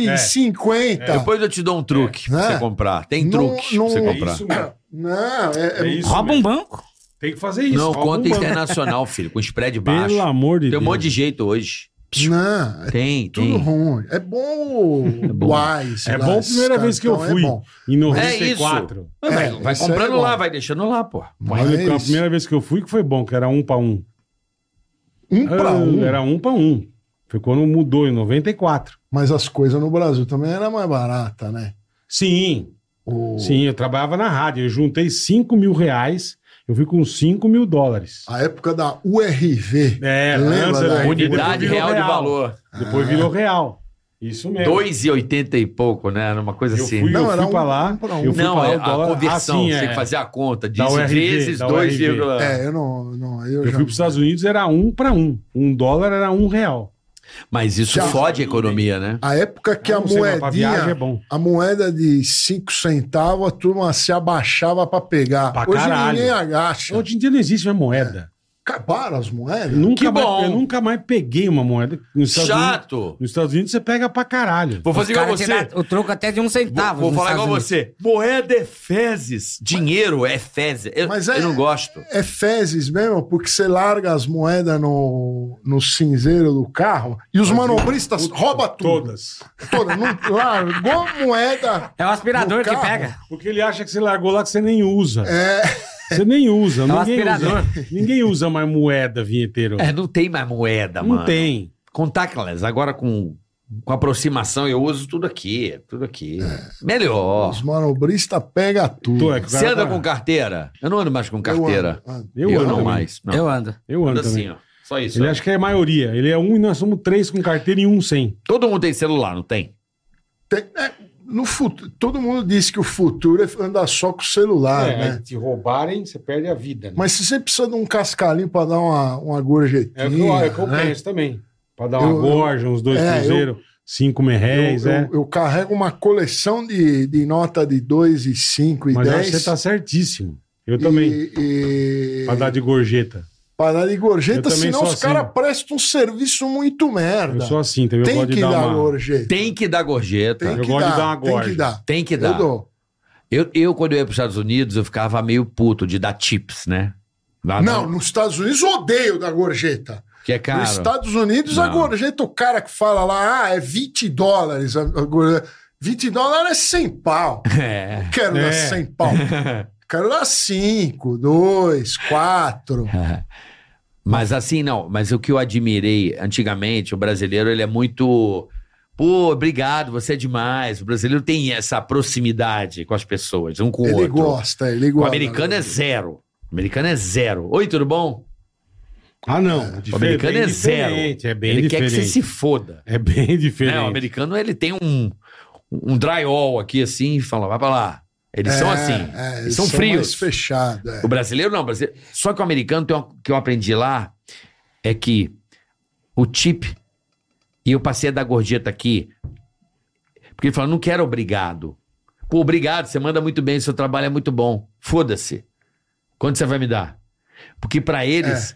É. 6,50. Depois eu te dou um truque pra Né? você comprar. Tem Tá. Não- truque não- pra você é comprar. isso mesmo. Não, é, É é- isso Rouba um mesmo. banco. Tem que fazer isso. Não, rouba conta um banco. internacional, filho, com spread baixo. Pelo amor de tem Deus. um monte de jeito hoje. não, é Tem, tudo tem. ruim. É bom o Wise. É lá, bom a esses primeira vez que eu cartão, é fui. bom. Em É 94. Mas vai- É, vai isso aí comprando é bom. lá, vai deixando lá, pô. Mas Mas a primeira vez que eu fui, que foi bom, que era um pra um. um para Ah, um, Era um pra um. Foi quando mudou, em 94. mas as coisas no Brasil também era mais barata, né? Sim, O- sim, eu trabalhava na rádio. Eu juntei 5 mil reais, eu fui com 5 mil dólares. A época da URV. É, Lembra antes da era- Unidade depois virou real, de valor. Depois virou Ah. real. Isso mesmo. 2,80 e pouco, né? Era uma coisa É. Eu assim. fui, Não, eu era fui pra um- lá. um pra um. Eu fui Não, pra lá, é o dólar- a conversão, assim, você é. tem que fazer a conta. Da Diz URV, vezes da 2, URV. vírgula- É, eu não. não eu Ah. Eu fui já... para os Estados Unidos, era um pra um. Um dólar era um real. Mas isso Já. fode a economia, né? A época que Ah, a não sei, mas pra viagem é moedinha. bom. A moeda de 5 centavos, a turma se abaixava pra pegar. Pra Hoje caralho. ninguém agacha. Hoje em dia não existe mais moeda. Acabaram as moedas? Nunca Que mais, bom. Eu nunca mais peguei uma moeda. Nos Estados, Unidos, Chato! nos Estados Unidos você pega pra caralho. Vou fazer igual Cara, você. tira o troco até de um centavo. Vou, vou nos falar Estados igual Unidos. você. Moeda é fezes. Dinheiro é fezes. Eu, Mas é- eu não gosto. É fezes mesmo, porque você larga as moedas no, no cinzeiro do carro e os manobristas roubam tudo. Todas. Toda. Não, largou a moeda. É o aspirador No que carro. pega. Porque ele acha que você largou lá que você nem usa. É, Você nem usa. um ninguém, aspirador. usa ninguém usa mais moeda, vinheteiro. É, não tem mais moeda, não mano. tem. Contactless, agora com, com aproximação, eu uso tudo aqui. Tudo aqui. Melhor. os manobristas pegam Tô, tudo. é que o Você cara anda tá- com carteira? Eu não ando mais com carteira. Eu ando, ando. Eu, Eu ando não também. mais. Não. Eu ando. Eu ando ando assim, também. ó. Só isso. Ele ó. acha que é maioria. Ele é um e nós somos três com carteira e um sem. Todo mundo tem celular, não tem? Tem- é, no futuro, todo mundo diz que o futuro é andar só com o celular, É, né? aí te roubarem, você perde a vida. né? Mas se você precisa de um cascalinho pra dar uma, uma gorjetinha. É o que eu, é o que eu né? penso também. Pra dar uma Eu- gorja, uns dois é, eu- cruzeiros, cinco merréis, eu, é. eu- eu carrego uma coleção de, de nota de 2 e 5 e Mas eu acho 10. que você tá certíssimo. Eu também. E, e... Pra dar de gorjeta. Parar de Eu gorjeta, também senão sou os assim. caras prestam um serviço muito merda. Eu sou assim também. eu tem gosto de que dar, dar uma... gorjeta. Tem que dar gorjeta. Tem Eu que gosto de dar, dar uma Tem gorja. que dar. Tem que Eu dar. Eu, dou. eu, quando eu ia para os Estados Unidos, eu ficava meio puto de dar tips, né? Lá Não, no- nos Estados Unidos eu odeio da gorjeta. Que é caro. Nos Estados Unidos, a Não. gorjeta, o cara que fala lá, ah, é 20 dólares. A, a gorjeta. 20 dólares é 100 pau. É. Quero É. dar 100 pau. Quero dar 5, 2, 4. Mas assim, não. Mas o que eu admirei antigamente, o brasileiro, ele é muito. Pô, obrigado, você é demais. O brasileiro tem essa proximidade com as pessoas, um com o Ele outro. gosta, ele O gosta. né? americano é zero. O americano é zero. Oi, tudo bom? Ah, não. O americano bem é zero. diferente, É bem ele quer diferente. que você se foda. É bem diferente. Né? O americano, ele tem um, um drywall aqui assim e fala, vai pra lá. Eles são assim. É, eles são frios. mais fechados. é. O brasileiro não, o brasileiro. Só que o americano tem uma, que eu aprendi lá é que o tip e eu passei a dar gorjeta aqui. Porque ele fala, não quero obrigado. Pô, obrigado, você manda muito bem, seu trabalho é muito bom. Foda-se. Quanto você vai me dar? Porque pra eles,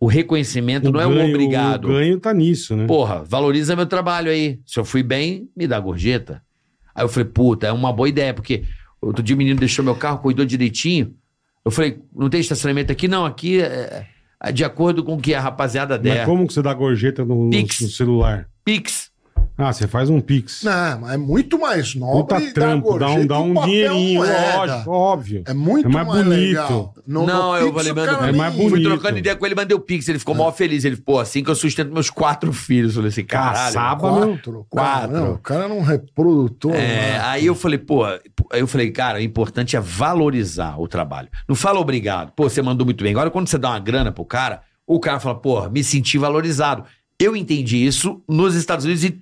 o reconhecimento não é um obrigado. O ganho tá nisso, né? Porra, valoriza meu trabalho aí. Se eu fui bem, me dá gorjeta. Aí eu falei, puta, é uma boa ideia, porque Outro dia o menino deixou meu carro, cuidou direitinho. Eu falei, não tem estacionamento aqui? Não, aqui é é de acordo com o que a rapaziada Mas der. como que você dá gorjeta no, no- é. Pix. no celular? Pix. Ah, você faz um pix. Não, mas é muito mais nobre Puta dar trampo, dá um, gorjeta dá em um papel dinheirinho, moeda. lógico, óbvio. É muito É mais mais, bonito. legal. No- Não, no eu Pix, falei, o mano, cara é mais nem- bonito. É. Fui trocando ideia com ele, mandei o Pix. Ele ficou mó feliz. Ele, pô, assim que eu sustento meus quatro filhos. Eu falei assim, caralho. Caçaba. Quatro. Quatro. Não, o cara não reprodutor. É, né? aí eu falei, pô, aí eu falei, cara, o importante é valorizar o trabalho. Não fala obrigado. Pô, você mandou muito bem. Agora, quando você dá uma grana pro cara, o cara fala, pô, me senti valorizado. Eu entendi isso nos Estados Unidos e,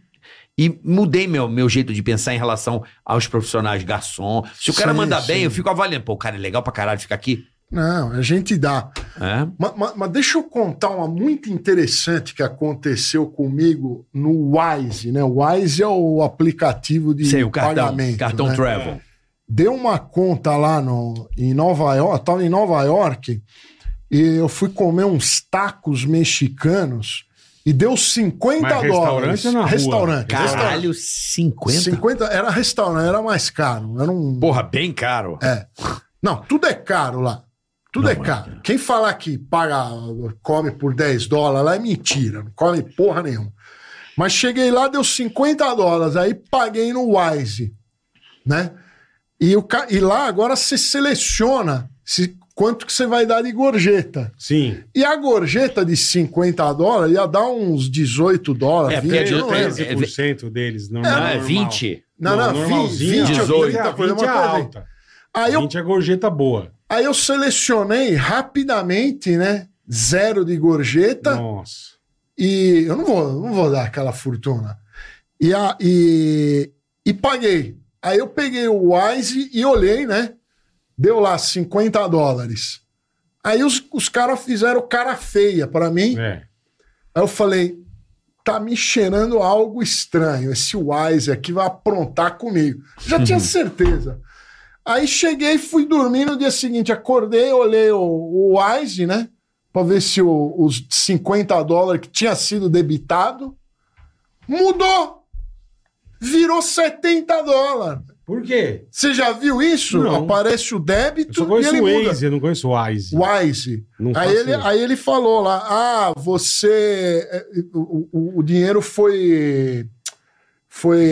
e mudei meu, meu jeito de pensar em relação aos profissionais garçom. Se o cara Sim, mandar bem, sim. eu fico avaliando. Pô, o cara é legal pra caralho, fica aqui. Não, a gente dá. É. Mas, mas- mas deixa eu contar uma muito interessante que aconteceu comigo no Wise, né? O Wise é o aplicativo de Sei, o cartão. pagamento. Cartão né? travel. deu uma conta lá no, em Nova York, tava em Nova York, e eu fui comer uns tacos mexicanos e deu 50 Mas dólares. restaurante ou na rua? restaurante. restaurante. Caralho, 50? 50 era restaurante, era mais caro. Era um. Porra, bem caro. Não, tudo é caro lá. Tudo Não, é mas- caro. Quem falar que paga, come por 10 dólares lá é mentira. Não come porra nenhuma. Mas cheguei lá, deu 50 dólares. Aí paguei no Wise, né? E, o, ca- e lá agora você seleciona se, quanto que você vai dar de gorjeta. Sim. E a gorjeta de 50 dólares ia dar uns 18 dólares. É, porque 20, é de- eu não lembro. 13% deles. Não, Não, é 20? Não, é não, 20, 20 20 ou 18, 30, coisa, 20 é uma coisa aí. alta. Aí eu 20 é gorjeta boa. Aí eu selecionei rapidamente, né? Zero de gorjeta Nossa. e eu não vou, não vou dar aquela fortuna. E, a, e, e paguei. Aí eu peguei o Wise e olhei, né? Deu lá 50 dólares. Aí os, os caras fizeram cara feia pra mim. É. Aí eu falei, tá me cheirando algo estranho. Esse Wise aqui vai aprontar comigo. Já Uhum. tinha certeza. Aí cheguei, fui dormir no dia seguinte. Acordei, olhei o, o Wise, né? Pra ver se o- os 50 dólares que tinha sido debitado mudou. Virou 70 dólares. Por quê? Você já viu isso? Não. Aparece o Eu só débito e conheço ele o muda. Waze, eu não conheço o Wise. Wise. Não faço Aí ele, isso. aí ele falou lá: ah, você. eh, O, o- o dinheiro foi. Foi.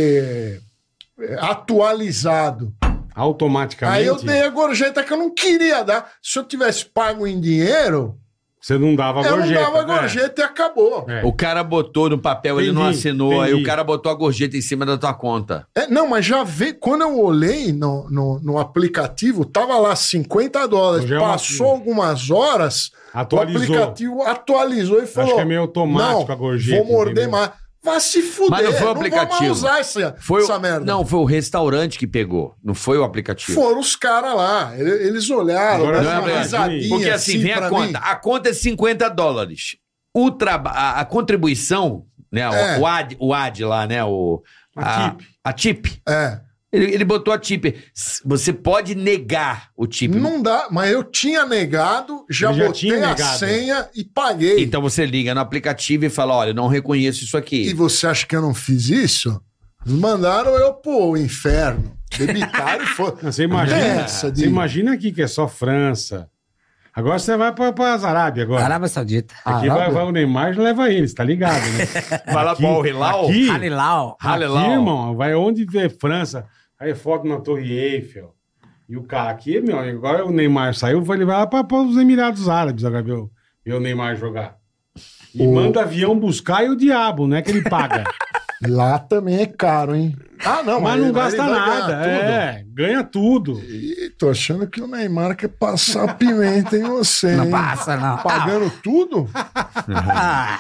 eh, Atualizado. Automaticamente, Aí eu dei a gorjeta que eu não queria dar. Se eu tivesse pago em dinheiro, você não dava eu gorjeta. não dava né? gorjeta e acabou. É. O cara botou no papel, ele não Entendi, assinou, aí entendi. o cara botou a gorjeta em cima da tua conta. É, não, mas já vê, quando eu olhei no, no, no aplicativo, tava lá 50 dólares. Já é um Passou algumas horas, Atualizou. o aplicativo atualizou e falou: que é meio automático não, a gorjeta, Vou morder entendeu? mais. Vai se fuder, Mas não foi o vou aplicativo. mais usar essa, Foi essa o, merda. Não, foi o restaurante que pegou, não foi o aplicativo. Foram os caras lá, ele- eles olharam, Agora né? deram não é uma verdade. risadinha. Porque assim, vem a pra conta. mim. A conta é 50 dólares. O traba a, a contribuição, né? o- É. O, ad, o ad lá, né? O, A a, a tip. É, Ele, ele botou a tip. S- Você pode negar o tip. não dá, mas eu tinha negado, já, Ele já botei tinha a negado. senha e paguei. Então você liga no aplicativo e fala: olha, eu não reconheço isso E aqui. você acha que eu não fiz isso? Mandaram eu pro inferno. Debitaram e foi. Você imagina, É Essa de- você imagina aqui que é só França. Agora você vai pra, pra Arábia agora. Arábia Saudita. Aqui vai, Arábia? vai o Neymar e leva eles, tá ligado, né? Vai lá Aqui- pra um Al Hilal? Aqui, aqui, Halilau. Halelau. irmão, vai onde vê França, aí foto na Torre Eiffel. E o cara aqui, meu, agora o Neymar saiu, vai levar pra, pra os Emirados Árabes agora ver o, ver o Neymar jogar. E manda avião buscar e o diabo, né? Que ele paga. Lá também é caro, hein? Ah, não, Mas ele- não gasta ele vai ganhar nada. tudo. É, ganha tudo. Ih, tô achando que o Neymar quer passar pimenta em você. Não hein? passa, não. Hum. Pagando tudo? Ah,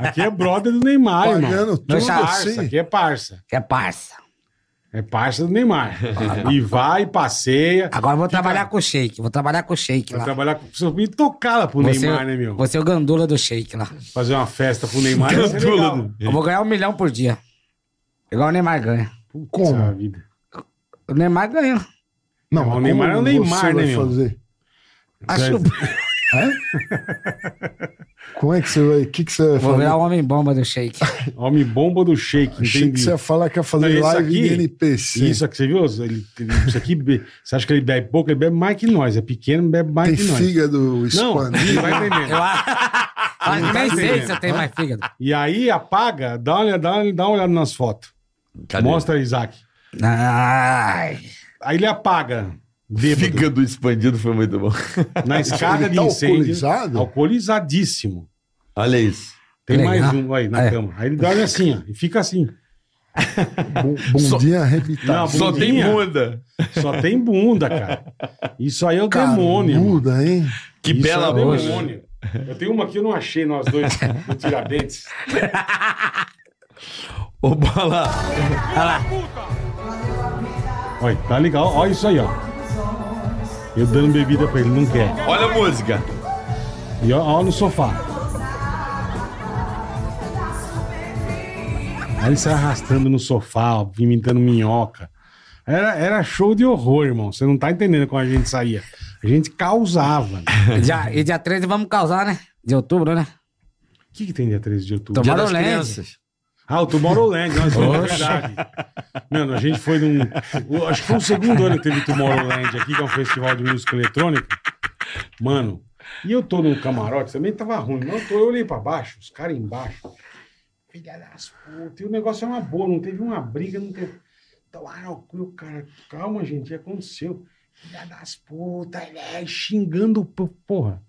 Aqui é brother do Neymar, irmão. Pagando tudo é parça, assim? aqui é parça. que é parça. É parça do Neymar. e vai, passeia. Agora eu vou trabalhar com o Shake. Vou trabalhar com o Shake Vai lá. trabalhar com. Precisa ir tocar lá pro Você, Neymar, né, meu? você é o gandula do Shake lá. Fazer uma festa pro Neymar. ia ser legal. Eu vou ganhar um milhão por dia. Igual o Neymar ganha. Como? Essa vida. O Neymar ganha. Não, o Neymar é o como Neymar, você né, vai meu? fazer? Acho... Como é que você vai. O que, que você vai Vou falar? virar o homem bomba do shake. Homem bomba do shake, Achei que entendi. você ia falar que ia Não, fazer esse live aqui- de NPC. Isso é que você viu? Ele, ele- isso aqui, be- você acha que ele bebe pouco? Ele bebe mais que nós. É pequeno, bebe mais que Tem nós. fígado Não, expandido. ele vai entendendo. Ah, Não nem tá sei entendendo. se eu tenho mais fígado. E aí apaga, dá uma, olhada- dá uma, dá uma olhada nas fotos. Cadê? Mostra, Isaac. Ai. Aí ele apaga, bêbado, Fígado expandido foi muito bom. na escada Ele de tá incêndio. alcoolizado? Alcoolizadíssimo. Olha isso. Tem Legal. mais um aí Ah, na É. cama. Aí ele dá uma assim, ó, e fica assim. Bu- Bundinha arrebitada. Não, Só tem bunda. Só tem bunda, cara. Isso aí é o demônio. irmão. Muda, hein? Que Isso bela é o hoje. bunda. demônio. Eu tenho uma que eu não achei nós dois no Tiradentes. Ô, bola. Olha, tá legal. Olha isso aí, ó. Eu dando bebida pra ele, não quer. Olha a música. E ó, ó no sofá. Aí ele sai arrastando no sofá, ó, imitando minhoca. Era, era show de horror, irmão. Você não tá entendendo como a gente saía. A gente causava. né? Já, e dia 13 vamos causar, né? De outubro, né? O que, que tem dia 13 de outubro? Dia Tomara- das Tomorrowland. crianças. Ah, o Tomorrowland. Nós vamos, é verdade. Mano, a gente foi num... o- Acho que foi o segundo ano que teve Tomorrowland aqui, que é um festival de música eletrônica. Mano, e eu tô no camarote, também tava ruim. Não, eu, tô, eu olhei pra baixo, os caras embaixo. Filha das putas. E o negócio é uma boa, não teve uma briga, não teve... Então, ah, o cu, o cara, calma, gente, o que aconteceu? Filha das putas, é, xingando, o po- porra.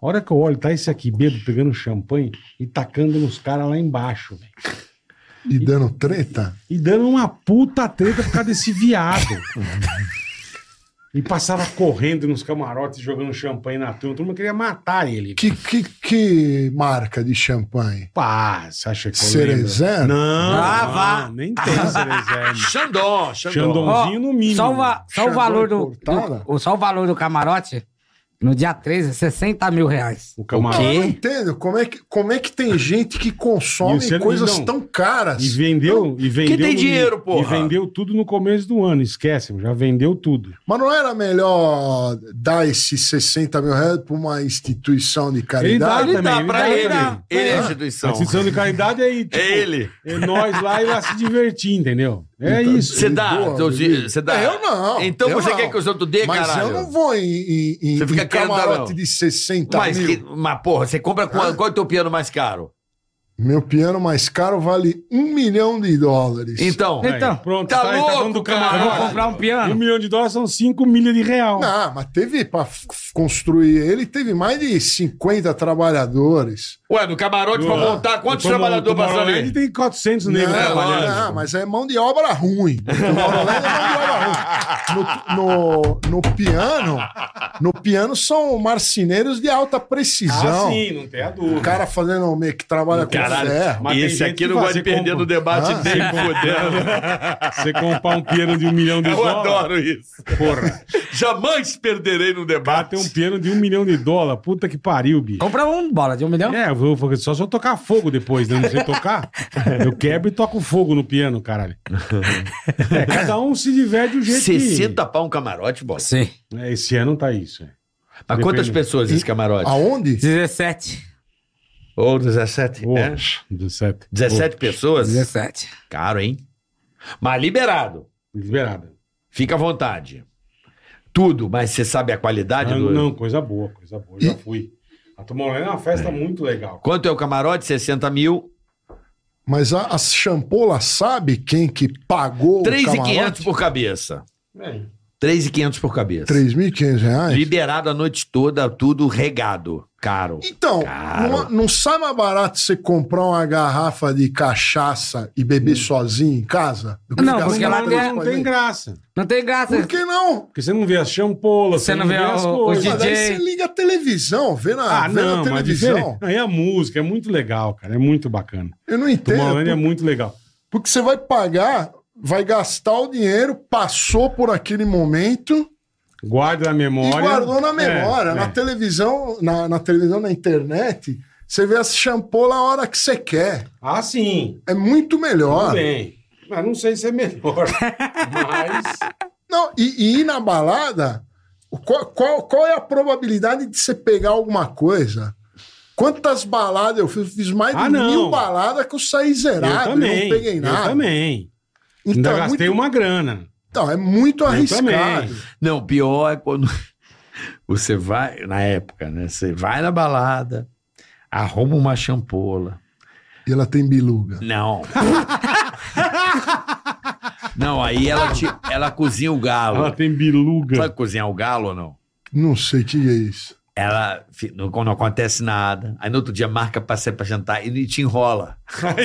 A hora que eu olho, tá esse aqui, Bedo, pegando champanhe e tacando nos caras lá embaixo, velho E dando treta? e dando uma puta treta por causa desse viado. e passava correndo nos camarotes, jogando champanhe na turma. A turma queria matar ele. Que, que, que marca de champanhe? Pá, você acha que eu Cerezano? lembro? Não, Ah, não, vá. nem tem Cerezano. Xandó, Xandó. Xandó. Pãozinho no mínimo. Só o, va- só o Xandão valor e do, cortada? do- o- Só o valor do camarote no dia 13 é 60 mil reais. O Eu camarote. não entendo como é que, como é que tem gente que E consome você não- coisas não. tão caras. E vendeu, e vendeu. tem no- dinheiro, porra? E vendeu tudo no começo do ano, esquece, já vendeu tudo. Mas não era melhor dar esses 60 mil reais para uma instituição de caridade? Ele dá Também, pra ele dá ele. também. Ele é a Ah, A instituição. instituição de caridade é aí, tipo, É ele. Então, é nós lá e lá se divertir, entendeu? É isso. Você dá, Boa, teu di- bebida. você dá. Eu não. Então eu você não. quer que os outros dê, Mas caralho? eu não vou em, em, em- Você fica em querendo dar, camarote não. de 60 Mas, mil. que- mas, porra, você compra qual, qual é o teu piano mais caro? Meu piano mais caro vale um milhão de dólares. Então, Aí, Então, pronto, tá louco, falando do cara. Eu vou camarote. comprar um piano. Um milhão de dólares são 5 milhas de real. Não, Ah, mas teve para construir ele, teve mais de 50 trabalhadores. ué, no camarote pra montar, quantos O Tomo- trabalhadores Tomorrowland passando ali? tem 400 negros não, trabalhando. não, mas é mão de obra ruim. No Tomorrowland é mão de obra ruim. No, no- no piano, no piano são marceneiros de alta precisão. Ah, sim, não tem a O dúvida. cara fazendo o meio que trabalha Caralho, com ferro. Mas e tem esse gente aqui que não faz, gosta de você perder compra. no debate Ah. dele, fodendo. Você comprar um piano de um milhão de Eu dólares. adoro isso. Porra, Jamais perderei no lá debate. tem um piano de um milhão de dólares. Puta que pariu, bicho. Compra um bola de um milhão. É, eu vou- só se eu tocar fogo depois, né? Não sei tocar. Eu quebro e toco fogo no piano, caralho. É, cada um se diverte do jeito que... 60 pau um camarote, bola. Sim. É, Esse ano tá isso. é. Mas quantas Depende. pessoas esse camarote? Aonde? 17. Ou 17? Ô, É. 17. 17 pessoas? 17. Caro, hein? Mas liberado. Ô, Liberada. Fica à vontade. Tudo, mas você sabe a qualidade Ah, do. Não, coisa boa, coisa boa. Já fui. A Tomorrowland é uma festa muito legal. Quanto é o camarote? 60 mil. Mas a, a Champola sabe quem que pagou o camarote? 3,500 por cabeça. É. 3,500 por cabeça. 3.500 reais? Liberado a noite toda, tudo regado. Caro. Então, Caro. não, não sai mais barato você comprar uma garrafa de cachaça e beber Hum. sozinho em casa? Do que Não, gastar porque lá três tem- não coisas? tem graça. Não tem graça. Por que não? Porque você não vê as champolas, você, não vê, as o- coisas. é os Mas DJ. aí você liga a televisão, vê na, Ah, vê na não, mas televisão. diferente. Aí a música é muito legal, cara. É muito bacana. Eu não entendo. Tomorrowland é por- muito legal. Porque você vai pagar, vai gastar o dinheiro, passou por aquele momento Guarda na memória. e guardou na memória. É, na é. televisão, na, na televisão, na internet, você vê as champola a hora que você quer. Ah, sim. É muito melhor. Tudo bem. Mas não sei se é melhor. mas. Não, e, e ir na balada, o qual, qual, qual é a probabilidade de você pegar alguma coisa? Quantas baladas eu fiz? Fiz mais de Ah, não. mil baladas que eu saí zerado, eu eu também. não peguei nada. Eu também. Então, Ainda é gastei muito, uma grana. então, é muito arriscado. também. Não, pior é quando você vai, na época, né? Você vai na balada, arruma uma champola. E ela tem biluga. Não. não, aí ela, te- ela cozinha o Ela galo. tem biluga. Sabe cozinhar o galo ou não? Não sei o que é isso. Ela fi- não, não acontece nada. Aí no outro dia marca pra sair pra jantar e te enrola.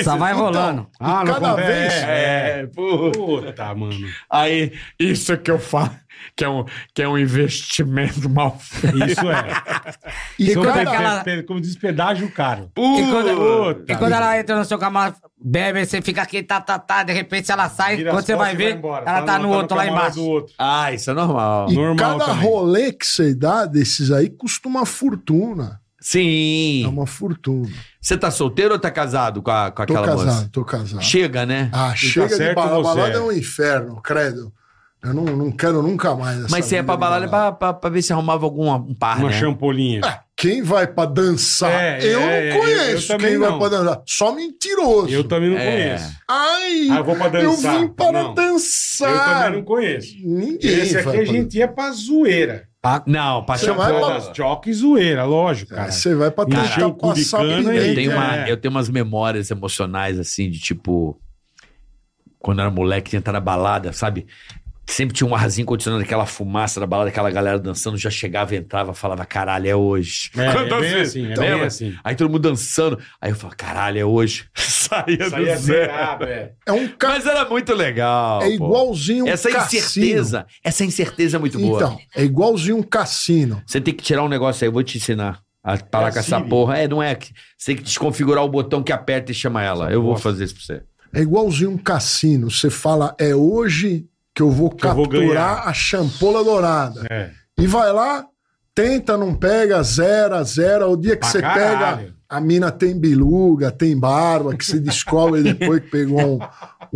Só vai rolando. Ah, não Cada acontece. vez- É, pô. Puta, mano. Aí, isso que eu falo, que é um, que é um investimento mal feito. Isso é. E E Isso quando é aquela- pe- pe- como diz, pedágio caro. é E quando, Puta. e quando ela entra no seu camarote, bebe, você fica aqui, tá, tá, tá, de repente ela sai, Vira quando as você vai costas e ver, embora. ela tá, no outro lá camarote embaixo. é do outro. Ah, isso é normal. E Normal cada também. rolê que você dá desses aí custa uma fortuna. É Sim. uma fortuna. Você tá solteiro ou tá casado com, a- com Tô aquela casado, moça? tô casado. Chega, né? Ah, chega de tá certo balada. você. Balada é um inferno, credo. Eu não, não quero nunca mais essa Mas você é vida pra de balada pra, pra, pra ver se arrumava algum um par, Uma né? champolinha. Ah, Quem vai pra dançar? É, eu é, não eu- eu conheço também quem não. vai pra dançar. Só mentiroso. Eu também não É. conheço. Ai, Ah, eu vou pra eu dançar. vim para Não. Eu dançar. também não conheço. Ninguém Esse aqui vai a pra- gente ia pra zoeira. Não, pra Você champola. vai pra- Joca e zoeira, lógico, cara. Ah, Você vai pra Cara, tentar o cu de passar cana e- Eu pirulito. tenho, uma, É. eu tenho umas memórias emocionais, assim, de tipo. Quando eu era moleque, tinha entrar na balada, sabe? Sempre tinha um arzinho condicionando aquela fumaça da balada, aquela galera dançando, já chegava, entrava, falava, caralho, é hoje. É, é Quantas bem vezes? assim, é Então, bem lembra? assim. Aí todo mundo dançando. Aí eu falava, caralho, é hoje. Saía, Isso aí é do zero. zerado, é. É um cara. Mas era muito legal. É pô. igualzinho um Essa é cassino. incerteza, essa incerteza é muito boa. Então, é igualzinho um cassino. Você tem que tirar um negócio aí, eu vou te ensinar. A parar a com essa Siri. porra. É, não é. que- Você tem que desconfigurar o botão que aperta e chama ela. eu vou bosta. fazer isso pra você. É igualzinho um cassino. Você fala, é hoje que eu vou eu vou capturar ganhar. a champola dourada. É. E vai lá, tenta, não pega, zera, zera. O dia que Pra você caralho. pega, a mina tem biluga, tem barba, que se descobre depois que pegou um,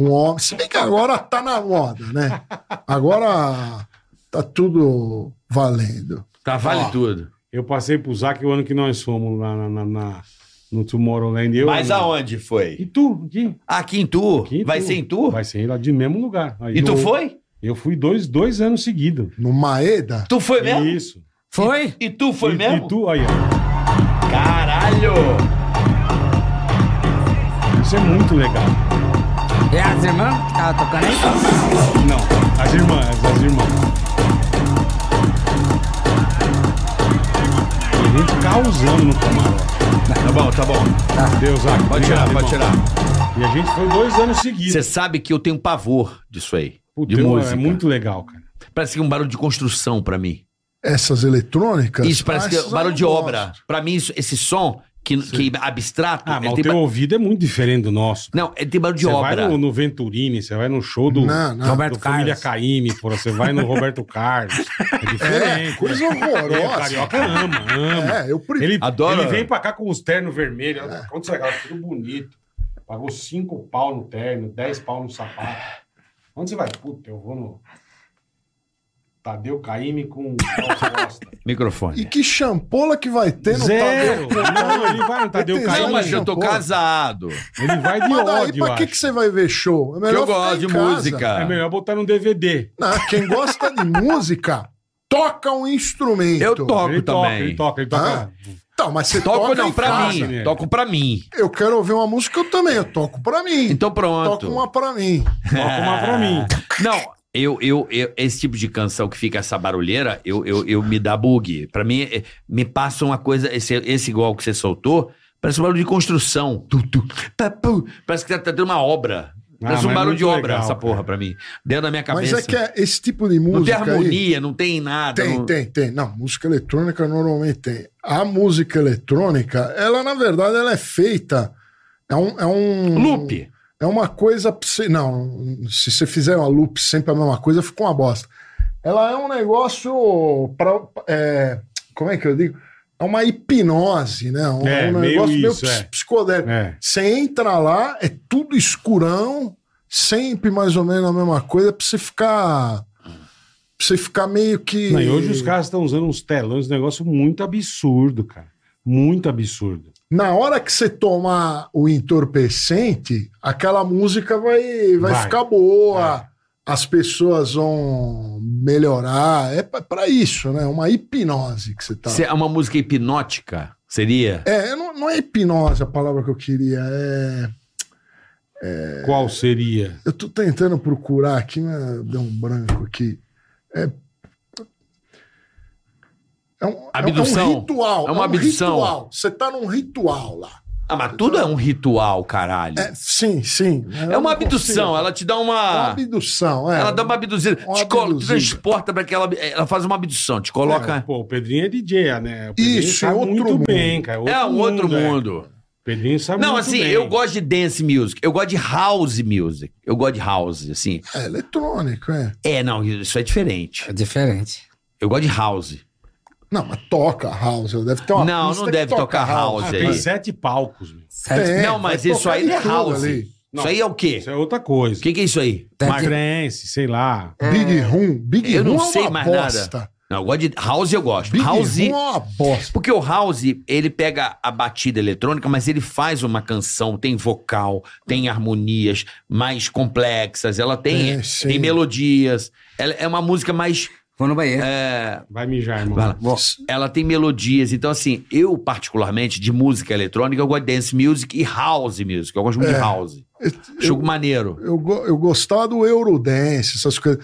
um homem. Se bem que agora tá na moda, né? Agora tá tudo valendo. Tá, vale Ó. tudo. Eu passei pro Zac o ano que nós fomos lá na, na- na- no Tomorrowland. Eu, Mas aonde E foi? tu, aqui? Aqui em Tu. Aqui em Vai Tu. ser em Tu? Vai ser lá de mesmo lugar. Aí E eu- tu foi? Eu fui dois, dois anos seguidos. No Maeda, Tu foi É mesmo? Isso. Foi? E tu foi e, mesmo? E tu, aí, ó. Caralho! Isso é muito legal. É as irmãs que tava tocando aí? Não, as irmãs, as irmãs. Tem gente causando no camarote. Tá bom, tá bom. Deus, Zac. Pode tirar, obrigado, pode irmão. tirar. E a gente foi dois anos seguidos. Você sabe que eu tenho pavor disso aí. Puta, de eu- música. É muito legal, cara. Parece que é um barulho de construção pra mim. essas eletrônicas. Isso parece Ah, que é essas eu barulho não de gosto. obra. Pra mim, isso- esse som que, que é abstrato. Ah, mas ele o tem teu ba- ouvido é muito diferente do nosso. Não, ele tem barulho de Você obra. vai no, no Venturini, você vai no show do, Não, não. do Roberto Família Carlos. Caymmi, porra, você vai no Roberto Carlos. É É, diferente. coisa É, o horrorosa. carioca ama, ama. É, eu prefiro. Ele, Adoro. ele vem pra cá com os ternos vermelhos. Olha Quanto você gasta? Tudo bonito. Pagou cinco pau no terno, dez pau no sapato. Onde você vai? Puta, eu vou no. Tadeu Caime com Paulo Costa. Microfone. E que champola que vai ter no Zero! Não, tá ele vai no Tadeu Não, Não, Caime. mas eu tô Shampoo. casado. Ele vai de Mas daí, ódio, pra que, acho. que você vai ver show? É Que melhor eu ficar gosto de em casa. música. É melhor botar no DVD. Não, quem gosta de música, toca um instrumento. Eu toco ele toca, também. ele toca, ele toca. Então, mas você Toco toca não, em pra casa. mim. né? Toco pra mim. Eu quero ouvir uma música, eu também. Eu toco pra mim. Então pronto. Toco uma pra mim. Toca uma pra mim. Não, eu, eu, eu- esse tipo de canção que fica essa barulheira, eu, eu, eu me dá bug. Pra mim, é- me passa uma coisa, esse, esse igual que você soltou, parece um barulho de construção. Tu, tu, pa, pu. Parece que tá, tá tendo uma obra. mas Parece é um barulho de muito obra, legal, essa porra, cara. pra mim. Dentro da minha Mas cabeça. é que é esse tipo de não tem música. aí, harmonia, não tem nada. Tem, não- Então, tem, tem. Não, música eletrônica normalmente tem. A música eletrônica, ela na verdade ela é feita. É um. É um Loop. É uma coisa. pra você- Não, se você fizer uma loop sempre a mesma coisa, fica uma bosta. Ela é um negócio. Pra, é, como é que eu digo? É uma hipnose, né? Um, É, um meio negócio meio, isso, ps- é. psicodélico. É. Você entra lá, é tudo escurão, sempre mais ou menos a mesma coisa, pra você ficar Pra você ficar meio que. Não, e hoje os caras estão usando uns telões, um negócio muito absurdo, cara. Muito absurdo. Na hora que você tomar o entorpecente, aquela música vai, Vai. vai, É. ficar boa, as pessoas vão melhorar. É pra- pra isso, né? Uma hipnose que você tá. Se é uma música hipnótica, seria? É, não, não é hipnose a palavra que eu queria. É... Qual seria? Eu tô tentando procurar aqui, mas deu um branco aqui. É. É um, Abdução. é um ritual. É uma abdução. Um ritual. Você tá num ritual lá. Ah, mas tudo é um ritual, caralho. É, sim, sim. É uma abdução, ela te dá É Uma uma. abdução, é. Ela dá uma abduzida, Uma te colo- abduzida. transporta pra aquela. Ela faz uma abdução, te coloca. Pô, o Pedrinho é DJ, né? O Pedrinho Isso, sabe é outro muito mundo. bem, cara. É, um outro é. um mundo. O Pedrinho sabe Não, muito assim, bem. eu gosto de dance music, eu gosto de house music, eu gosto de house, assim. É eletrônico, é. É, não, isso é diferente. É diferente. Eu gosto de house. Não, mas toca house. Deve ter uma Não, pista não que deve toca tocar house Ah, aí. tem sete palcos, meu. Sete, É, não, mas vai isso tocar aí de não é tudo house. ali. Isso aí é o quê? Isso é outra coisa. O que, que é isso aí? Deve- Magrense, sei lá. Big Room. Big Eu não Room é uma sei mais nada. bosta. Não, eu gosto de house, eu gosto. Big house. Room é uma bosta. Porque o house, ele pega a batida eletrônica, mas ele faz uma canção, tem vocal, tem harmonias mais complexas, ela tem, É, sim. tem melodias. Ela é uma música mais. Vou no banheiro. é, Vai mijar, irmão. vai lá. ela tem melodias. Então, assim, eu, particularmente, de música eletrônica, eu gosto de dance music e house music. Eu gosto muito É. de house. Jogo maneiro. Eu, go- eu gostava do Eurodance, essas coisas.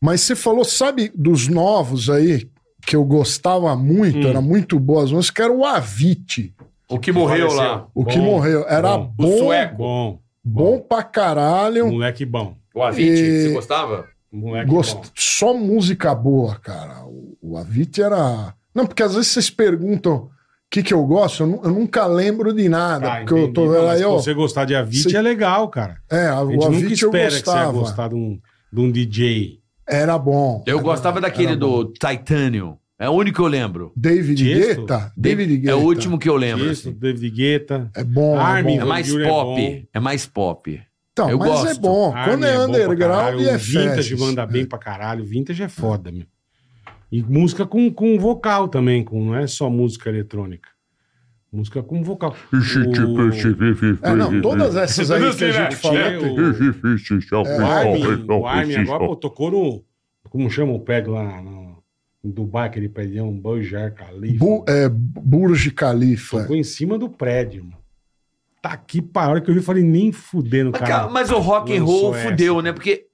Mas você falou, sabe, dos novos aí, que eu gostava muito, Hum. era muito boas músicas, que era o Avit. O que morreu lá? O que morreu. Era bom. bom, bom, Bom. pra caralho. Moleque bom. O Avicii, E- você gostava? Moleque Gost- bom. Só música boa, cara. O, o Avit era. Não, porque às vezes vocês perguntam o que, que eu gosto, eu, nu- eu nunca lembro de nada. Tá, porque eu entendi. tô Não, vendo mas aí, se ó. você gostar de Avicii Você- é legal, cara. É, A o gente nunca Avit eu espera que você ia gostava. gostar de um, de um DJ. Era bom. Eu Era- gostava daquele era bom. do Titanium. É o único que eu lembro. David Tiesto? Guetta? David Guetta. É o último que eu lembro. Isso, assim. David Guetta. É bom. Armin é É bom. Van mais Buren é pop. bom. É mais pop. Então, eu mas é gosto. bom. Quando Armin é, bom pra underground caralho, e o é Vintage festa. manda bem pra caralho. O Vintage é foda, meu. E música com, com vocal também, com, não é só música eletrônica. Música com vocal. O, É, não, Uhum. todas essas aí que a gente falou. tem- o Armin, o Armin agora pô, tocou no. Como chama o prédio lá no, em Dubai, aquele prédio, é um Banjar Khalifa. Bu, é, Burj Khalifa. Tocou em cima do prédio, mano. Tá aqui para a hora que eu vi, eu falei, nem fudendo, Mas, cara. cara, mas o rock and roll lançou essa, fudeu, cara. né? Porque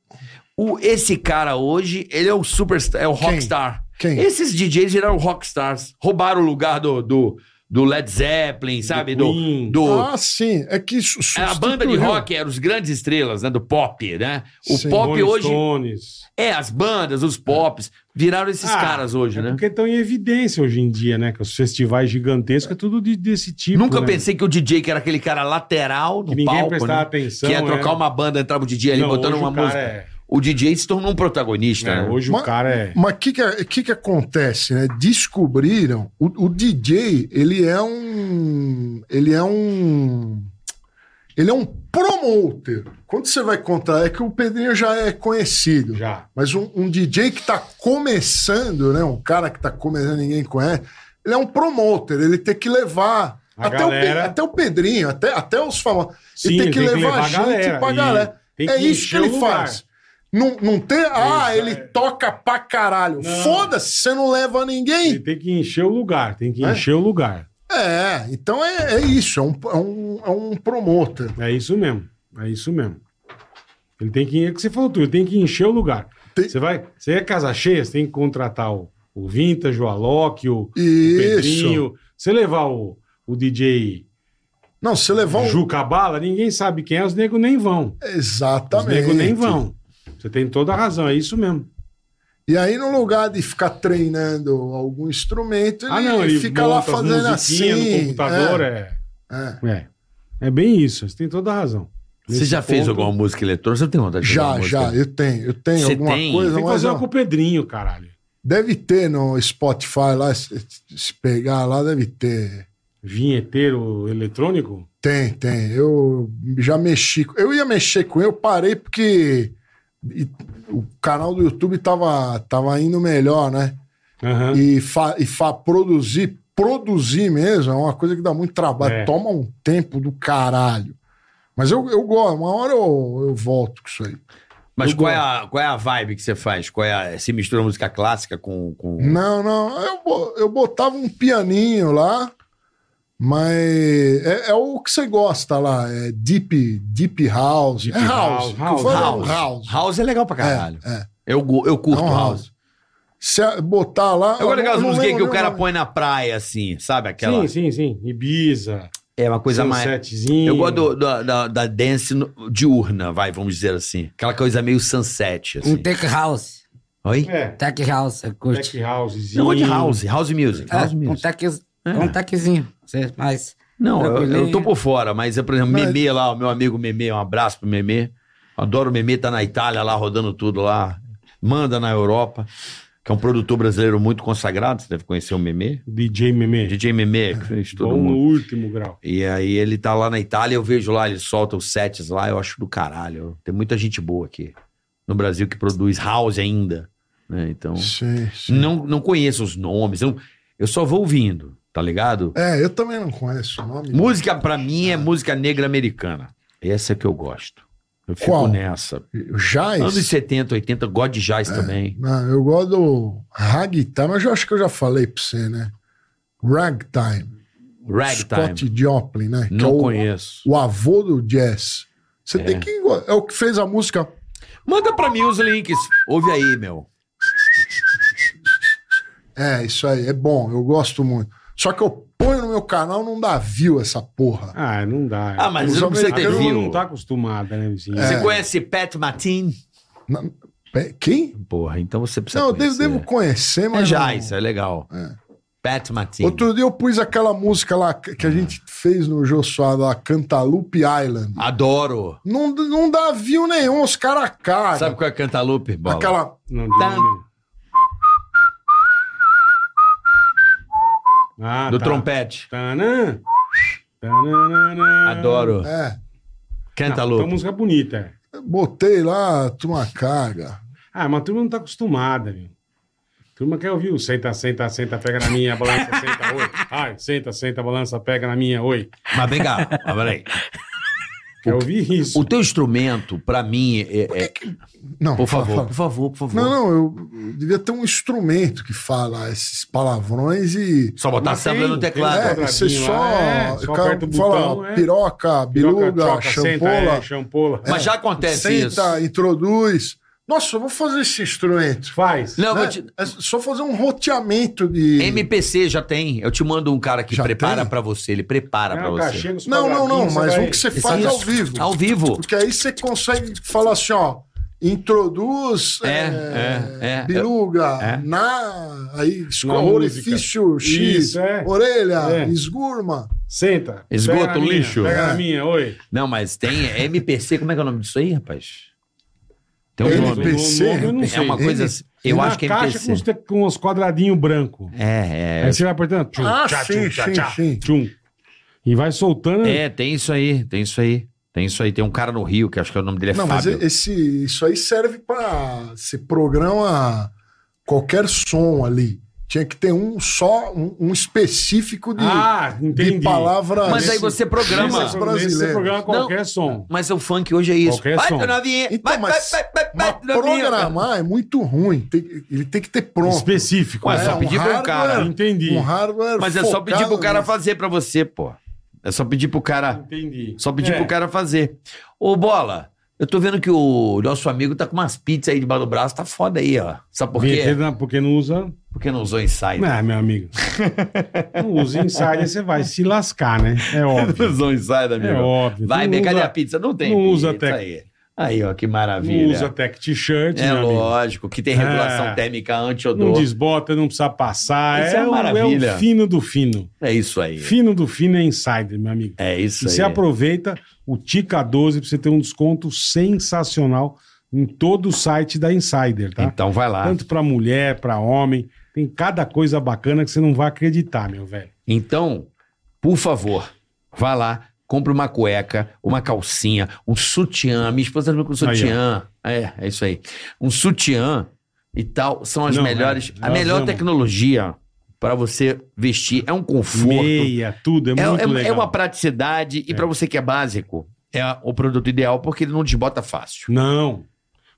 o, esse cara hoje, ele é o superstar, é o Quem? rockstar. Quem? Esses DJs viraram rockstars. Roubaram o lugar do, do, do Led Zeppelin, sabe? Do. Queen. do Ah, sim. É que su- a banda de substituiu. rock eram os grandes estrelas, né? Do pop, né? O Sim. pop Rolling hoje. Stones. É, as bandas, os pops, viraram esses Ah, caras hoje, é né? Porque estão em evidência hoje em dia, né? Que os festivais gigantescos é tudo de- desse tipo. Nunca né? pensei que o DJ, que era aquele cara lateral que no ninguém palco, prestava né? atenção. que ia né? trocar uma banda, entrava o DJ ali Não, botando hoje uma o cara música. é- O DJ se tornou um protagonista, né, né? Hoje Mas- o cara é. Mas o que que, que que acontece, né? Descobriram... O, o DJ, ele é um... Ele é um... Ele é um promoter. Quando você vai contar, é que o Pedrinho já é conhecido. Já. Mas um, um DJ que tá começando, né? Um cara que tá começando, ninguém conhece. Ele é um promoter, ele tem que levar. A Até, O, galera. Pe- até o Pedrinho, até, até os famosos. Sim, ele tem que levar, gente pra e galera. tem é que isso que encher o ele lugar. faz. Não, não tem. Ah, Isso, ele é. toca pra caralho. Não. Foda-se, você não leva Ele ninguém. tem que encher o lugar, tem que É? encher o lugar. É, então é, é isso, é um, é, um, é um promoter. É isso mesmo. É isso mesmo. Ele tem que. É o que você falou tudo, ele tem que encher o lugar. Tem- Você vai. Você é casa cheia, você tem que contratar o, o Vintage, o Alok, o, o Isso. Pedrinho. Você levar o, o DJ Não, se levar um. Juca Bala, ninguém sabe quem é, os negros nem vão. Os Exatamente. negros nem vão. Você tem toda a razão, é isso mesmo. E aí, no lugar de ficar treinando algum instrumento, ele, ah, não, ele fica lá fazendo assim. no computador, é. é, é. É. bem isso, você tem toda a razão. Você já fez alguma música eletrônica? Você tem é. vontade de fazer Já, uma já, música? eu tenho. Eu tenho Você alguma tem? coisa, Tem que mas fazer uma ó, com o Pedrinho, caralho. deve ter no Spotify lá, se, se pegar lá, deve ter. Vinheteiro eletrônico? Tem, tem. Eu já mexi. com- Eu ia mexer com ele, eu parei porque e o canal do YouTube tava, tava indo melhor, né? Aham. E, fa, e fa, produzir, produzir mesmo é uma coisa que dá muito trabalho. É. Toma um tempo do caralho. Mas eu, eu gosto, uma hora eu, eu volto com isso aí. Mas Eu qual é, a, qual é a vibe que você faz? Qual é a, você mistura música clássica com. com... Não, não, eu, bo- eu botava um pianinho lá, mas é, é o que você gosta lá, é deep, deep house, Deep é house, house, house, eu falo, house. house. House é legal pra caralho. É, é. Eu, go- eu curto É um house. house. Se a- botar lá, Eu gosto daquelas não musiquinhas que lembro o cara nem nome. põe na praia, assim, sabe? Aquela. Sim, sim, sim. Ibiza. É uma coisa mais. sunsetzinho. Eu gosto do- da, da, da dance no- diurna, vai, vamos dizer assim. Aquela coisa meio sunset, assim. Um tech house. Oi? É, Tech house, eu curte. tech housezinho. Eu gosto de house, house music. É, House É. um, music. tech, um techzinho. Você- Mas Não, eu, tranquilinho. eu tô por fora, mas, por exemplo, Mas- Meme lá, o meu amigo Meme, um abraço pro Meme. Adoro o Meme, tá na Itália lá, rodando tudo lá. Manda na Europa, que é um produtor brasileiro muito consagrado, você deve conhecer o Meme. DJ Meme. DJ Meme, que fez todo Bom no mundo. último grau. E aí ele tá lá na Itália, eu vejo lá, ele solta os sets lá, eu acho do caralho. Tem muita gente boa aqui no Brasil que produz house ainda, né? Então, Sim, sim. não, não conheço os nomes, eu, eu só vou ouvindo, tá ligado? É, eu também não conheço o nome. Música pra mim é Ah. música negra americana. Essa é que eu gosto. Eu fico Qual? É nessa. Jazz? Anos 70, 80, eu gosto de É. jazz também. Não, eu gosto do ragtime, mas eu acho que eu já falei pra você, né? Ragtime. Ragtime. Scott Joplin, né? Que Não é o- conheço. o avô do jazz. Você É. tem que. go- É o que fez a música. Manda pra mim os links. Ouve aí, meu. É, isso aí. É bom, eu gosto muito. Só que eu ponho no meu canal, não dá view essa porra. Ah, não dá. Ah, mas Os eu não precisa ter Aquela americanos viu. não tá acostumada, né, vizinho? É. Você conhece Pat Matin? Na- Pe- Quem? Porra, então você precisa Não, eu devo, conhecer. devo conhecer, É mas. jazz, assim. não- é legal. É. Pat Matin. Outro dia eu pus aquela música lá que Ah. que a gente fez no Jô Soares, lá, Cantaloupe Island. Adoro. Não, não dá view nenhum, os caras cagam. Sabe qual é Cantaloupe, Bola? Ah, Aquela. Não, Deus Tá. me livre. Ah, Do tá. trompete. Tanã. Tananana. Adoro. É. Não, Cantaloupe. É uma música bonita. é. Botei lá, turma caga. Ah, mas a turma não tá acostumada, meu. A turma quer ouvir o senta, senta, senta, pega na minha, balança, senta, oi. Ai, senta, senta, balança, pega na minha, oi. Mas vem cá, mas peraí. Quer ouvir isso. O teu instrumento, pra mim, é- é- Não, Por fala- favor, fala. por favor, por favor. Não, não, eu devia ter um instrumento que fala esses palavrões e. Só botar Mas samba tem, no tem é, teclado. quadradinho você só. lá, é, só ca- aperta o fala botão, é. piroca, biluga, champola, é, champola. Mas já acontece senta, isso. introduz. Nossa, eu vou fazer esse instrumento. Faz. Não, né? vou te- É só fazer um roteamento de. MPC já tem. Eu te mando um cara que Já prepara tem? pra você. Ele prepara É pra você. Não, não, não, mas um que você faz Isso. ao vivo. Ao vivo. Porque aí você consegue falar assim, ó. Introduz É, é, é. biluga, É. na, aí, esco- Na música. orifício X, Isso, é. orelha, É. esgurma. Senta. Esgoto, pega na minha, lixo. Pega na É. minha, oi. Não, mas tem MPC. Como é que é o nome disso aí, rapaz? Tem um nome. MPC? O nome eu não É sei. uma coisa assim. Eu Uma acho que é caixa com MPC. os, te- com os quadradinhos branco. É, é. Aí você vai apertando. Tchum, Ah, tchá, tchum, sim, tchá, sim, tchá, sim. tchum. E vai soltando. É, tem isso aí. Tem isso aí. Tem isso aí. Tem um cara no Rio que acho que o nome dele é Não, mas Fábio. esse, isso aí serve pra. Se programa qualquer som ali. Tinha que ter um só, um, um específico de, Ah, de entendi. palavra. Mas aí Esse- você programa. Esse brasileiro. Você programa é qualquer som. Mas o funk hoje é isso. Qualquer Vai, som. teu novinha. Então, Vai, vai, mas- vai, vai, vai, Mas novinha. programar é muito ruim. tem- ele tem que ter pronto. Específico. Ué, né? só um pedir pro hardware- cara. Entendi. Um hardware Mas é só pedir pro focado cara no- fazer pra você, pô. É só pedir pro cara. Entendi. Só pedir É. pro cara fazer. Ô, Bola, eu tô vendo que o nosso amigo tá com umas pizzas aí debaixo do braço, tá foda aí, ó. Sabe por Vinheteiro quê? não- Porque não usa. Porque não usou ensaio. Ah, meu amigo. não usa insider, você vai se lascar, né? É óbvio. usou ensaio, É óbvio. né, Vai, Não bem, cadê usa- a pizza? Não tem não pizza. usa até- Aí. aí, ó, que maravilha. Não usa tech t-shirt, é meu amigo. lógico que tem regulação É. térmica Não anti-odor. desbota, não precisa passar. Isso é é, uma o- é maravilha. o fino do fino. É isso aí. Fino do fino é insider, meu amigo. É isso E aí. você aproveita o Tica 12 pra você ter um desconto sensacional em todo o site da Insider, tá? Então vai lá. Tanto pra mulher, pra homem. Tem cada coisa bacana que você não vai acreditar, meu velho. Então, por favor, vá lá, compra uma cueca, uma calcinha, um sutiã. Minha esposa também com sutiã. É, é isso aí. Um sutiã e tal são as Não, melhores. é, a nós melhor amamos. tecnologia para você vestir é um conforto. Meia, tudo, é, É, muito é- é legal. uma praticidade e É. pra você que é básico, é a- o produto ideal porque ele não desbota fácil. Não.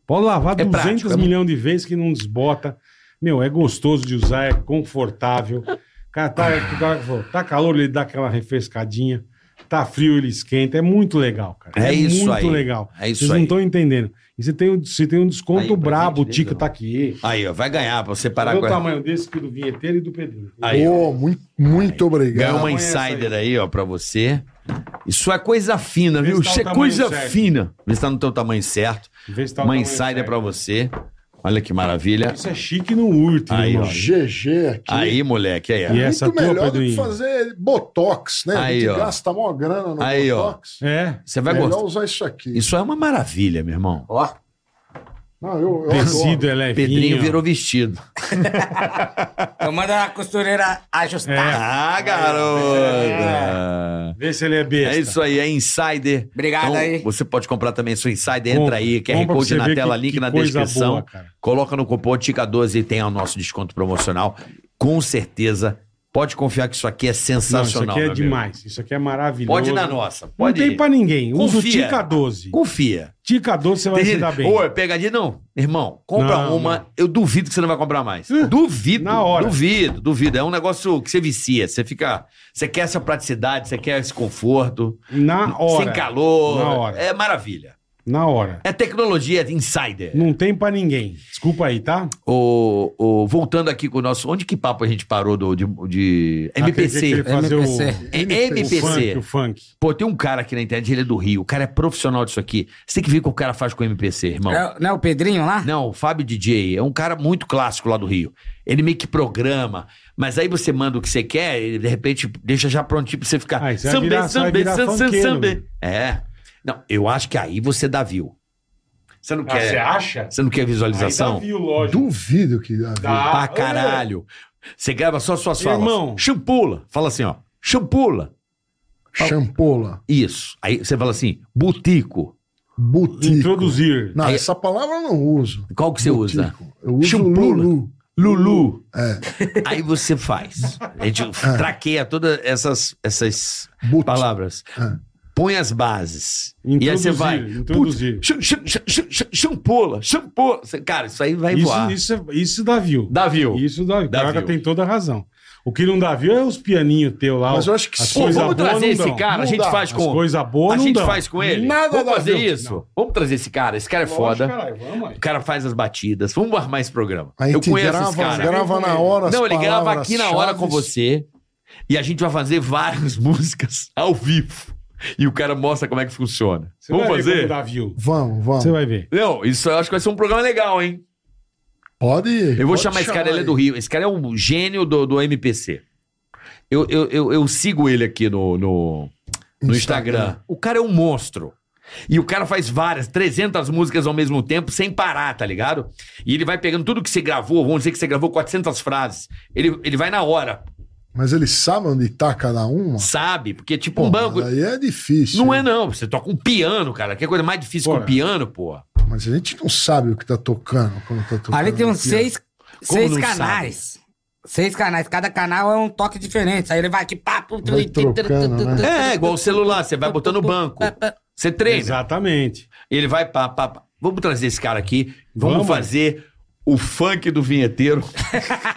Pode lavar É 200 prático, é muito- milhões de vezes que não desbota. Meu, é gostoso de usar, é confortável. Cara, tá, o cara falou, tá calor, ele dá aquela refrescadinha. Tá frio, ele esquenta. É muito legal, cara. É isso muito aí. legal. É isso Vocês não aí. estão entendendo. E você tem, um- você tem um Aí, desconto pra brabo, o gente, Tico legal. tá aqui. Aí, ó, vai ganhar pra você parar Olha o com a... tamanho desse que do vinheteiro e do Pedrinho. Aí, ó. Ô, muito, muito Ganhou obrigado. uma Põe essa insider aí, ó, pra você. Isso é coisa fina, Vê viu? se tá o Isso é tamanho coisa certo. fina. Vê se tá no teu tamanho certo. Vê se tá o Uma tamanho insider certo. pra você. Olha que maravilha. Isso é chique no urto, Aí, irmão. ó. GG aqui. Aí, moleque, aí. ó. E é essa muito tua, melhor do que Pedrinho? fazer botox, né? Aí, a gente ó. gasta mó grana no Aí, ó. botox. É. Você vai melhor gostar. usar isso aqui. Isso é uma maravilha, meu irmão. Ó, Não, eu, eu Tecido adoro. é levinho. Pedrinho virou vestido. Eu mando a costureira É, ajustar. Ah, garoto! Vê se ele é besta. É isso aí, é Insider. Então, Obrigado aí. Você pode comprar também sua Insider, entra Compra. aí, QR Compra pra Code você na ver tela, que- link que na coisa descrição. boa, cara. Coloca no cupom TICA12 e tem o nosso desconto promocional. Com certeza, pode confiar que isso aqui é Não, isso sensacional. aqui é meu amigo. demais. Isso aqui é maravilhoso. Pode ir na nossa, Não pode tem ir. pra ninguém. Usa o Confia. Tica 12. Confia. Tica 12 você vai se dar bem. Ô, é pegadinha? Não. Irmão, compra Não, uma, não. eu duvido que você não vai comprar mais. Hum, duvido. na hora. Duvido, duvido. É um negócio que você vicia. Você fica. Você quer essa praticidade, você quer esse conforto. Na Sem hora. calor. Na hora. É maravilha. Na hora. É tecnologia insider. Não tem pra ninguém. Desculpa aí, tá? O, o- voltando aqui com o nosso. Onde que papo a gente parou do, de, de- Aquele MPC? Ah, que ele fazer o- MPC. É O funk, o MPC. funk. Pô, tem um cara aqui na internet, ele é do Rio. O cara é profissional disso aqui. Você tem que ver o que o cara faz com o MPC, irmão. É, não é o Pedrinho lá? Não, o Fábio DJ é um cara muito clássico lá do Rio. Ele meio que programa, mas aí você manda o que você quer e de repente deixa já prontinho pra você ficar. Ah, isso vai virar- isso vai virar sam- sam- funkeiro, sambe. meu. É. Não, eu acho que aí você dá view. Você não Ah, Você quer, acha? você não quer Aí visualização? dá view, lógico. Duvido que dá. Dá. Pra caralho. Você grava só suas falas. Ah, é. Irmão. Champula. Fala assim, ó. Champula. tá. Champola. Isso. Aí você fala assim, butico. Butico. Introduzir. Não, Aí- essa palavra eu não uso. Qual que você usa? Butico. Eu uso Champola. Lulu. Lulu. É. Aí você faz. A gente Ah. traqueia todas essas, essas But- palavras. É. Põe as bases. e aí você Introduzir, vai. introduzir. Putz, cham- cham- cham- cham- cham- Champola, champola. Você- Cara, isso aí vai Isso, voar. isso, é- isso dá view. Dá view. Isso dá, Dá O cara view. tem toda a razão. O que não dá view é os pianinhos teu lá. Mas eu acho que as sim. Pô, coisa vamos boa trazer não esse dão. cara, a Não gente dá. faz As com. coisas boas A não gente dão. faz com ele. Nada vamos dá fazer view. isso. Não. Vamos trazer esse cara. Esse cara é Lógico, foda. caralho, vamos aí. O cara faz as batidas. Vamos armar esse programa. A Eu gente conheço grava, esse cara. grava na hora as Não, ele grava palavras aqui na hora com chaves. você e a gente vai fazer várias músicas ao vivo. E o cara mostra como é que funciona. Você Vamos vai ver como fazer? dá view. Vamos, vamos. Você vai ver. Não, isso eu acho que vai ser um programa legal, hein? Pode Eu vou chamar esse cara, ele é do Rio. Esse cara é um gênio do, do MPC. Eu, eu, eu, eu sigo ele aqui no, no, no Instagram. O cara é um monstro. E o cara faz várias, 300 músicas ao mesmo tempo, sem parar, tá ligado? E ele vai pegando tudo que você gravou, vamos dizer que você gravou 400 frases. Ele, ele vai na hora, Mas ele sabe onde tá cada uma? sabe? Porque é tipo Pô, um banco. Aí é difícil. Não né? é não, você toca um piano, cara. Que coisa mais difícil que Porra. um piano, porra. Mas a gente não sabe o que tá tocando quando tá tocando. Ali tem uns aqui, seis, seis não canais. Seis canais. Cada canal é um toque diferente. Aí ele vai aqui, papo, Vai trocando, né? É, igual o celular, você vai botando o banco. Você treina. Exatamente. Ele vai pá, pá, pá. Vamos trazer esse cara aqui. Vamos, Vamos. fazer o funk do vinheteiro.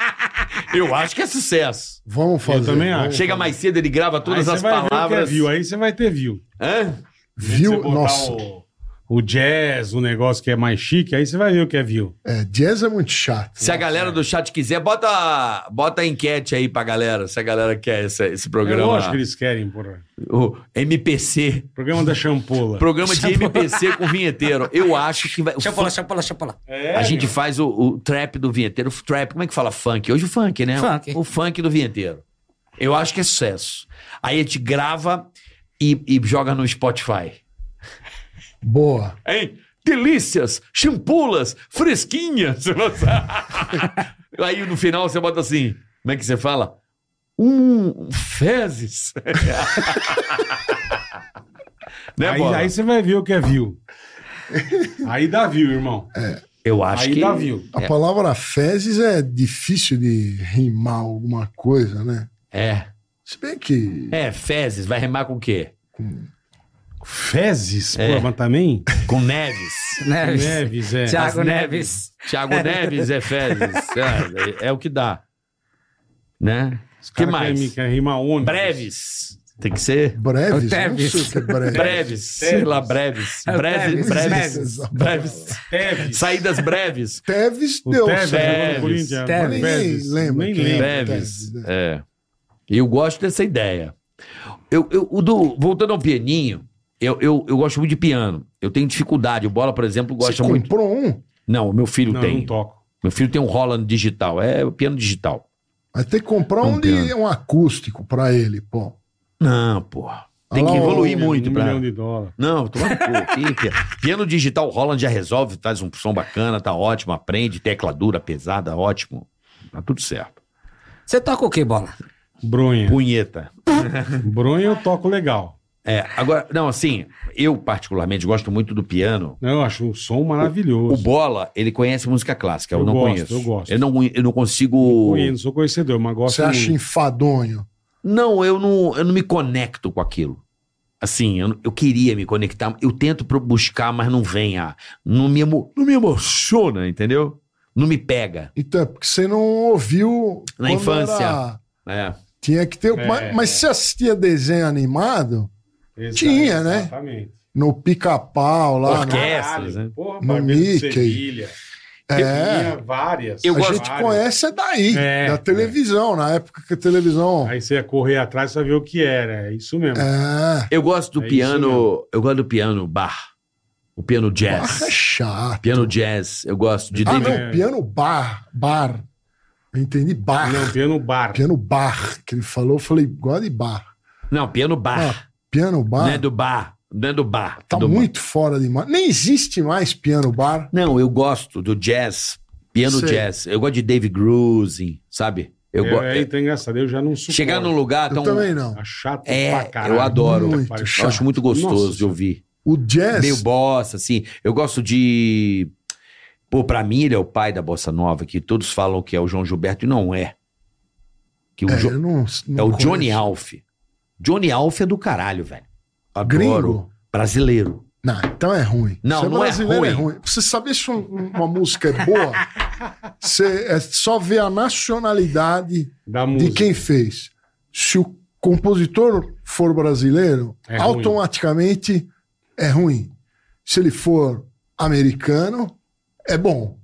Eu acho que é sucesso. ó. Vamos fazer. Eu também vamos. acho. Chega mais cedo, ele grava todas aí as você vai ver o que é palavras. view, aí você vai ter view. Hã? Você Viu? botar Nossa. O, o jazz, o negócio que é mais chique, aí você vai ver o que é view. É, jazz é muito chato. Se a é. galera do chat quiser, bota, bota a enquete aí pra galera. Se a galera quer esse, esse É programa. lógico que eles querem, porra. o MPC. Programa da champola. Programa de MPC com vinheteiro. Eu acho que vai. o Chapola, chapola, chapola. É, A gente meu. faz o, o trap do vinheteiro. O trap, como é que fala funk? Hoje o funk, né? Funk. O, funk do vinheteiro. Eu acho que é sucesso. Aí a gente grava e, e joga no Spotify. Boa. Hein? Delícias, champulas, fresquinhas. Aí no final você bota assim, como é que você fala? um fezes. né, aí, Bola? aí você vai ver o que é view. aí dá view, irmão. eu acho aí que... dá view. É. A palavra fezes é difícil de rimar alguma coisa, né? É. Se bem que. É, fezes. Vai remar com o quê? Fezes, É. pô, mas também. Com neves. Neves. Neves, é. Thiago As Neves. Tiago Neves é fezes. É, é o que dá. Né? Os que cara mais? Quer, quer rimar ônibus. Breves. Tem que ser... Breves? É o Não sei o que é breves. Breves, sei lá, breves. É o Breves, Teves. breves. Teves. Breves. Teves. Saídas breves. Teves O deu. Teves, certo. jogou Teves. no Corinthians. Teves. Nem Teves. lembro. Nem quem é o lembro. Breves. Teves, né? É. E eu gosto dessa ideia. Eu, eu, o do, voltando ao pianinho, eu, eu, eu gosto muito de piano. Eu tenho dificuldade. O Bola, por exemplo, Você gosta muito. comprou um? Não, o meu filho Não, tem. não toco. Meu filho tem um Roland digital. É o piano digital. Vai ter que comprar Um um, de, um acústico pra ele, pô. Não, porra. Tem Olha que lá, evoluir Um muito pra. milhão de dólar. Não, toma no cu. Que pia- Piano digital, Roland já resolve, faz um som bacana, tá ótimo, aprende, tecla dura, pesada, ótimo. Tá tudo certo. Você toca o que, bola? Bronha. Punheta. Bronha eu toco legal. É, agora, não, assim, eu particularmente gosto muito do piano. Eu acho um som O maravilhoso. Bola, ele conhece música clássica, eu, Eu não gosto, conheço. eu gosto. Eu não, eu não Eu consigo. conheço, não sou conhecedor, mas gosto Você acha muito. enfadonho. Não, eu não, eu não me conecto com aquilo. Assim, eu, não- eu queria me conectar, eu tento pro- buscar, mas não vem a. Não me, emo- não me emociona, entendeu? Não me pega. Então, é porque você não ouviu. Na quando infância. era- né? Tinha que ter. É. Mas, mas você assistia desenho animado Exa- Tinha, né? Exatamente. no pica-pau lá. Orquestra. Ah, né? Orquestras, né? Porra, No Barbeiro de Mickey. Sevilha. É. Tinha várias. Eu a gosto- gente conhece é daí, É, é. da televisão, na época que a televisão. Aí você ia correr atrás pra ver o que era. É isso mesmo. É. Eu gosto do É isso piano. Eu gosto do piano bar. O piano jazz. Barra é chato. Piano jazz, eu gosto de Ah, David. não, piano bar. Bar. Eu entendi bar. Não, piano bar. Piano bar, que ele falou, eu falei, gosta de bar. Não, piano bar. Piano Não é bar do bar. Não é do bar. Ah, tá do muito fora de mar. Nem existe mais piano bar. Não, eu gosto do jazz. Piano Sei. jazz. Eu gosto de David Grusin, sabe? Eu Eu, gosto. é, então, engraçado, eu já não suporto. Chegar num lugar Eu Tá tão. também não. Acho chato É, pra caralho. eu adoro. Puta que Muito pariu. Eu acho muito gostoso Nossa, de ouvir. O Meio jazz. bossa, assim. Eu gosto de. Pô, pra mim ele é o pai da bossa nova, que todos falam que é o João Gilberto e não é. Que o é, Jo- eu não- É não o Johnny conheço. Alf. Johnny Alf é do caralho, velho. Adoro. Gringo? Brasileiro. Não, então é ruim. Não, Você não é brasileiro ruim. Pra Você saber se um- uma música é boa, você é só ver a nacionalidade Da de música. quem fez. Se o compositor for brasileiro, É ruim. automaticamente é ruim. Se ele for americano, é bom.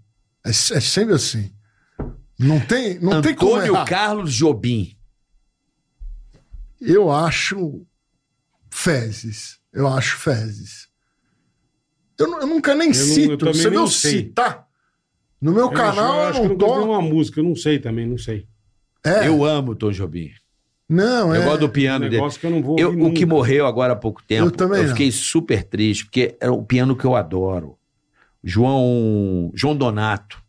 É, s- é sempre assim. Não tem, não tem como Antônio errar. Carlos Jobim. Eu acho fezes. Eu acho fezes. Eu, nu- eu nunca nem Eu não- eu cito. também Você não viu sei. citar? No é meu Eu canal acho, eu acho que eu eu não não gosto de tô. uma música, eu não sei também, não sei. É, Eu amo o Tom Jobim. não, Eu é. gosto do É um piano dele. negócio que eu não vou Eu- ouvir o que nunca. morreu agora há pouco tempo, eu, Eu também não. fiquei super triste, porque era o piano que eu adoro. João, João Donato.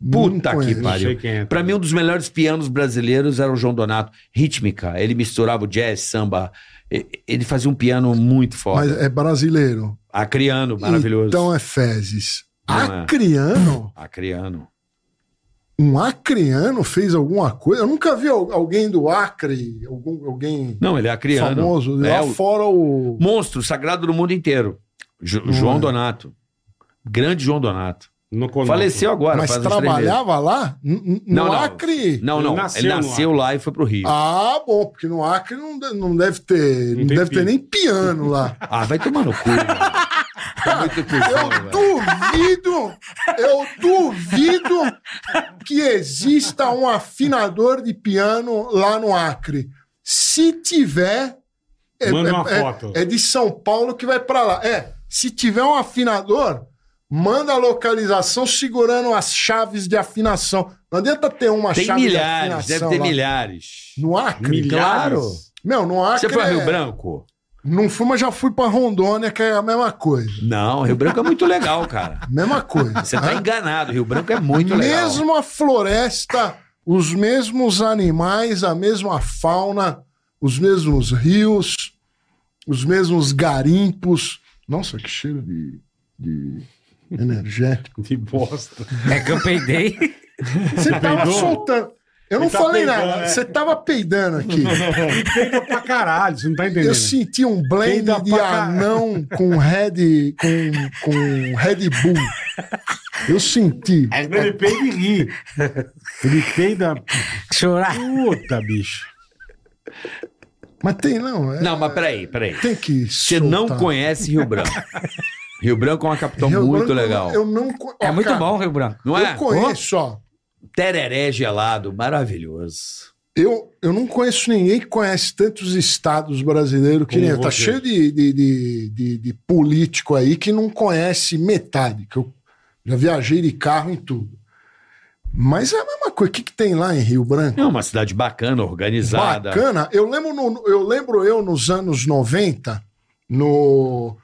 Não Puta que conheço. pariu. Não sei quem é. Pra mim, um dos melhores pianos brasileiros era o João Donato. Rítmica. Ele misturava o jazz, samba. E- Ele fazia um piano muito Mas forte. é brasileiro. Acriano, maravilhoso. Então é fezes. Não é. Acriano? Acriano. Um acriano fez alguma coisa? Eu nunca vi al- alguém do Acre, algum, alguém Não, ele é acriano. famoso. Lá É, o- fora o. Monstro sagrado do mundo inteiro. Jo- Não João é. Donato. Grande João Donato. Não conheço. Faleceu agora, Mas faz uns três meses. trabalhava lá? N- n- No Não, não. Acre? Não, Ele não. nasceu ele no nasceu lá e foi pro Rio. Ah, Ah, bom, porque no Acre não, de- não deve ter, Não não tem deve piso. ter nem piano lá. Ah, vai tomar no cu. mano. Tá muito cuzão, Eu velho. né? duvido, eu duvido que exista um afinador de piano lá no Acre. Se tiver, é, Manda é- uma é- foto. é de São Paulo que vai pra lá. É, se tiver um afinador, manda a localização segurando as chaves de afinação. Não adianta ter uma Tem chave milhares, de deve afinação ter lá. milhares. No Acre? Milhares? Meu, no Acre Você foi a Rio é- Branco? Não fui, mas já fui pra Rondônia, que é a mesma coisa. Não, Rio Branco é muito legal, cara. Mesma coisa. Você tá enganado, Rio Branco é muito é legal. Mesmo a floresta os mesmos animais, a mesma fauna, os mesmos rios, os mesmos garimpos. Nossa, que cheiro de, de energético. De bosta. É que eu peidei. Você tava peidou? soltando. Eu não Ele tá falei peidando, nada. né? Você tava peidando aqui. Peida É pra caralho, você não tá entendendo. Eu senti um blend Peida de pra caralho. anão com Red, com, com Red Bull. Eu senti. Ele peida e ri. Ele peida. Chorar. Puta, bicho. Mas tem, não. É, Não, mas peraí, peraí. Tem que Você não soltar. conhece Rio Branco. Rio Branco é uma capital Eu muito não- legal. Eu não co- É Ó, muito cara, bom, Rio Branco. Não é? Eu conheço, ó. Tereré gelado, maravilhoso. Eu, eu não conheço ninguém que conhece tantos estados brasileiros que Como nem eu. Tá você. cheio de, de, de, de- de político aí que não conhece metade. Que eu já viajei de carro em tudo. Mas é a mesma coisa. O que, que tem lá em Rio Branco? É uma cidade bacana, organizada. Bacana. Eu lembro, no- eu lembro eu nos anos 90, no.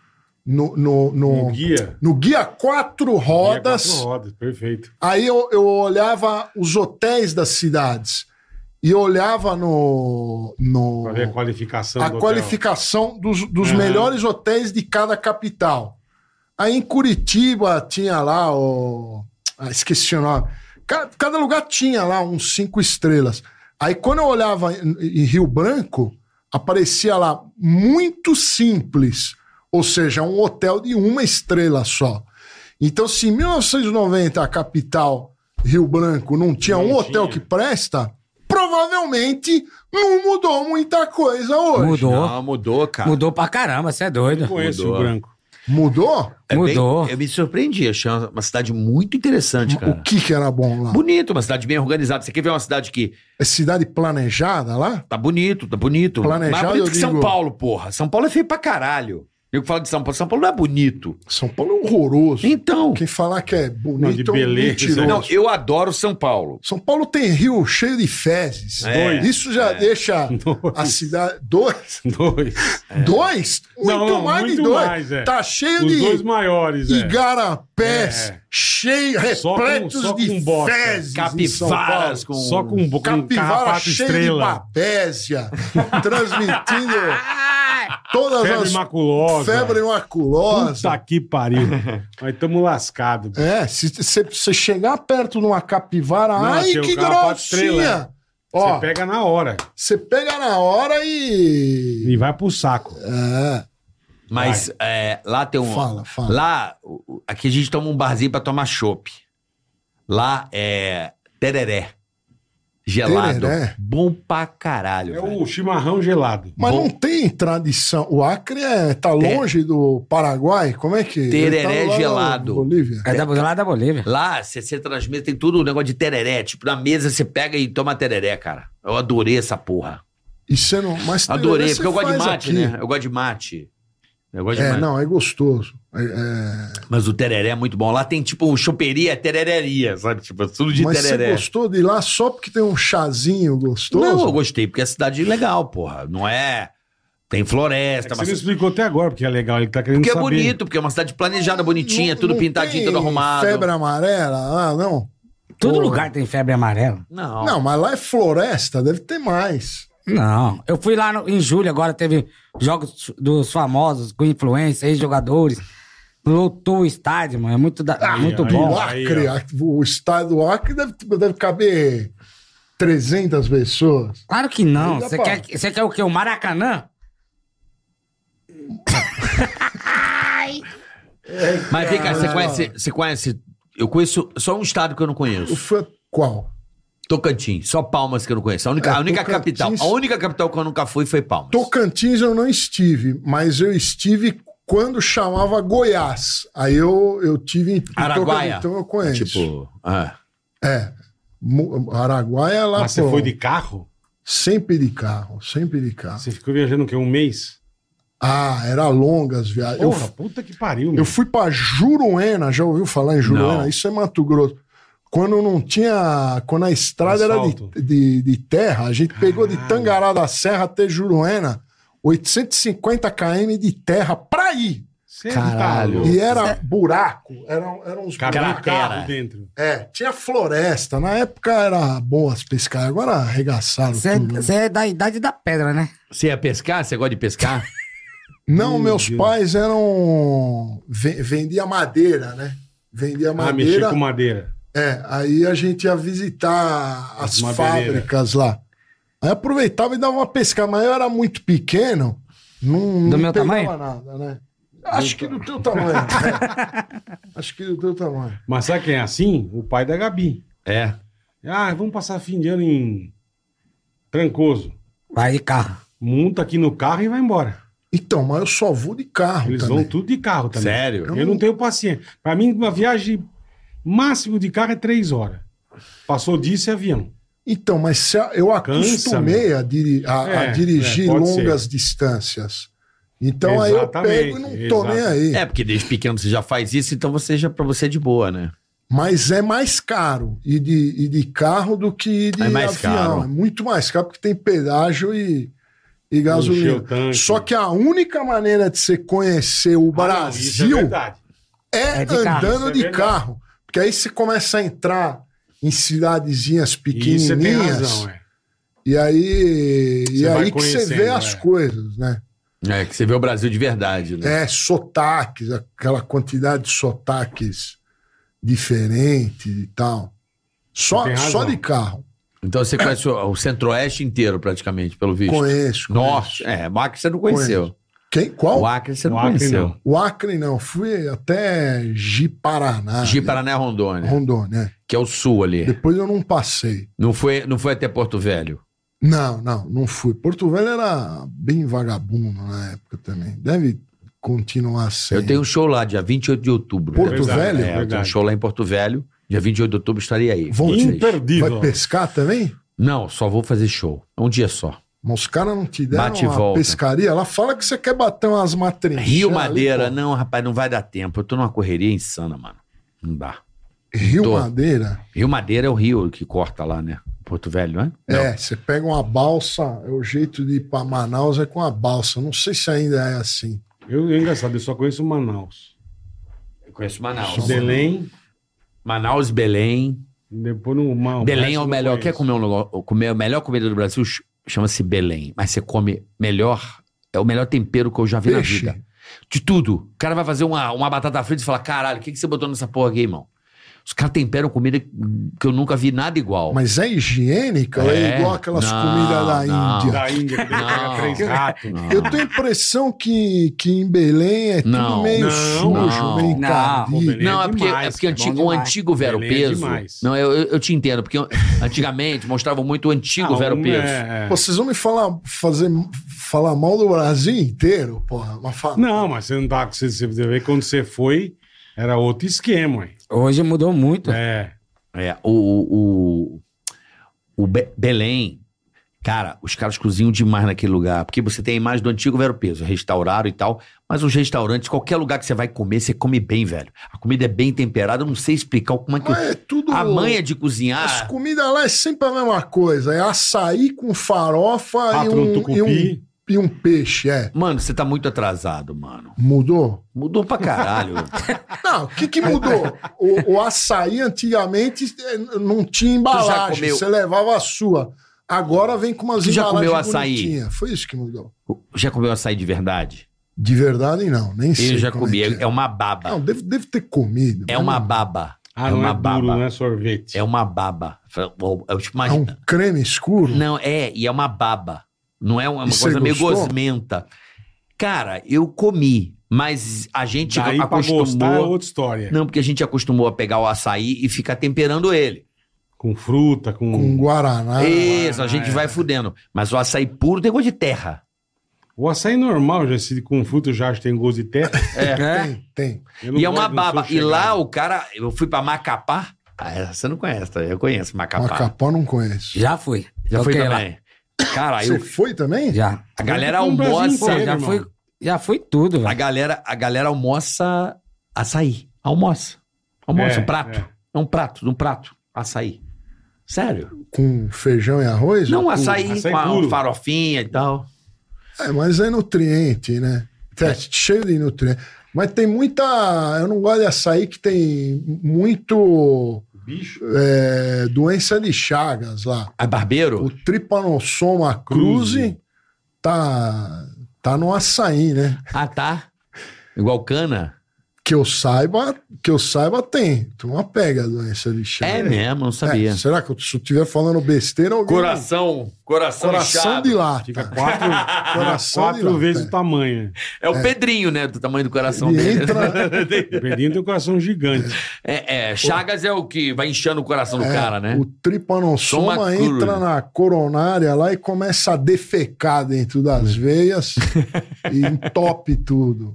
No, no, no, Um guia. no Guia Quatro Rodas. Guia, quatro rodas, perfeito. Aí eu, eu olhava os hotéis das cidades. E eu olhava no. no Pra ver a qualificação a do hotel. Uhum. qualificação dos, dos Aham. melhores hotéis de cada capital. Aí em Curitiba tinha lá o. ah, esqueci o nome. Ca- Cada, lugar tinha lá uns cinco estrelas. Aí quando eu olhava em, em Rio Branco, aparecia lá muito simples, ou seja, um hotel de uma estrela só. Então, se em 1990 a capital Rio Branco não tinha Não um hotel tinha. que presta, provavelmente não mudou muita coisa hoje. Mudou. Não, mudou, cara. Mudou pra caramba, você é Eu doido. conheço Mudou. o branco. Mudou? É bem- Mudou. eu me surpreendi, achei uma uma cidade muito interessante, cara. O que que era bom lá? Bonito, uma cidade bem organizada. Você quer ver uma cidade que É cidade planejada lá? tá bonito, tá bonito. Planejado, mais bonito eu que São digo. Paulo, porra. São Paulo é feio pra caralho. Eu que falo de São Paulo. São Paulo não é bonito. São Paulo é horroroso. Então, Quem falar que é bonito Não, de é um beleza, né? mentiroso. não, eu adoro São Paulo. São Paulo tem rio cheio de fezes. É, Isso já deixa Dois. a cidade... Dois? Dois. Dois? Muito Não, não, mais de muito dois. mais, é. Tá cheio Os de dois maiores, é. igarapés, É. cheio, Só com- repletos só de com bosta. fezes em São Paulo. Capivaras com... Só com um bocão Capivara carrapato cheio de estrela. babésia, transmitindo Ah! todas Febre as maculosa. febre maculosa. Puta que pariu. Nós estamos lascados. bicho. É, se você chegar perto de uma capivara, Não, ai tem um o que carrapato grossinha! estrela. Ó, né? Você pega na hora você pega... na hora e. e vai pro saco. É, Mas é, lá tem um... fala, fala. Lá, o- o- aqui a gente toma um barzinho pra tomar chopp. Lá é tereré. Gelado. Tereré? Bom pra caralho, É velho. o chimarrão gelado. É Mas Bom. não tem tradição. O Acre é, tá longe do Paraguai? Como é que. Tereré Ele tá lá na gelado. Bolívia. É da, lá da Bolívia. Lá, você senta nas mesas, tem tudo um negócio de tereré. Tipo, na mesa você pega e toma tereré, cara. Eu adorei essa porra. E você não. Mas tereré Adorei, você porque eu gosto de faz mate, aqui. né? Eu gosto de mate. Eu gosto de É, mate. não, é gostoso. É, é, Mas o tereré é muito bom. Lá tem tipo choperia, terereria, sabe? Tipo, é tudo de Mas você tereré. gostou de ir lá só porque tem um chazinho gostoso? Não, eu gostei, porque a cidade é legal, porra. Não é. Tem É que você floresta, Tá, mas. não explicou até agora porque é legal. Ele tá querendo Porque é saber. bonito, porque é uma cidade planejada, bonitinha, Não- tudo não pintadinho, tem tudo arrumado. Febre amarela lá, não? Todo Pô. lugar tem febre amarela. Não. Não, mas lá é floresta, deve ter mais. Não. Eu fui lá no- em julho, agora teve jogos dos famosos, com influência, ex-jogadores. Lotou o estádio, mano. É muito, da- Ah, muito aí, bom. o aí, Acre, o estado do Acre deve, deve caber 300 pessoas. Claro que não. Aí dá Você pra- quer, você quer o quê? O Maracanã? Mas vem cá, você Ah. conhece, você conhece. Eu conheço só um estado que eu não O conheço. fã, qual? Tocantins. Só Palmas que eu não conheço. A única, É, a única Tocantins- capital. A única capital que eu nunca fui foi Palmas. Tocantins eu não estive, mas eu estive quando chamava Goiás. Aí eu, eu tive em em Araguaia. Tocantins, então eu conheço. Tipo. ah. É. Mu- Araguaia lá, Mas você Ah, pô, foi de carro? sempre de carro, sempre de carro. Você ficou viajando o quê? Um mês? Ah, era longa as viagens. Eu Porra, puta que pariu, meu. Eu fui pra Juruena, já ouviu falar em Juruena? Não. Isso é Mato Grosso. Quando não tinha. Quando a estrada Asfalto. era de, de, de terra, a gente pegou de Tangará da Serra até Juruena, 850 km de terra pra ir. Cê Caralho. louco. E era buraco, eram, eram uns Cabia um buracos. carro dentro. É, tinha floresta. Na época era boa as pescar, agora arregaçaram Uhum. tudo. né? Você é da idade da pedra, né? Você ia pescar? Você gosta de pescar? Não, meus Deus. pais eram. ve- Vendia madeira, né? Vendia Ah, mexer madeira. com madeira. É, aí a gente ia visitar As as madeireiras. fábricas lá. Aí aproveitava e dava uma pescada, mas eu era muito pequeno, não, não meu pegava tamanho? nada, né? Acho que do teu tamanho. né? Acho que do teu tamanho. Mas sabe quem é assim? O pai da Gabi. é. Ah, vamos passar fim de ano em Trancoso. Vai de carro. Monta aqui no carro e vai embora. Então, mas eu só vou de carro Eles Ah, também. vão tudo de carro também. Sério? Eu não tenho paciência. Pra mim, uma viagem máximo de carro é três horas. Passou disso é avião. Então, mas se a- eu Cansa, acostumei a, diri- a- a É, é, dirigir pode longas distâncias. Então aí eu pego e não tô Exatamente, nem aí. É, porque desde pequeno você já faz isso, então você já, pra você é de boa, né? Mas é mais caro ir de, ir de carro do que ir de É mais avião. caro. É muito mais caro porque tem pedágio e, e Encher o gasolina. tanque. Só que a única maneira de você conhecer Ah, o não, isso é Brasil verdade. é, É de carro. andando Isso é de verdade. carro. Porque aí você começa a entrar em cidadezinhas E pequenininhas. Você tem é razão, é. E aí, e Você vai aí que você vê conhecendo, as é. coisas, né? É, que você vê o Brasil de verdade, né? É, sotaques, aquela quantidade de sotaques diferentes e tal. Você Só, tem só razão. de carro. Então você conhece o, o centro-oeste inteiro, praticamente, pelo visto. Conheço. Norte. É, o Acre você não conheceu. Quem? O Qual? Acre você não O Acre conheceu. não. O Acre não. Fui até Jiparaná. né? De Paraná e Rondônia, Rondônia. é. que é o sul ali. Depois eu não passei. Não foi, não foi até Porto Velho. Não, não, não fui. Porto Velho era bem vagabundo na época também. Deve continuar sendo. Eu tenho um show lá, dia 28 de outubro. Porto Verdade, Velho? É, eu tenho um show lá em Porto Velho. Dia 28 de outubro estarei aí. Vão- Vocês. Imperdível. Vai pescar também? Não, só vou fazer show. Um dia só. Mas os caras não te deram Bate e uma volta. pescaria? Ela fala que você quer bater umas matrinhas. Rio ali, Madeira. pô. não, rapaz, não vai dar tempo. Eu tô numa correria insana, mano. Não dá. Rio Tô. Madeira? Rio Madeira é o rio que corta lá, né? Porto Velho, não é? É, você pega uma balsa, é o jeito de ir pra Manaus é com a balsa. Não sei se ainda é assim. Eu, é engraçado, eu só conheço Manaus. Eu conheço Manaus. Belém, Manaus, Belém. depois no mal. Belém é o melhor. Quer comer, um lugar, comer a melhor comida do Brasil? Ch- Chama-se Belém. Mas você come melhor. É o melhor tempero que eu já vi na vida. Peixe. De tudo. O cara vai fazer uma, uma batata frita e fala: caralho, o que, que você botou nessa porra aqui, irmão? Os caras temperam comida que eu nunca vi nada igual. Mas é higiênica? Ou É? É, igual aquelas Não, comidas da não. Índia. Da Índia, que Não. pega três ratos. Não. Eu tenho a impressão que, que em Belém é Não. tudo meio Não, sujo, não. meio Não. encardido. Não, É é porque, demais, é porque é antigo- bom o demais. antigo vero Belém é peso. demais. não, eu, eu, eu te entendo, porque antigamente mostravam muito o antigo Ah, vero um peso. é- é. Pô, Vocês vão me falar, fazer, falar mal do Brasil inteiro, porra. Mas fala, Não, mas você não tá. Você, você vê quando você foi, era outro esquema, hein? Hoje mudou Ah, muito. É. É, o, o, o, o Be- Belém, cara, os caras cozinham demais naquele lugar. Porque você tem a imagem do antigo Vero Peso, restauraram e tal. Mas os restaurantes, qualquer lugar que você vai comer, você come bem, velho. A comida é bem temperada, eu não sei explicar como é que. mas é tudo... a manha de As cozinhar. comidas lá é sempre a mesma coisa. É açaí com farofa e Pato Ah, no um, e, um, tucupi. e um peixe, é. Mano, você tá muito atrasado, mano. Mudou? Mudou pra caralho. Não, o que, que mudou? O, o açaí antigamente eh, não tinha Tu já embalagem, comeu- você levava a sua. Agora vem com umas Tu já embalagens comeu açaí? bonitinhas. Foi isso que mudou. já comeu açaí de verdade? De verdade, não. Nem sei. Eu já como é comi. que É, é. uma baba. Não, deve, deve ter comido. É mas uma não- baba. Ah, é não uma é duro, não baba. é sorvete. É uma baba. Eu te É um imagino. creme escuro? Hum. Não, é, e é uma baba. Não é uma E cê coisa meio gostou? gosmenta. Cara, eu comi, mas a gente Daí pra gostar é um acostumou. outra história. Não, porque a gente acostumou a pegar o açaí e ficar temperando ele. Com fruta, com. Com guaraná. Isso, a gente é. vai fudendo. Mas o açaí puro tem gosto de terra. O açaí é normal, já se com fruta, eu já acho que tem gosto de terra. É. Tem, tem. Eu não E é uma gosto, não sou baba. E chegado. lá o cara, eu fui pra Macapá. Ah, essa você não conhece, tá? eu conheço Macapá. Macapó não conheço. Já fui. Já foi Toquei também. Cara, Você eu, foi também? Já. a galera Tem um Brasil almoça. inteiro, já irmão. fui- Já fui tudo, A velho. galera, a galera almoça açaí. Almoça. Almoça, É, um prato. é. É. um prato, um prato. Açaí. Sério? Com feijão e arroz? Não Ou- açaí, um açaí com a puro. farofinha e tal. É, mas é nutriente, né? Tá cheio de nutriente. Mas tem muita. Eu não gosto de açaí que tem muito Bicho. é, doença de Chagas lá. A Ah, barbeiro? O Trypanosoma cruzi tá, tá no açaí, né? Ah, tá. Igual cana? Que eu saiba, que eu saiba tem. Tu não pega a doença de Chagas. É mesmo, não sabia. É, será que eu se eu estiver falando besteira, alguém... Coração, coração, coração inchado. de lata. Fica quatro, Coração de quatro lata, vezes é. o tamanho. É o Pedrinho, né? Do tamanho do coração E dele. entra- O Pedrinho tem um coração gigante. É, é, Chagas é o que vai inchando o coração do É, cara, né? O tripanossoma Soma entra cruz. na coronária lá e começa a defecar dentro das Hum. veias e entope tudo.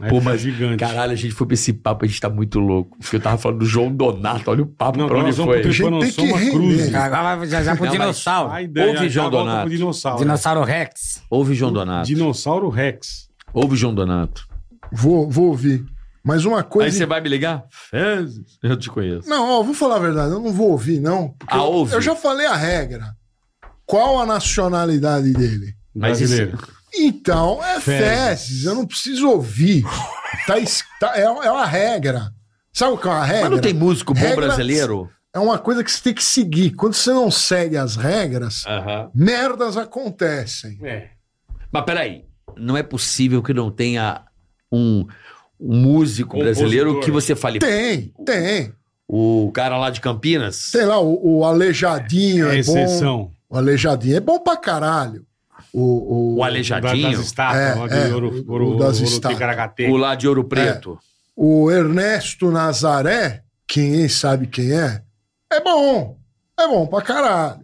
Aí Pô, fica mas- gigante. Caralho, a gente foi pra esse papo, a gente tá muito louco. Porque eu tava falando do João Donato, olha o papo Não, pra onde nós vamos foi. pro gente tem que Trypanosoma render. cruzi. Agora vai já, já pro Não, mas- dinossauro. A ideia Ouve, já João volta Donato. pro dinossauro. Dinossauro Rex. Ouve João Donato. Dinossauro Rex. Ouve João Donato. Vou, vou ouvir. Mas uma Aí coisa. você vai me ligar? Fezes. Eu te conheço. Não, ó, vou falar a verdade, eu não vou ouvir, não. porque Ah, eu- ouve. Eu já falei a regra. Qual a nacionalidade dele? Mas isso- Brasileiro. Então, é Fezes. fezes, eu não preciso ouvir. Tá, es- tá- é, é uma regra. Sabe o que é uma regra? Mas não tem músico bom Regra- brasileiro? É uma coisa que você tem que seguir. Quando você não segue as regras, Aham. merdas acontecem. É. Mas peraí, não é possível que não tenha um, um músico Compositor. brasileiro que você fale. Tem, tem. O cara lá de Campinas? Sei lá, o, o Aleijadinho é, É bom. exceção. O Aleijadinho é bom pra caralho. O, O o, Da- Das Aleijadinho? estátuas, É, lá de é, ouro, o- ouro, o das ouro estátuas. Ticaracatê. O lá de É. Ouro Preto? o Ernesto Nazaré, quem sabe quem é, é bom. É bom pra caralho.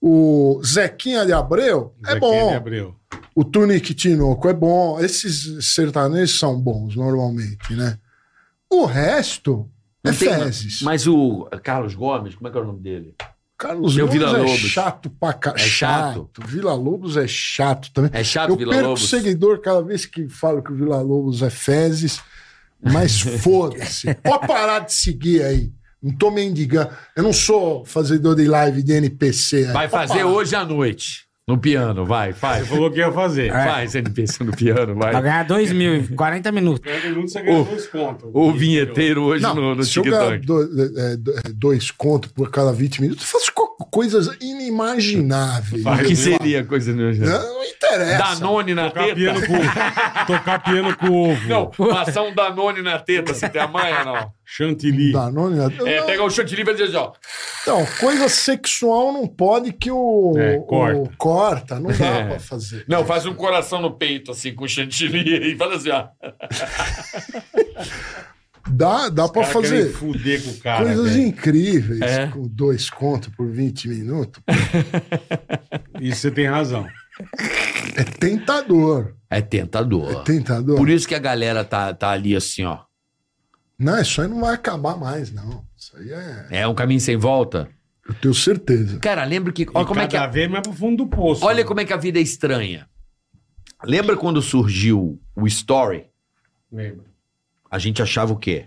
O Zequinha de Abreu é Zequinha bom. de Abreu. O Tunique Tinoco é bom. Esses sertanejos são bons, normalmente, né? O resto é Não tem- fezes. Mas o Carlos Gomes, como é que é o nome dele? Carlos Tem o Lobos Vila é Lobos. chato pra É caralho. chato. Vila Lobos é chato também. É chato Eu Vila perco Lobos? seguidor cada vez que falo que o Vila Lobos é fezes, mas foda-se. Pode parar de seguir aí. Não tô mendigando. Eu não sou fazedor de live de NPC. aí. Vai Pode fazer parar. hoje à noite. No piano, vai, Você faz. falou que ia fazer. Faz NPC no piano, É, Vai vai. ganhar 2 mil em 40 minutos. Perde muito, você ganha O- dois pontos. O vinheteiro hoje Não, no, no se eu ganhar TikTok. dois, é, do- é, dois contos por cada 20 minutos, eu faço co- coisas inimagináveis. O que seria coisa Não, nenhuma? não É interessa. Danone na Tocar teta? piano com, tocar piano com ovo. Não, passar um Danone na teta, você tem a manha, não? Chantilly. Danone, não. É, pega o chantilly e vai dizer ó. Então, coisa sexual não pode que o. É, o- corta. corta, não dá É. pra fazer. Não, faz um coração no peito, assim, com chantilly e fala assim, ó. Dá, dá pra Os caras querem fazer fuder com o cara. coisas assim. velho. incríveis É. com dois contos por 20 minutos. Isso você tem razão. É tentador. É tentador. Tentador. Por isso que a galera tá, tá ali assim, ó. Não, isso aí não vai acabar mais, não. Isso aí é. É um caminho sem volta. Eu tenho certeza. Cara, lembra que. Olha Olha como é que cada a vez mais pro fundo do poço. Olha como é que a vida é estranha. Lembra quando surgiu o Story? Lembra. A gente achava o quê?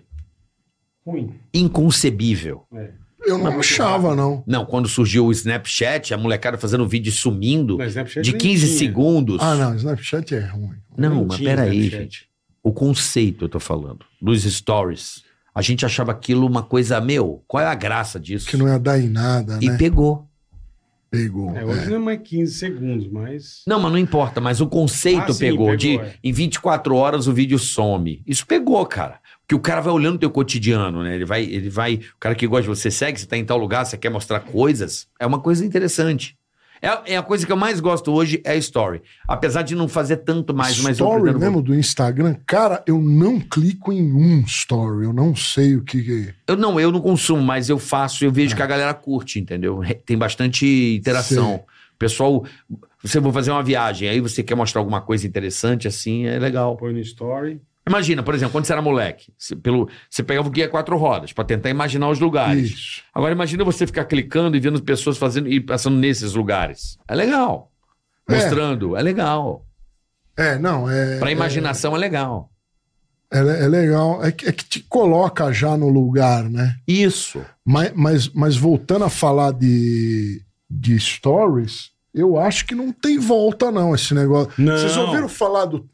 Ruim. Inconcebível. É. Eu não achava, não. Não, quando surgiu o Snapchat, a molecada fazendo vídeo sumindo Mas é Snapchat de nem 15 tinha. segundos. Ah, não, Snapchat é ruim. Não, Nem mas tinha peraí, Snapchat. gente. O conceito, eu tô falando, dos stories. A gente achava aquilo uma coisa, meu, qual é a graça disso? Que não ia dar em nada, E né? pegou. Pegou. É, hoje é. não é mais 15 segundos, mas. Não, mas não importa, mas o conceito Ah, sim, pegou, pegou, de é. em 24 horas o vídeo some. Isso pegou, cara. Porque o cara vai olhando o teu cotidiano, né? Ele vai, ele vai, o cara que gosta de você segue, você tá em tal lugar, você quer mostrar coisas, é uma coisa interessante. É, é a coisa que eu mais gosto hoje é a story. Apesar de não fazer tanto mais, mas eu story né, pretendo- mesmo do Instagram, cara, eu não clico em um story. Eu não sei o que. que... é eu não, eu não consumo, mas eu faço, eu Ah. vejo que a galera curte, entendeu? Re- Tem bastante interação. Sim. O Pessoal, você vai fazer uma viagem, aí você quer mostrar alguma coisa interessante assim, é legal. Põe no story. Imagina, por exemplo, quando você era moleque, você, pelo, você pegava o guia quatro rodas pra tentar imaginar os lugares. Isso. Agora imagina você ficar clicando e vendo pessoas fazendo e passando nesses lugares. É legal. É. Mostrando, é, legal. É, não, é. Pra imaginação é legal. É, é legal. É que, é que te coloca já no lugar, né? Isso. Mas, mas, mas voltando a falar de, de stories, Eu acho que não tem volta, não, esse negócio. Não. Vocês ouviram falar do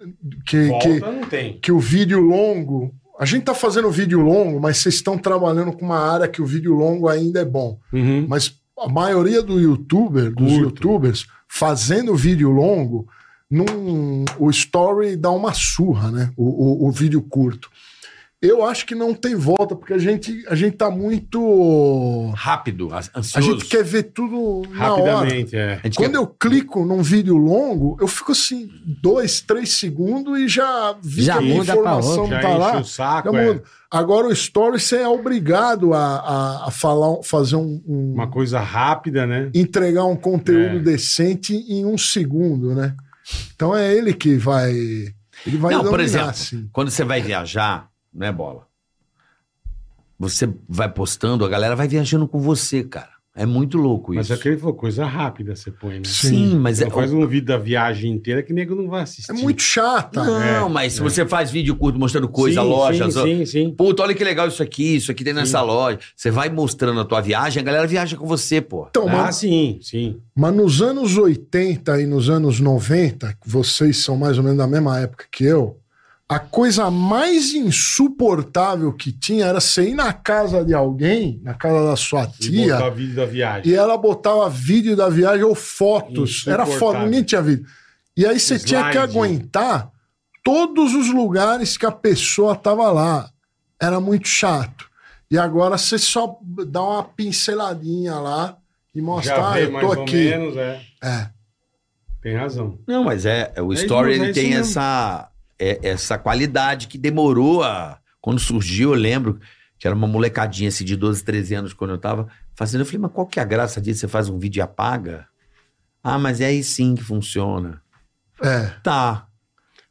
que, que, Volta não tem. que o vídeo longo. A gente tá fazendo vídeo longo, mas vocês estão trabalhando com uma área que o vídeo longo ainda é bom. Uhum. Mas a maioria do youtuber, dos Curto. youtubers, fazendo vídeo longo, num, o story dá uma surra, né? O, o- o vídeo curto. Eu acho que não tem volta, porque a gente, a gente tá muito. Rápido, as- A ansioso. gente quer ver tudo na hora. Rapidamente, é. A gente Quando eu clico num vídeo longo, eu fico assim, dois, três segundos e já vi Já que a muda pra informação Já tá enche lá. o saco, Já é. muda. Agora o story você é obrigado a, a, a falar, fazer um, um- Uma coisa rápida, né? entregar um É. conteúdo decente em um segundo, né? Então é ele que vai. Ele vai Não, por dominar, exemplo, assim. Quando você vai viajar, não é bola? Você vai postando, a galera vai viajando com você, cara. É muito louco Mas isso. é que ele falou, coisa rápida você põe, né? Sim. Sim, mas Você é. não faz um vídeo da viagem inteira que nego não vai assistir. É muito chata. Não, É, mas se é. você faz vídeo curto mostrando coisa, Sim, lojas. Sim, sim, sim. Puta, olha que legal isso aqui, isso aqui tem nessa loja. Você vai mostrando a tua viagem, a galera viaja com você, pô. Então, Ah, mas, sim, sim. mas nos anos 80 e nos anos 90, que vocês são mais ou menos da mesma época que eu, a coisa mais insuportável que tinha era você ir na casa de alguém, na casa da sua E tia, botar vídeo da viagem. E ela botava vídeo da viagem ou fotos. Era Insuportável. foto, ninguém tinha vídeo. E aí você Slide. tinha que aguentar todos os lugares que a pessoa tava lá. Era muito chato. E agora você só dá uma pinceladinha lá e mostra, Já ah, vê eu mais tô ou aqui. menos, é. É. Tem razão. Não, mas é, é o É, story mas é ele isso tem mesmo. essa é- essa qualidade que demorou a quando surgiu, eu lembro que era uma molecadinha assim de 12, 13 anos quando eu tava fazendo, eu falei, mas qual que é a graça disso? Você faz um vídeo e apaga? Ah, mas é aí sim que funciona. É. Tá.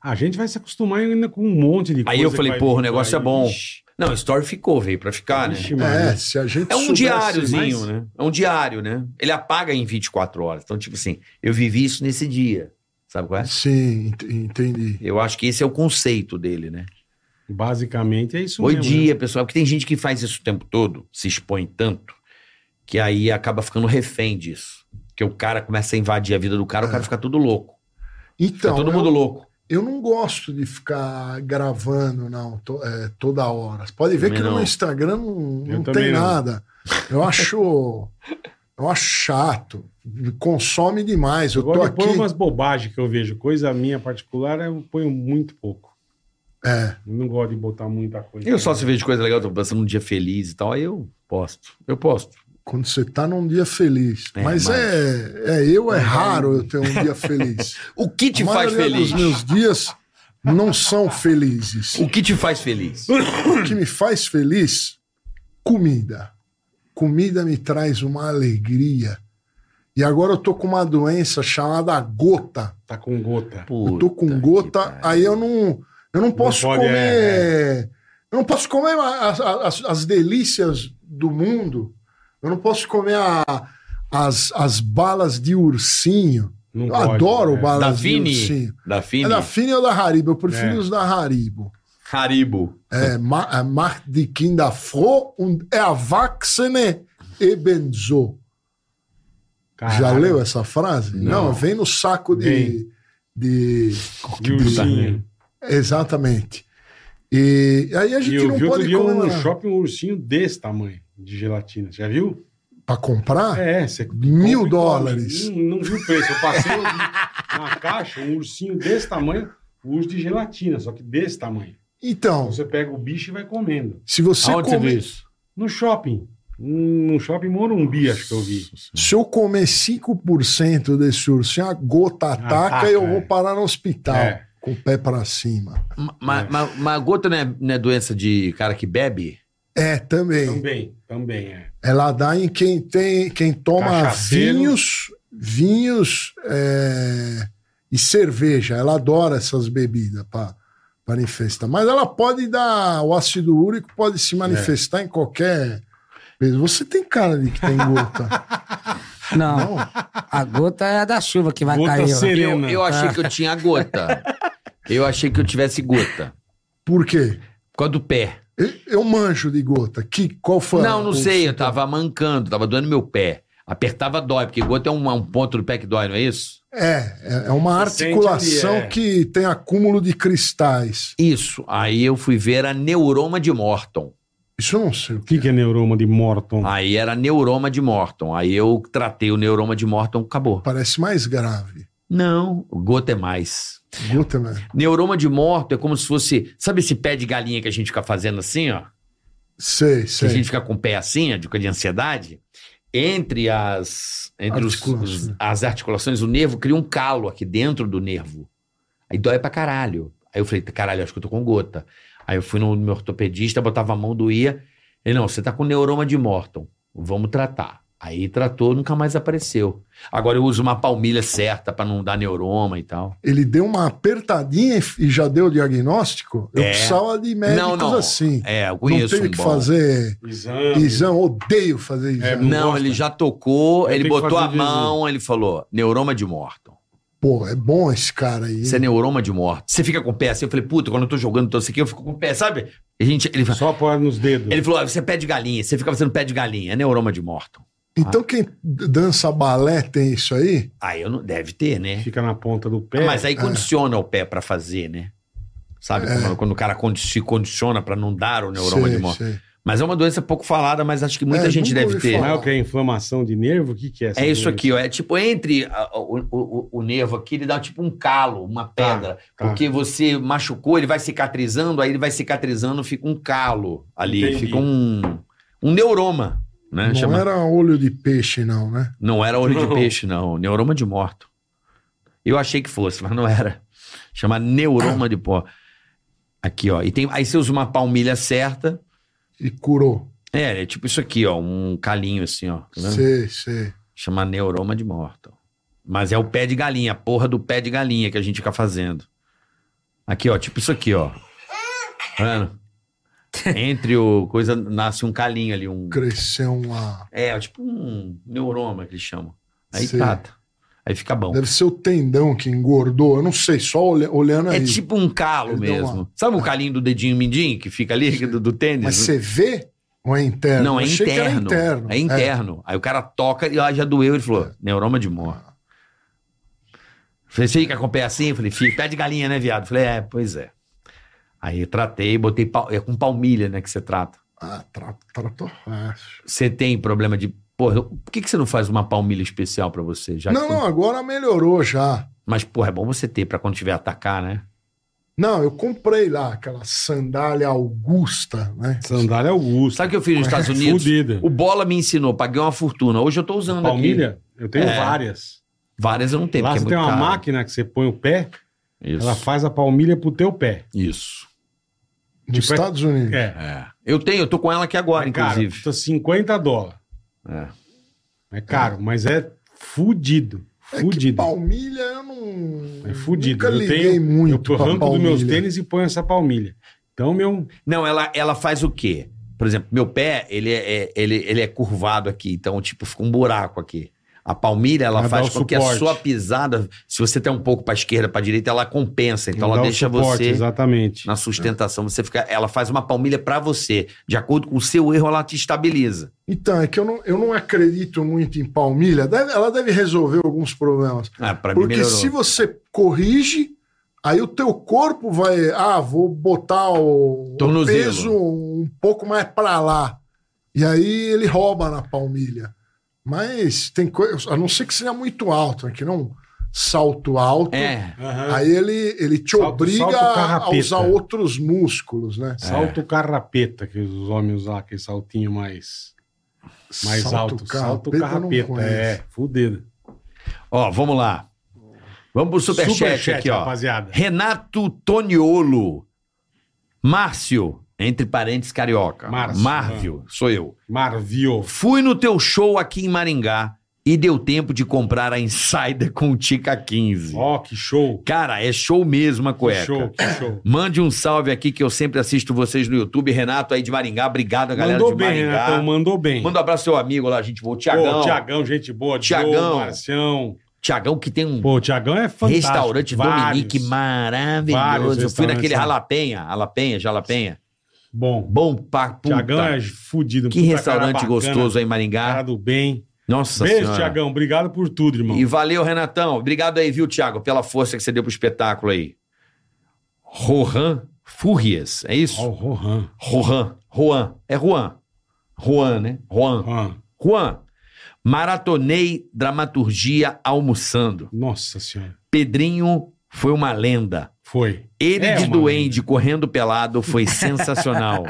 A gente vai se acostumar ainda com um monte de coisa. Aí eu que falei, vai porra, o vir negócio é aí. bom. Ixi, Não, o story ficou, veio pra ficar, né? ixi, mano. É, se a gente É um soubesse diáriozinho, mais- né? É um diário, né? Ele apaga em 24 horas. Então, tipo assim, eu vivi isso nesse dia. Sabe qual é? Sim, ent- entendi. Eu acho que esse é o conceito dele, né? Basicamente é isso Bom mesmo. né? dia, pessoal. Porque tem gente que faz isso o tempo todo, se expõe tanto, que aí acaba ficando refém disso. Porque o cara começa a invadir a vida do cara, o cara fica tudo louco. Fica Então, Tá todo É. eu- mundo louco. Eu não gosto de ficar gravando, não, to- é, toda hora. Você Pode ver Também que no não. meu Instagram não, Eu não também tem não. nada. Eu acho. Eu acho chato. Consome demais. Eu Agora tô eu aqui. ponho umas bobagens que eu vejo. Coisa minha particular, eu ponho muito pouco. É, Eu não gosto de botar muita coisa. Eu só se vejo coisa legal, tô passando um dia feliz e tal, aí eu posto. Eu posto. quando você tá num dia feliz. É, mas mas- é, é. Eu é raro eu ter um dia feliz. O que te A faz maioria feliz? Dos meus dias não são felizes. O que te faz feliz? O que me faz feliz? Comida. Comida me traz uma alegria. E agora eu tô com uma doença chamada gota. Tá com gota. Eu tô com Puta que gota, pariu. aí eu não, eu não posso pode, comer. é, Eu não posso comer as, as- as delícias do mundo. Eu não posso comer a- as, as balas de ursinho. Não Eu pode, adoro né? balas Da de Vini? ursinho. Da Vini? É da Fini ou da Haribo? Eu prefiro É. os da Haribo. Haribo. É, ma, a Macht die Kinder froh und erwachsene ebenso. Caralho. Já leu essa frase? Não, vem no saco de. Vem. tipo de De ursinho. exatamente. E aí a E gente eu não vi outro pode dia comer um nada. shopping um ursinho desse tamanho, de gelatina. Já viu? pra comprar. É, você Ah, Mil compra e dólares. come. Hum, Não, não viu o preço. Eu passei um na caixa um ursinho desse tamanho, urso de gelatina, só que desse tamanho. Então, Você pega o bicho e vai comendo. se você Aonde você viu comer, isso? No shopping. Num shopping Morumbi, acho que eu vi. se eu comer 5% desse ursinho, a gota ataca, Ataca, e eu é. vou parar no hospital É. com o pé pra cima. Ma- ma- ma- Mas gota não é, não é doença de cara que bebe? É, também. Também, também, é. Ela dá em quem tem, quem toma Cachaceiro. vinhos, vinhos é, e cerveja. Ela adora essas bebidas para manifestar. Mas ela pode dar o ácido úrico, pode se manifestar É. em qualquer. Você tem cara de que tem gota. Não. A gota é a da chuva que vai Gota cair. ó. seca. Eu, Helena. eu achei que eu tinha gota. Eu achei que eu tivesse gota. Por quê? Por causa do pé. Eu- Eu manjo de gota. Que, qual foi? a- Não, não o- sei, eu tava mancando, tava doendo meu pé. Apertava dói, porque gota é um, um ponto do pé que dói, não é isso? É, é- é uma Você articulação sente ali, é. que tem acúmulo de cristais. Isso. Aí eu fui ver a neuroma de Morton. Isso eu não sei. O que, que é neuroma de Morton? Aí era neuroma de Morton. Aí eu tratei o neuroma de Morton, acabou. Parece mais grave. né? Não, gota é mais. Gutemann. Neuroma de Morton é como se fosse. Sabe esse pé de galinha que a gente fica fazendo assim, ó? Sei, Se a sei. gente fica com o pé assim, ó, de, de ansiedade, entre as entre os- Articulações. os- as articulações, o nervo cria um calo aqui dentro do nervo. Aí dói pra caralho. Aí eu falei, caralho, acho que eu tô com gota. Aí eu fui no meu ortopedista, botava a mão, doía. Ele, não, você tá com neuroma de Morton. Vamos tratar. Aí tratou, nunca mais apareceu. Agora eu uso uma palmilha certa pra não dar neuroma e tal. Ele deu uma apertadinha e- e já deu o diagnóstico? Eu É. precisava de médicos não, não. assim. É, eu Não conheço teve um que bom. fazer Exame. exame, odeio fazer exame. Não Não, gosta? ele já tocou, Eu ele tenho que botou a fazer de mão, ele falou, neuroma de Morton. Pô, é bom esse cara aí. Isso é neuroma de morte. Você fica com o pé assim. Eu falei, puta, quando eu tô jogando, tô assim, eu fico com o pé, sabe? A gente, ele, fa- Só pôr nos dedos. ele falou, ah, você é pé de galinha. Você fica fazendo pé de galinha. É neuroma de morto. Então quem dança balé tem isso aí? Aí eu não... Deve ter, né? Fica na ponta do pé. Mas é é. aí condiciona o pé pra fazer, né? Sabe? Quando, quando o cara condi- se condiciona pra não dar o neuroma Sei, de morte. sei. Mas é uma doença pouco falada, mas acho que muita É, gente nunca deve ouvi ter. né? Não é o que é inflamação de nervo? O que, que é essa É isso doença? aqui, ó. É tipo, entre a- a- o, o- o nervo aqui, ele dá tipo um calo, uma pedra. tá. Porque você machucou, ele vai cicatrizando, aí ele vai cicatrizando, fica um calo ali, Entendi. é fica um, um neuroma, né? Não Chama- era olho de peixe, não, né? não era olho de Não. peixe, não. Neuroma de morto. Eu achei que fosse, mas não era. Chama neuroma de pó. Aqui, ó. E tem, aí você usa uma palmilha certa. E curou. É, é tipo isso aqui, ó. Um calinho assim, ó. Tá vendo? Sei, sei. Chama neuroma de morto. Mas é o pé de galinha, a porra do pé de galinha que a gente fica fazendo. Aqui, ó, tipo isso aqui, ó. Tá vendo? Entre o coisa nasce um calinho ali, um. Cresceu uma. É, tipo um neuroma que eles chamam. Aí Sei. tata. Aí fica bom. Deve ser o tendão que engordou, eu não sei, só olha- olhando É aí. tipo um calo Ele deu mesmo. uma- Sabe o calinho do dedinho mindinho que fica ali, Sim. do, do tênis? Mas você vê ou é interno? Não, Eu é achei que era interno, É interno. Aí o cara toca e ó, já doeu. Ele É. falou, neuroma de morte. Falei, você fica com o pé assim? Eu falei, fica, pé de galinha, né, viado? Eu Falei, é, pois é. Aí eu tratei, botei pau- é com palmilha, né, que você trata. Ah, tra- tratou fácil. Você tem problema de. Porra, por que, que você não faz uma palmilha especial pra você? Já Não, que- não, agora melhorou já. Mas, porra, é bom você ter pra quando tiver a atacar, né? Não, eu comprei lá aquela sandália augusta, né? Sandália Augusta. Sabe o que eu fiz nos Estados É, Unidos? Fudida. O Bola me ensinou, paguei uma fortuna. Hoje eu tô usando aqui. Palmilha, eu tenho É. várias. Várias eu não tenho, Lá porque você é tem muito uma caro. máquina que você põe o pé, Isso. ela faz a palmilha pro teu pé. Isso. Nos Tipo, é- Estados Unidos. É. É. Eu tenho, eu tô com ela aqui agora, É caro, inclusive. custa 50 dólares. É. É caro, mas é fudido. É que Fudido. palmilha eu não. É fudido. Nunca Eu liguei tenho- muito. eu pra arranco dos meus palmilha. tênis e ponho essa palmilha. Então, meu. Não, ela, ela faz o quê? Por exemplo, meu pé, ele é, é- ele, ele é curvado aqui, então, tipo, fica um buraco aqui. A palmilha, ela Ela faz dá o com que a suporte. sua pisada, se você tem um pouco pra esquerda, pra direita, ela compensa. Então, dá ela o deixa suporte, você Exatamente. na sustentação. Você fica, ela faz uma palmilha pra você. De acordo com o seu erro, ela te estabiliza. Então, é que eu não, eu não acredito muito em palmilha. Deve- ela deve resolver alguns problemas. Ah, pra mim, Porque melhorou. se você corrige, aí o teu corpo vai. Ah, vou botar o, o Tornozelo. peso um pouco mais pra lá. E aí ele rouba na palmilha. Mas tem coisa. A não ser que seja muito alto, né? que não salto alto. É. Aham. Aí ele, ele te Salto- obriga salto a carrapeta. É, usar outros músculos, né? Salto É. carrapeta, que os homens usam, aquele saltinho mais, mais alto. Salto eu não carrapeta. conheço. É, fudido. Ó, vamos lá. Vamos pro superchat, aqui, ó. rapaziada. Renato Toniolo. Márcio, entre parênteses carioca. Márcio, né? Márvio, sou eu. Marvio. Fui no teu show aqui em Maringá e deu tempo de comprar a Insider com o Tica 15. Ó, que show. Cara, é show mesmo a Que cueca. show, que show. Mande um salve aqui que eu sempre assisto vocês no YouTube. Renato aí de Maringá, obrigado a galera Mandou de bem, né, Maringá. Renatão, mandou bem. Manda um abraço ao seu amigo lá, gente boa, o Pô, Tiagão. Tiagão, gente boa. Tiagão. Tiagão. Marcião. Tiagão que tem um Pô, o Tiagão é fantástico. restaurante Vários. Dominique maravilhoso. Vários Eu fui naquele restaurantes né? lá. Jalapenha, Alapenha, Jalapenha. Bom, Bom papo. Tiagão é fudido. Que puta restaurante cara bacana, gostoso aí, em Cara Maringá. do bem. Nossa Beijo, senhora. Tiagão. Obrigado por tudo, irmão. E valeu, Renatão. Obrigado aí, viu, Thiago, pela força que você deu pro espetáculo aí. Rohan Furrias, é Ó, isso? o Rohan. Rohan. Juan. É Juan. Juan, né? Juan. Rohan. Juan. Maratonei dramaturgia almoçando. Nossa senhora. Pedrinho foi uma lenda. Foi. Ele É de uma duende correndo pelado foi sensacional.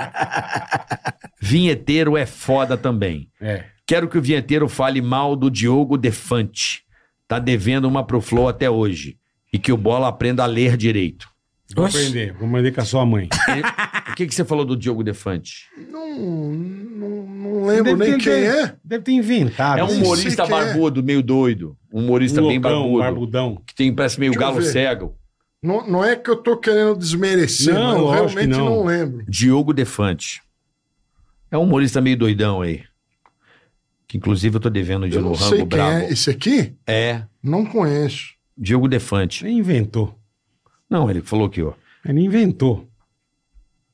Vinheteiro é foda também. É. Quero que o vinheteiro fale mal do Diogo Defante. Tá devendo uma pro Flow até hoje. E que o Bola aprenda a ler direito. Vou Oxi. aprender. Vou aprender com a sua mãe. O que, que você falou do Diogo Defante? Não, não, não Deve lembro nem ter- quem é. Deve ter inventado. é um esse- humorista sei quem é. barbudo, meio doido. Um humorista um bem loucão, barbudo. barbudão. Que tem, parece meio Deixa eu galo ver. cego. Não, não é que eu tô querendo desmerecer, Não, mas eu lógico que realmente não. não. lembro. Diogo Defante. É um humorista meio doidão aí. Que inclusive eu tô devendo de Eu não no sei Rango quem é. Brabo. Esse aqui? É, Não conheço. Diogo Defante. Nem inventou. Não, ele falou que, ó. Ele inventou.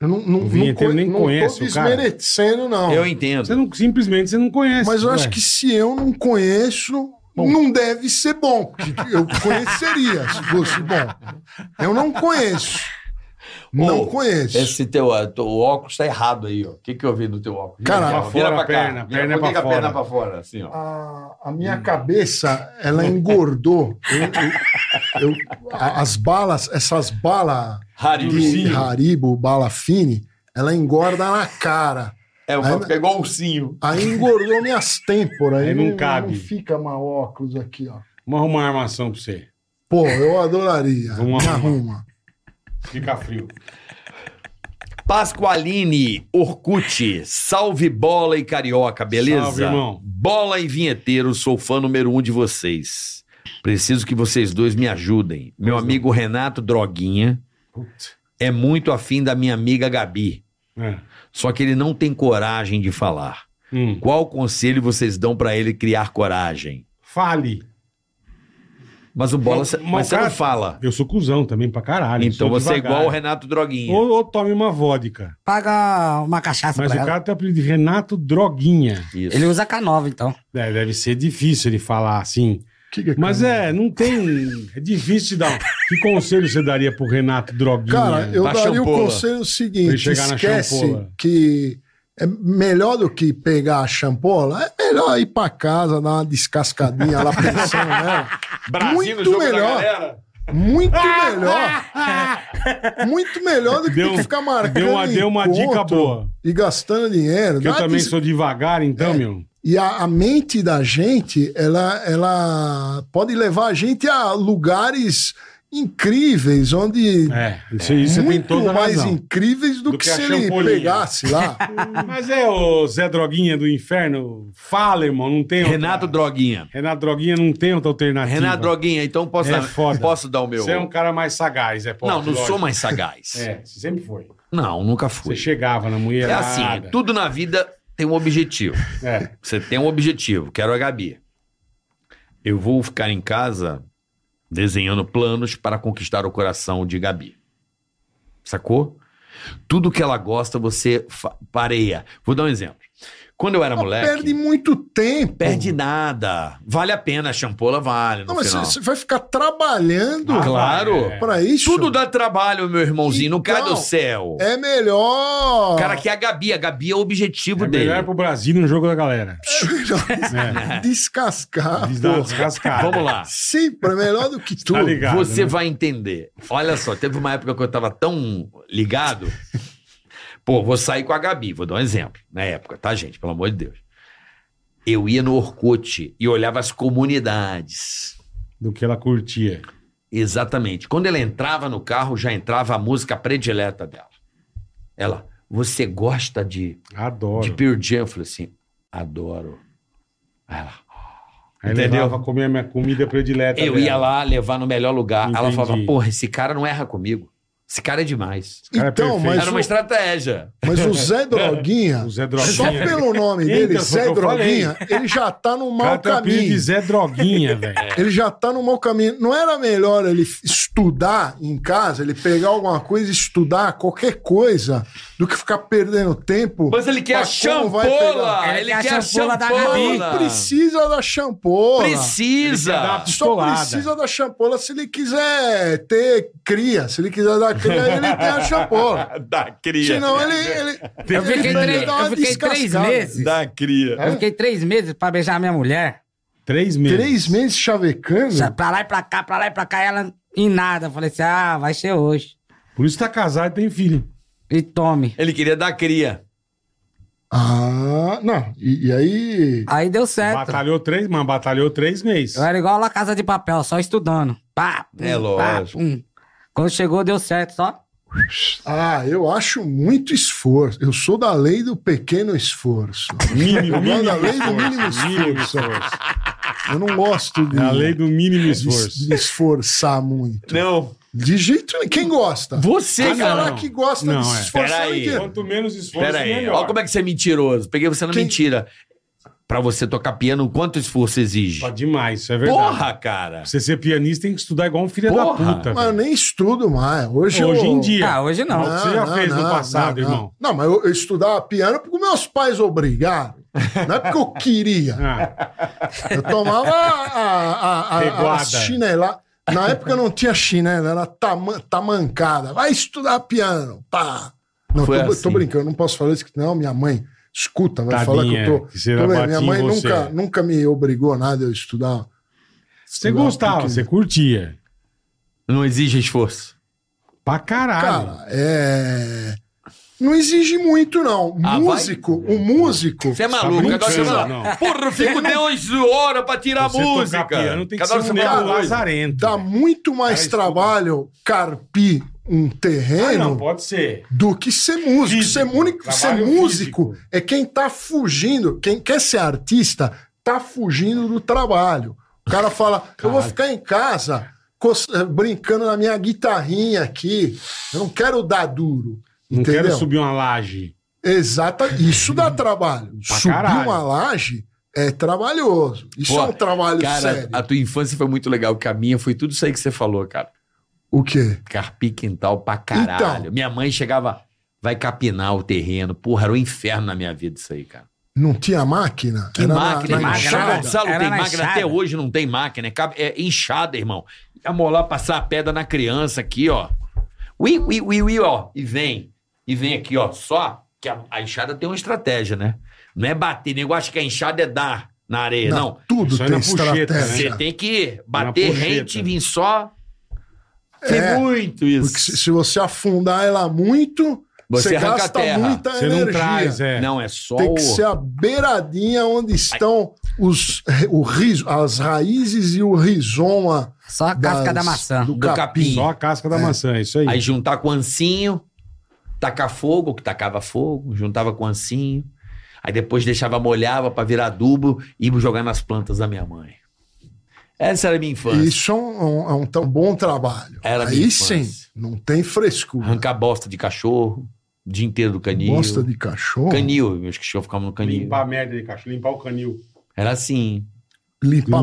Eu não, não, O vinheteiro não, nem não conhece tô o cara. desmerecendo, não. Eu entendo. Você não, simplesmente você não conhece. Mas eu acho ué. que se eu não conheço, não deve ser bom. Porque eu conheceria se fosse bom. Eu não conheço. Não Ô, conheço. Esse teu, ah, teu óculos tá errado aí, ó. O que que eu vi do teu óculos? Caralho. Pra Vira fora, pra cá. perna, Vira- perna por pra que que a perna fora. pra fora, assim, ó. A, a minha cabeça, ela engordou. Eu- eu- eu- a- as balas, essas balas de Rarinho. Haribo, bala fine, ela engorda na cara. É, o Aí- fica igual ursinho. Aí engordou minhas têmporas. Aí não cabe. Não fica mal óculos aqui, ó. Vamos arrumar uma armação pra você. Pô, eu adoraria. Vamos Me arrumar. arruma. Fica frio. Pasqualine, Orkut, salve bola e carioca, beleza? Salve, irmão. Bola e vinheteiro, sou fã número um de vocês. Preciso que vocês dois me ajudem. Pois é. Meu não. amigo Renato Droguinha Putz. é muito afim da minha amiga Gabi, É. só que ele não tem coragem de falar. Hum. Qual conselho vocês dão pra ele criar coragem? Fale. Mas o bola, Mas- cê- mas mas o você não cara- fala. Eu sou cuzão também pra caralho. Então Sou você é devagar. igual o Renato Droguinha. Ou, ou tome uma vodka. Paga uma cachaça tá Mas o pra ela. cara tem o apelido de Renato Droguinha. Isso. Ele usa K9, então. É, deve ser difícil ele falar assim. Que que Mas cara? é, não tem. É difícil de dar. um- Que conselho você daria pro Renato Droguinha? é? Cara, eu Pra daria o champola. conselho Pra ele seguinte: chegar na esquece champola. que é melhor do que pegar a champola, é melhor ir pra casa, dar uma descascadinha lá pensando nela. Brasil muito melhor. galera. Muito melhor. muito melhor do que, Deu- um- ter que ficar marcando. deu uma- deu uma encontro dica boa. E gastando dinheiro. Porque eu Dá uma também des- sou devagar, É. então, meu. E a, a mente da gente, ela, ela pode levar a gente a lugares incríveis, onde É, isso, isso você tem muito toda a mais razão. incríveis do, Do que, que um a se ele champolinha. pegasse lá. Mas é o Zé Droguinha do inferno. Fala, irmão, não tem. outra- Renato Droguinha. Renato Droguinha não tem outra alternativa. Renato Droguinha, então posso, É dar, foda. posso dar o meu. Você é um cara mais sagaz, é Não, não lógico. sou mais sagaz. É, você sempre foi. Não, nunca Você fui. chegava na mulher. É assim, tudo na vida tem um objetivo. É. Você tem um objetivo, quero a Gabi. Eu vou ficar em casa desenhando planos para conquistar o coração de Gabi. Sacou? Tudo que ela gosta, você fa- pareia. Vou dar um exemplo. Quando eu era Não, moleque, perde perde, muito tempo. nada. Vale a pena, a champola vale no Não, mas final. você vai ficar trabalhando Ah, claro. é. pra isso. Tudo dá trabalho, meu irmãozinho, não cai Então, do céu. É melhor. O cara que é a Gabi, a Gabi é o objetivo É dele. melhor pro Brasil no jogo da galera. É. descascar. Diz dar uma porra. descascada. Vamos lá. Sempre é melhor do que Tá tudo. ligado? Você né? vai entender. Olha só, teve uma época que eu tava tão ligado. Pô, vou sair com a Gabi, vou dar um exemplo. Na época, tá, gente? Pelo amor de Deus. Eu ia no Orkut e olhava as comunidades. Do que ela curtia. Exatamente. Quando ela entrava no carro, já entrava a música predileta dela. Ela, você gosta de, de Adoro. Pearl Jam? Eu falei assim, adoro. Aí ela, Aí Entendeu? levava a comer a minha comida predileta. Eu dela. ia lá levar no melhor lugar. Ela É Entendi. falava, porra, esse cara não erra comigo. Esse cara é demais. cara é Então, perfeito. mas, Era uma o, estratégia. mas o Zé Droguinha, O Zé só Droguinha. pelo nome Então, dele, foi o que Zé eu falei. Droguinha, ele já tá no O cara mau tem o apelido caminho. de Zé Droguinha, velho. Ele já tá no mau caminho. Não era melhor ele f- estudar em casa, ele pegar alguma coisa, e estudar qualquer coisa, do que ficar perdendo tempo? Mas ele quer a Pacon vai pegar. champola! Ele, quer a champola da Não precisa da champola. Ele quer dar né? Precisa! uma Só pistolada. precisa da champola se ele quiser ter cria. Se ele quiser dar cria, ele tem a champola. Da cria. Senão ele. ele Eu fiquei, ele três, dá uma eu fiquei três descascada. meses. Da cria. Eu fiquei três meses pra beijar minha mulher. Três meses. Três meses chavecando? Já Pra lá e pra cá, pra lá e pra cá, ela em nada. Eu falei assim: ah, vai ser hoje. Por isso tá casado e tem filho. E tome. Ele queria dar cria. Ah, não. E, e aí. Aí deu certo. Batalhou três, mas batalhou três meses. Eu era igual lá Casa de Papel, só estudando. Pá, É lógico. Pá, pum. Quando chegou, deu certo, só. Ah, eu acho muito esforço. Eu sou da lei do pequeno esforço. Mínimo, Eu gosto mínimo da lei do esforço. mínimo Mínimo esforço. esforço. Eu não gosto de, É a lei do mínimo de es- esforço. de esforçar muito. Não. De jeito nenhum. Quem gosta? Você, Ah, cara. Falar não. que gosta Não, de se é. esforçar Peraí. inteiro. Quanto menos esforço, Pera aí. melhor. Olha como é que você é mentiroso. Peguei você na Quem- mentira. Pra você tocar piano, quanto esforço exige? Pá, Demais, isso é verdade. Porra, cara. Pra você ser pianista tem que estudar igual um filho Porra. da puta. Mas eu velho. nem estudo mais. Hoje, Hoje eu... em dia. Ah, hoje não. Não, você já fez no passado, não. irmão. Não, mas eu, eu estudava piano porque meus pais obrigaram. Não é porque eu queria. Ah, Eu tomava a, a, a, a, Reguada. a chinela. Na época não tinha chinela, era tama, tamancada. Vai estudar piano. Pá. Não, Foi tô, tô assim. brincando, não posso falar isso, que não, minha mãe escuta, vai Tadinha, falar que eu tô. que você tô bem. batia minha em mãe você. nunca, nunca me obrigou a nada eu estudar. você gostava, você curtia. Não exige esforço. Pra caralho. Cara, é. Não exige muito, não. Ah, vai? músico, o músico. Você é maluco, agora você brincando, fala. Tá não. Porra, eu fico 10 horas pra tirar você tá música. tocar piano tem que Cada hora ser você um fala nego uma coisa. Tá lazarento. Dá muito mais Cara, trabalho carpir Ah, um não, terreno pode ser. do que ser músico. Físico, ser múnico- ser trabalho músico físico. é quem tá fugindo, quem quer ser artista, tá fugindo do trabalho. O cara fala, eu vou ficar em casa cos- eh, brincando na minha guitarrinha aqui, eu não quero dar duro. Não entendeu? quero subir uma laje. Exata, isso dá trabalho. Pra Subir caralho. uma laje é trabalhoso. Isso Pô, é um trabalho Cara, sério. a tua infância foi muito legal, que a minha foi tudo isso aí que você falou, cara. O quê? Carpi quintal pra caralho. Então. Minha mãe chegava, vai capinar o terreno. Porra, era um inferno na minha vida isso aí, cara. Não tinha máquina? Que máquina, na máquina. enxada. Gonçalo Era tem na máquina, enxada. até hoje não tem máquina. É, cab- é inchada, irmão. Ia molar, passar a pedra na criança aqui, ó. Ui, ui, ui, ui, ó. E vem. E vem aqui, ó. Só que a, a enxada tem uma estratégia, né? Não é bater. Nego acha que a enxada é dar na areia. Não, não. tudo Isso aí tem na puxeta, estratégia. Você né? tem que Na bater pocheta. rente e vir só. Tem É, muito isso. Porque se, se você afundar ela muito, Você você, arranca a gasta terra. muita Você energia. não traz, é. Não, é só Tem o... que ser a beiradinha onde estão os, o riso, as raízes e o rizoma. Só a casca das- da maçã. Do Do capim. capim. Só a casca da maçã, é isso aí. Aí juntar com o ancinho, tacar fogo, que tacava fogo, juntava com o ancinho. Aí depois deixava molhava pra virar adubo e ia jogar nas plantas da minha mãe. Essa era a minha infância. Isso é um, um- é um tão bom trabalho. Era minha Aí infância. sim, não tem frescura. Arrancar bosta de cachorro, o dia inteiro do canil. Bosta de cachorro. Canil, meus cachorros ficavam no canil. Limpar a merda de cachorro, limpar o canil. Era assim. Limpar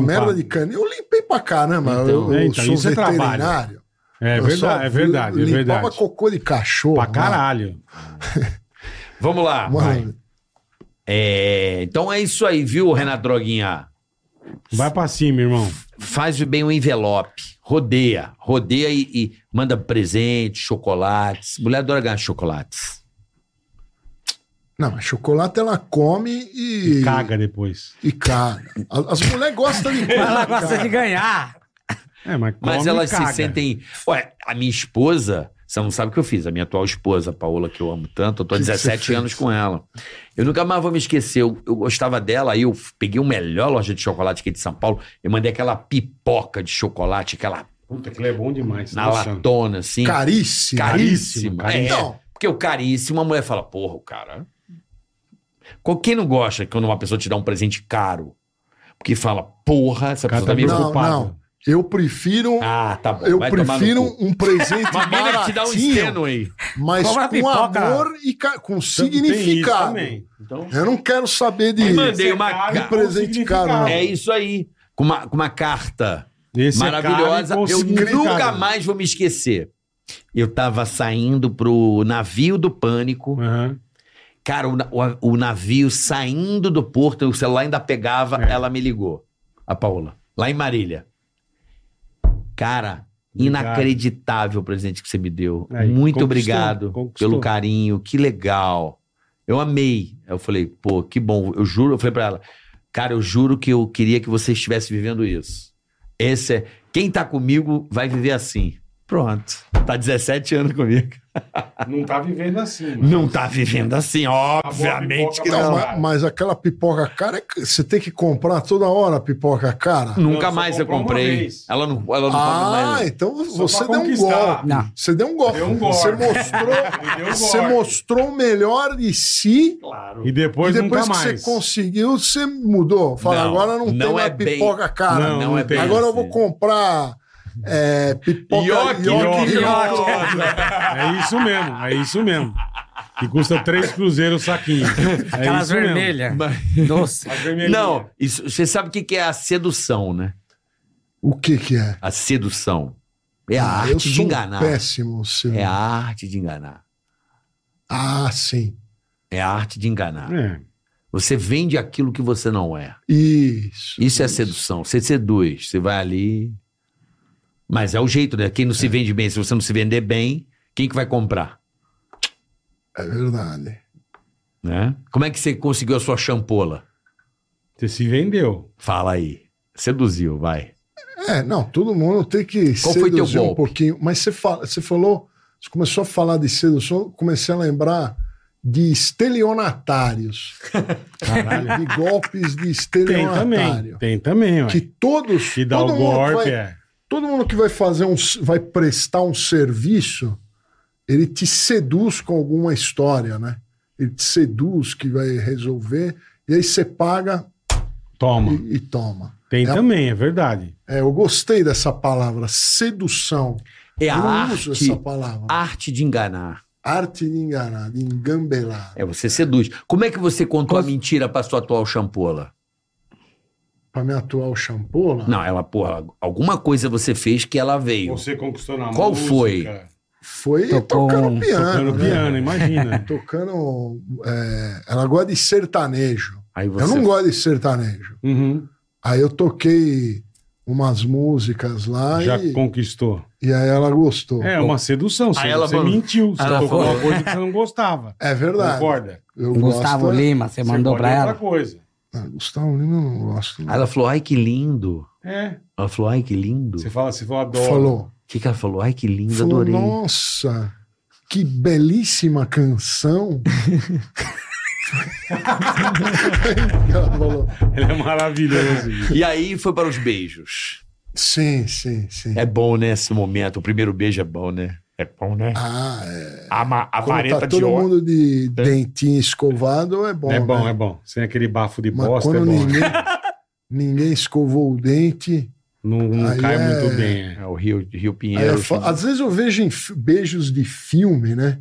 Limpar. merda de canil. Eu limpei pra caramba. Então, eu eu é, então, sou isso é trabalho. veterinário. É Eu só verdade, é verdade, é Limpava verdade. cocô de cachorro. né? Pra caralho. Vamos lá. mano. vai. Mano, É, então é isso aí, viu, Renato Droguinha? Vai pra cima, irmão. Faz bem o envelope. Rodeia. Rodeia e, e manda presente, chocolates. Mulher adora ganhar chocolates. Não, mas chocolate ela come e. E caga depois. E caga. A- As mulheres gostam de comer. Ela gosta cara. de ganhar. É, mas come Mas e elas caga. se sentem. Ué, a minha esposa, você não sabe o que eu fiz, a minha atual esposa, a Paola, que eu amo tanto, eu tô há Que que você 17 fez? anos com ela. Eu nunca mais vou me esquecer. Eu, eu gostava dela, aí eu f- peguei o melhor loja de chocolate aqui de São Paulo. Eu mandei aquela pipoca de chocolate, aquela Puta, que é bom demais. Então, na nossa. latona, assim. Caríssimo. Caríssima. Caríssima. É, Então. porque o caríssimo, a mulher fala, porra, o cara. Qual- Quem não gosta quando uma pessoa te dá um presente caro? Porque fala, porra, essa O cara pessoa tá tá meio meio. Não, ocupado. não. Eu prefiro. Ah, tá bom. eu vai tomar no prefiro cu. um presente Uma mina que te dá um baratinho, Stanway. mas Como a com pipoca. amor e ca- com Então, tem isso significado. também. Então, é Eu não quero saber de. Aí manda- Dei uma caro ca- com presente caro, não. É isso aí. Com uma, com uma carta Esse é caro maravilhosa. e com eu significado. nunca mais vou me esquecer. Eu tava saindo pro navio do pânico. Aham. Cara, o, na- o- o navio saindo do porto, o celular ainda pegava, É. ela me ligou. A Paola. Lá em Marília. Cara, Obrigado. inacreditável o presente que você me deu. Aí, Muito conquistou, obrigado conquistou. pelo carinho, que legal. Eu amei. Eu falei, pô, que bom. Eu juro, eu falei pra ela, cara, eu juro que eu queria que você estivesse vivendo isso. Esse é. Quem tá comigo vai viver assim. Pronto. Tá 17 anos comigo. Não tá vivendo assim, mano. Não tá vivendo assim, obviamente pipoca que pra Não, não. lá. mas, mas aquela pipoca cara, é que você tem que comprar toda hora a pipoca cara. Nunca Não, só mais eu comprou uma comprei. vez. Ela não, ela não compra Ah, mais. então Só você pra deu um conquistar. golpe. Não. Você deu um golpe. Deu um golpe. Você mostrou, Ele deu um você golpe. mostrou o melhor de si. E depois, E depois que nunca você mais. conseguiu, você mudou. Fala, Não, agora não, não tem é mais bem- é pipoca cara. Não, não tem. agora eu assim." vou comprar é, pipoca Nhoque, nhoque, nhoque. É isso mesmo, é isso mesmo. Que custa três cruzeiros o saquinho. É Aquelas isso mesmo. vermelhas. Doce. As vermelhinhas. Não, isso, você sabe o que que é a sedução, né? O que que é? A sedução. É a eu arte sou de um enganar. péssimo. Seu... É a arte de enganar. Ah, sim. É a arte de enganar. É. Você vende aquilo que você não é. Isso. Isso é sedução. Você seduz, você vai ali. Mas é o jeito, né? Quem não se vende bem, se você não se vender bem, quem que vai comprar? É verdade. Né? Como é que você conseguiu a sua champola? Você se vendeu. Fala aí. Seduziu, vai. É, não, todo mundo tem que Qual foi teu seduzir um golpe? pouquinho. Mas você, fala, você falou, você começou a falar de sedução, eu comecei a lembrar de estelionatários. Caralho. de golpes de Tem estelionatário. também. Tem também, ué. Que todos. Que dá todo, o mundo que golpe, vai, é. todo mundo que vai fazer um. s- vai prestar um serviço, ele te seduz com alguma história, né? Ele te seduz que vai resolver, e aí você paga Toma. e, e toma. Tem É a- também, é verdade. É, eu gostei dessa palavra, sedução. É a eu não arte, uso essa palavra. arte de enganar. Arte de enganar, de engambelar. É, você seduz. Como é que você contou a Cons- mentira pra sua atual champola? Pra me atuar o champola, Não, ela, porra, alguma coisa você fez que ela veio. Você conquistou na Qual música, foi? foi Tocou um- tocando piano. Tocando né? piano, imagina. Tocando. é, ela gosta de sertanejo. Aí você Eu não gosto de sertanejo. Uhum. Aí eu toquei umas músicas lá Já e, conquistou. e aí ela gostou. É, É uma sedução. Você, Aí ela você falou- mentiu. Você Ela tocou falou- uma coisa que você não gostava. É verdade. Concorda? Eu Gustavo gosto, é, Lima, você mandou pode pra outra ela? coisa. Ah, Gustavo Lima eu não gosto. não. Aí ela falou, ai que lindo. É. Ela falou, ai que lindo. Você O fala, você fala, adoro. falou. que, que ela falou? Ai que lindo, falou adorei. Nossa, que belíssima canção. ela falou. Ele é maravilhoso. bicho. E aí foi para os beijos. Sim, sim, sim. É bom, né, esse momento. O primeiro beijo é bom, né? É bom, né? Ah, é. A, ma- a Quando vareta tá de todo ouro. mundo de dentinho escovado, é bom. é bom, né? é bom. Sem aquele bafo de Mas bosta, é quando bom. né? ninguém, ninguém escovou o dente. Não, não Aí cai é- muito bem. é. É o Rio, Rio aí é Pinheiro. eu fa- às vezes eu vejo em fi- beijos de filme, né?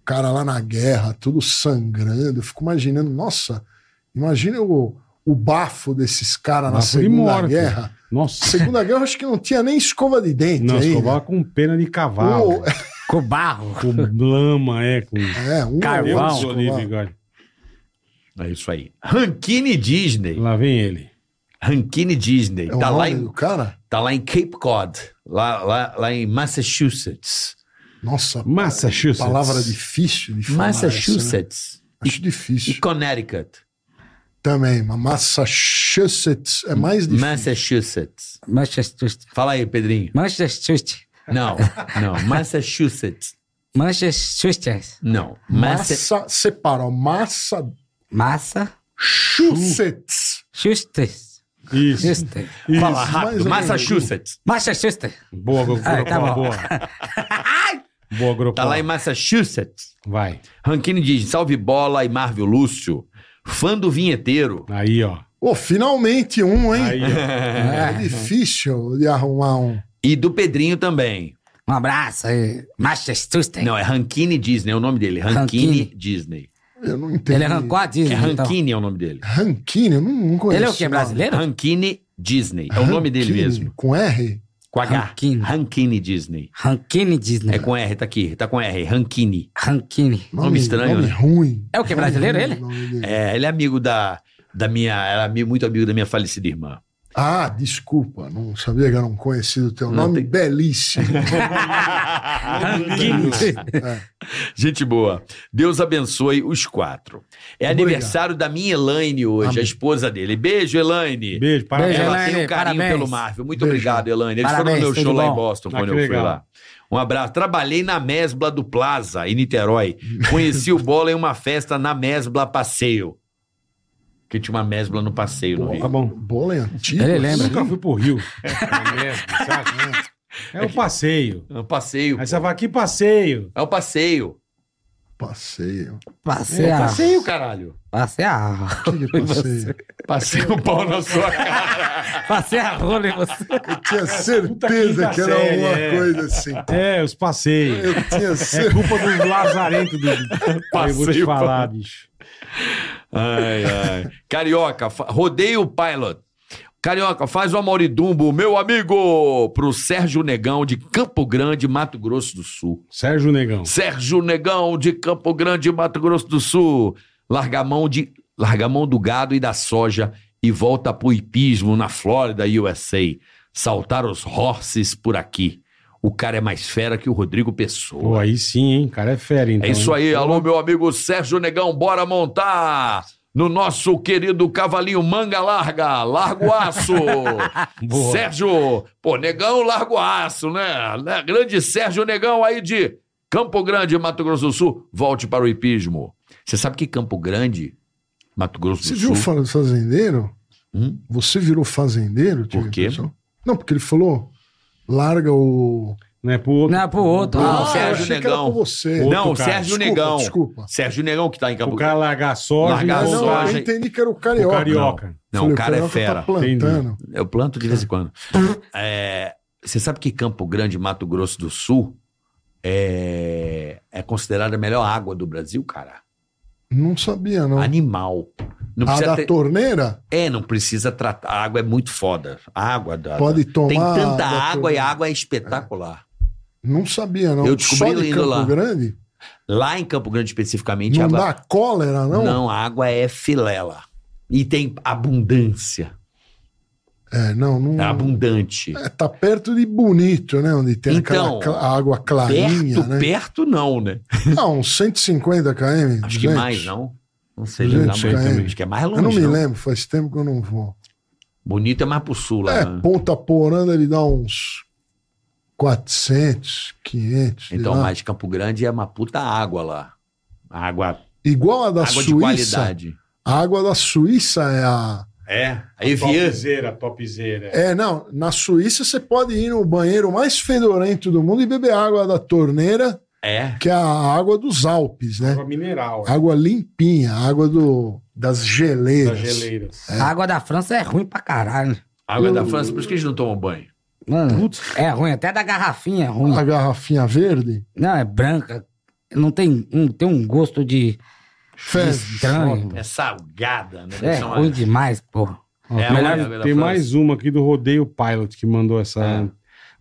O cara lá na guerra, tudo sangrando. Eu fico imaginando, nossa, imagina o, o bafo desses caras na Bafo de Segunda morte. Guerra. Nossa, Segunda Guerra, eu acho que não tinha nem escova de dente. não, ainda. escovava com pena de cavalo. Um- Com barro. Com lama, é. Com é, um Carvão. ou Deus outro livre, escovava. bigode. É isso aí. Rankine Disney. Lá vem ele. Rankine Disney. É o tá lá nome em do cara? Tá lá em Cape Cod, lá, lá, lá em Massachusetts. Nossa, Massachusetts. palavra difícil de falar. essa, né? Massachusetts Acho e difícil. Connecticut. Também, mas Massachusetts é mais difícil. Massachusetts. Manchester. Fala aí, Pedrinho. Manchester. Não, não. Massachusetts. Manchester. Não. Massa... Massa, separa, ó, massa Massa. Chussets. Schuster. Isso. Schuster. Isso. Fala mais rápido. ou menos. Massachusetts. Massachusetts. Boa, Grupo. Ah, tá bom. boa. boa, Grupo. Tá lá em Massachusetts. Vai. Rankine diz, salve bola e Marvel Lúcio. Fã do vinheteiro. Aí, ó. Ô, finalmente um, hein? Aí, ó. é difícil de arrumar um. E do Pedrinho também. Um abraço aí. Master Tuesday. Não, é Rankine Disney, é o nome dele. Rankine Rankine. Disney. Eu não entendi. Ele arrancou a É Disney, então. Rankine é o nome dele. Rankine, eu não, não conheço. Ah, Ele é o quê? Brasileiro? Rankine Disney. É o nome dele Rankine, mesmo. Com R? Com H. Rankine. Rankine Disney. Rankine Disney. É com R, tá aqui. Tá com R. Rankine. Rankine. Nome estranho, Nome né? ruim. É o quê? Brasileiro, ele? Nome dele. É, ele é amigo da, da minha. Ela é ami- muito amigo da minha falecida irmã. Ah, desculpa, não sabia que eu não conhecia o teu Não, nome. tem- Belíssimo. É. Gente boa. Deus abençoe os quatro. É Obrigado. aniversário da minha Elaine hoje, Amém. a esposa dele. Beijo, Elaine. Beijo, parabéns. Beijo, né? Ela Elaine. tem um carinho Parabéns. pelo Marvel. Muito Beijo. obrigado, Elaine. Eles Parabéns, foram no meu tudo show lá em bom. Boston Ah, quando que eu fui legal. lá. Um abraço. Trabalhei na Mesbla do Plaza, em Niterói. Conheci o Bola em uma festa na Mesbla Passeio. Que tinha uma Mesbla no Passeio no Tá Rio. bom. Bola é antigo. Ele lembra. assim? Nunca fui pro Rio. É, mesmo, sabe? É o passeio. É um passeio. Aí você vai que passeio. É o passeio. um Passeio. Passei a... Passeio, caralho. Passei a... Que que é passeio? Passei o pau na sua cara. Passei a rola em você. Eu tinha Puta certeza quinta que era série, alguma é. coisa assim. É, os passeios. Eu tinha É certeza. culpa dos lazarentos do. Eu vou te Passeio, falar, bicho. Ai, ai. Carioca, fa- rodeio pilot. Carioca, faz o Amoridumbo, meu amigo, pro Sérgio Negão de Campo Grande, Mato Grosso do Sul. Sérgio Negão. Sérgio Negão de Campo Grande, Mato Grosso do Sul. Larga a mão, de, larga a mão do gado e da soja e volta pro hipismo na Flórida, USA. Saltar os horses por aqui. O cara é mais fera que o Rodrigo Pô, Pessoa. aí sim, hein? O cara é fera, então. É isso hein? aí, alô, meu amigo Sérgio Negão, bora montar no nosso querido cavalinho manga larga, largo aço. Boa. Sérgio, pô, Negão, largo aço, né? Né? Grande Sérgio Negão aí de Campo Grande, Mato Grosso do Sul, volte para o hipismo. Você sabe que Campo Grande, Mato Grosso Você do viu Sul... falando fazendeiro? Hum? Você virou fazendeiro? tive Por a quê? impressão? Não, porque ele falou, larga o... Não é pro outro. Não, é pro outro. Ah, Ah, eu Sérgio achei que era Negão. pra você. Outro Não, cara. Sérgio Desculpa, Negão. desculpa. Sérgio Negão que tá em Campo O Grande. cara largar a soja Largar e a Mas não, voltar soja. eu entendi que era o carioca. pro carioca. Não, Falei, o cara é carioca fera. Tá plantando. Eu planto de Tá. vez em quando. É, você sabe que Campo Grande, Mato Grosso do Sul, é, é considerada a melhor água do Brasil, cara. Não sabia, não. Animal. Não a precisa da ter- torneira É, não precisa tratar. A água é muito foda. A água da. pode da- tomar. Tem tanta a da água e a torneira. água é espetacular. Não sabia, não. Eu descobri Só de indo Campo lá. Grande? Lá em Campo Grande, especificamente, Não a água. dá cólera, não? não, a água é filela. E tem abundância. É, não, É não. abundante. É, tá perto de bonito, né? Onde tem Então, aquela cla- a água clarinha, perto, né? perto, não, né? Não, uns 150 km. Acho que 200. mais, não. Não sei, Gente, lembrar muito. cara, também. Acho que é mais longe. Eu não me não. lembro, faz tempo que eu não vou. Bonito é mais pro sul lá. É, né? Ponta Poranda ele dá uns 400, 500. sei né? Então, lá. mas Campo Grande é uma puta água lá. Água, Igual a da água de Suíça. qualidade. A água da Suíça é a. É. A Evian. Topzera, topzera. É, não. Na Suíça você pode ir no banheiro mais fedorento do mundo e beber água da torneira, É. que é a água dos Alpes, né? Água mineral. Água limpinha, água do, das Das geleiras. geleiras. A água da França é ruim pra caralho. Água da França, por isso que eles não tomam banho. Mano, é ruim. Até da garrafinha é ruim. A garrafinha verde. Não, é branca. Não tem um, tem um gosto de Fez. estranho. É salgada, né? É São- ruim demais, porra. É, Tem olha, mais- olha, tem França. mais uma aqui do Rodeio Pilot que mandou essa. É.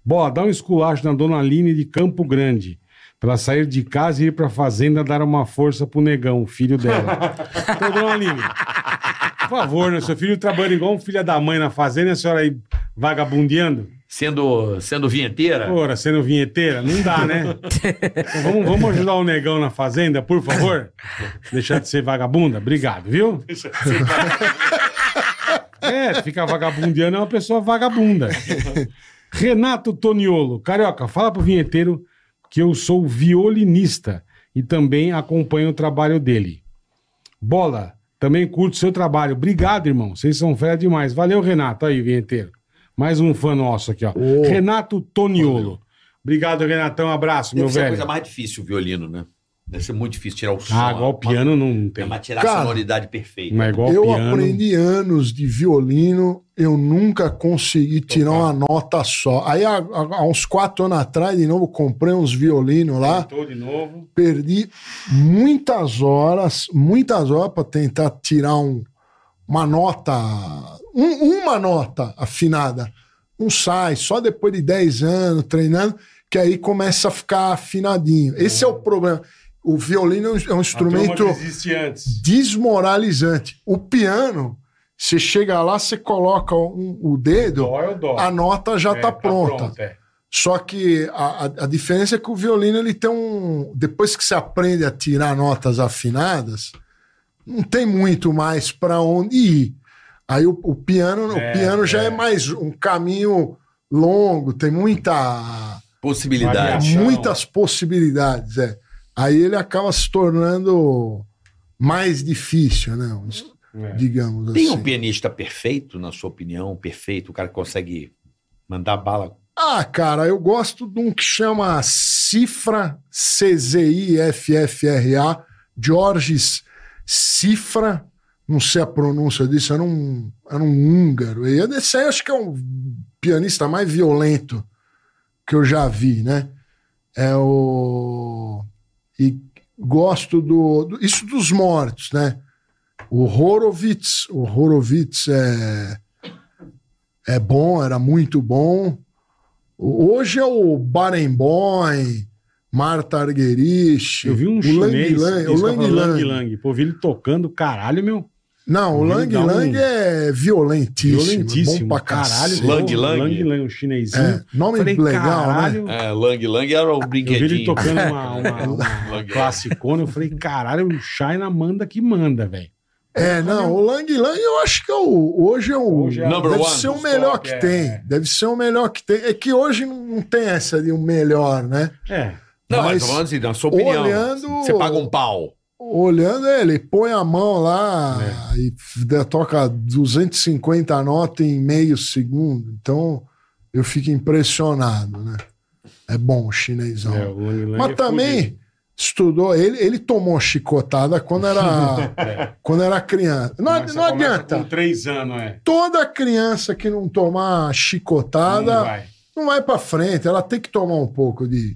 Boa, dá um esculacho na dona Aline de Campo Grande. Pra ela sair de casa e ir pra fazenda dar uma força pro negão, filho dela. Então, dona Aline, por favor, né? Seu filho trabalhando igual um filho da mãe na fazenda e a senhora aí vagabundeando? Sendo, sendo vinheteira. Ora, sendo vinheteira, não dá, né? Então, vamos, vamos ajudar o negão na fazenda, por favor? Deixar de ser vagabunda? Obrigado, viu? É, ficar vagabundeando é uma pessoa vagabunda. Renato Toniolo. Carioca, fala pro vinheteiro que eu sou violinista e também acompanho o trabalho dele. Bola, também curto seu trabalho. Obrigado, irmão. Vocês são fera demais. Valeu, Renato. Aí, vinheteiro. Mais um fã nosso aqui, ó. Ô. Renato Toniolo. Obrigado, Renatão. Abraço, meu Deve ser a velho. coisa mais difícil o violino, né? Deve ser muito difícil tirar o som. Ah, igual o piano não Mas, tem. mas tirar Cara, a sonoridade perfeita. Não é igual eu o piano. aprendi anos de violino, eu nunca consegui tirar uma nota só. Aí há, há- há uns quatro anos atrás, de novo, comprei uns violinos lá, Tentou de novo. perdi muitas horas, muitas horas para tentar tirar um- uma nota, um- uma nota afinada. Não sai, só depois de 10 anos treinando, que aí começa a ficar afinadinho. Esse é o problema. O violino é um- é Ah. um A turma instrumento desiste antes. desmoralizante. O piano, você chega lá, você coloca um- o dedo, Dó é o dó. a nota já É, está pronta. pronto, é. Só que a, a, a diferença é que o violino ele tem um. Depois que você aprende a tirar notas afinadas, não tem muito mais para onde ir. Aí o, o piano, É, o piano já é. é mais um caminho longo, tem muita Possibilidade. Variação. muitas possibilidades, é. Aí ele acaba se tornando mais difícil, né? É. Digamos Tem assim. um pianista perfeito, na sua opinião? Perfeito, o cara que consegue mandar bala. Ah, cara, eu gosto de um que chama Cifra, C-Z-I-F-F-R-A, Georges Cifra, não sei a pronúncia disso, era um, era um húngaro. E esse aí eu acho que é o pianista mais violento que eu já vi, né? É o... E gosto do... do- isso dos mortos, né? O Horowitz, o Horowitz é... É bom, era muito bom. Hoje é o Barenboim, Marta Arguerich, Eu vi um o chinês. Lang Lang, isso o que eu Lang falo, Lang. Lang. Pô, eu vi ele tocando, caralho, meu. Não, o Ele Lang dá um- Lang é violentíssimo. Violentíssimo. Bom pra caralho. caralho. Lang pô, Lang. Lang Lang, um chinesinho. É, nome Falei, legal, né? caralho. É, Lang Lang era o Eu vi ele brinquedinho. tocando uma, uma, uma classicona. Eu falei, caralho, o China manda que manda, velho. É, não, o Lang Lang eu acho que é o, hoje é o. Hoje é o- deve Number one ser o dos melhor top, que é, tem. é. Deve ser o melhor que tem. É que hoje não não tem essa de o melhor, né? É. Não, mas Mas tô falando assim, na sua opinião. olhando- Você paga um pau. Olhando ele, põe a mão É. lá e f- toca 250 notas em meio segundo. Então eu fico impressionado, né? É bom o chinesão. é, o Lang Lang Mas é também fudido. estudou, ele, ele tomou chicotada quando era, É. quando era criança. Não, Começa- não começa adianta. Com três anos, é. Toda criança que não tomar Não chicotada não vai, vai. pra frente. Ela tem que tomar um pouco de.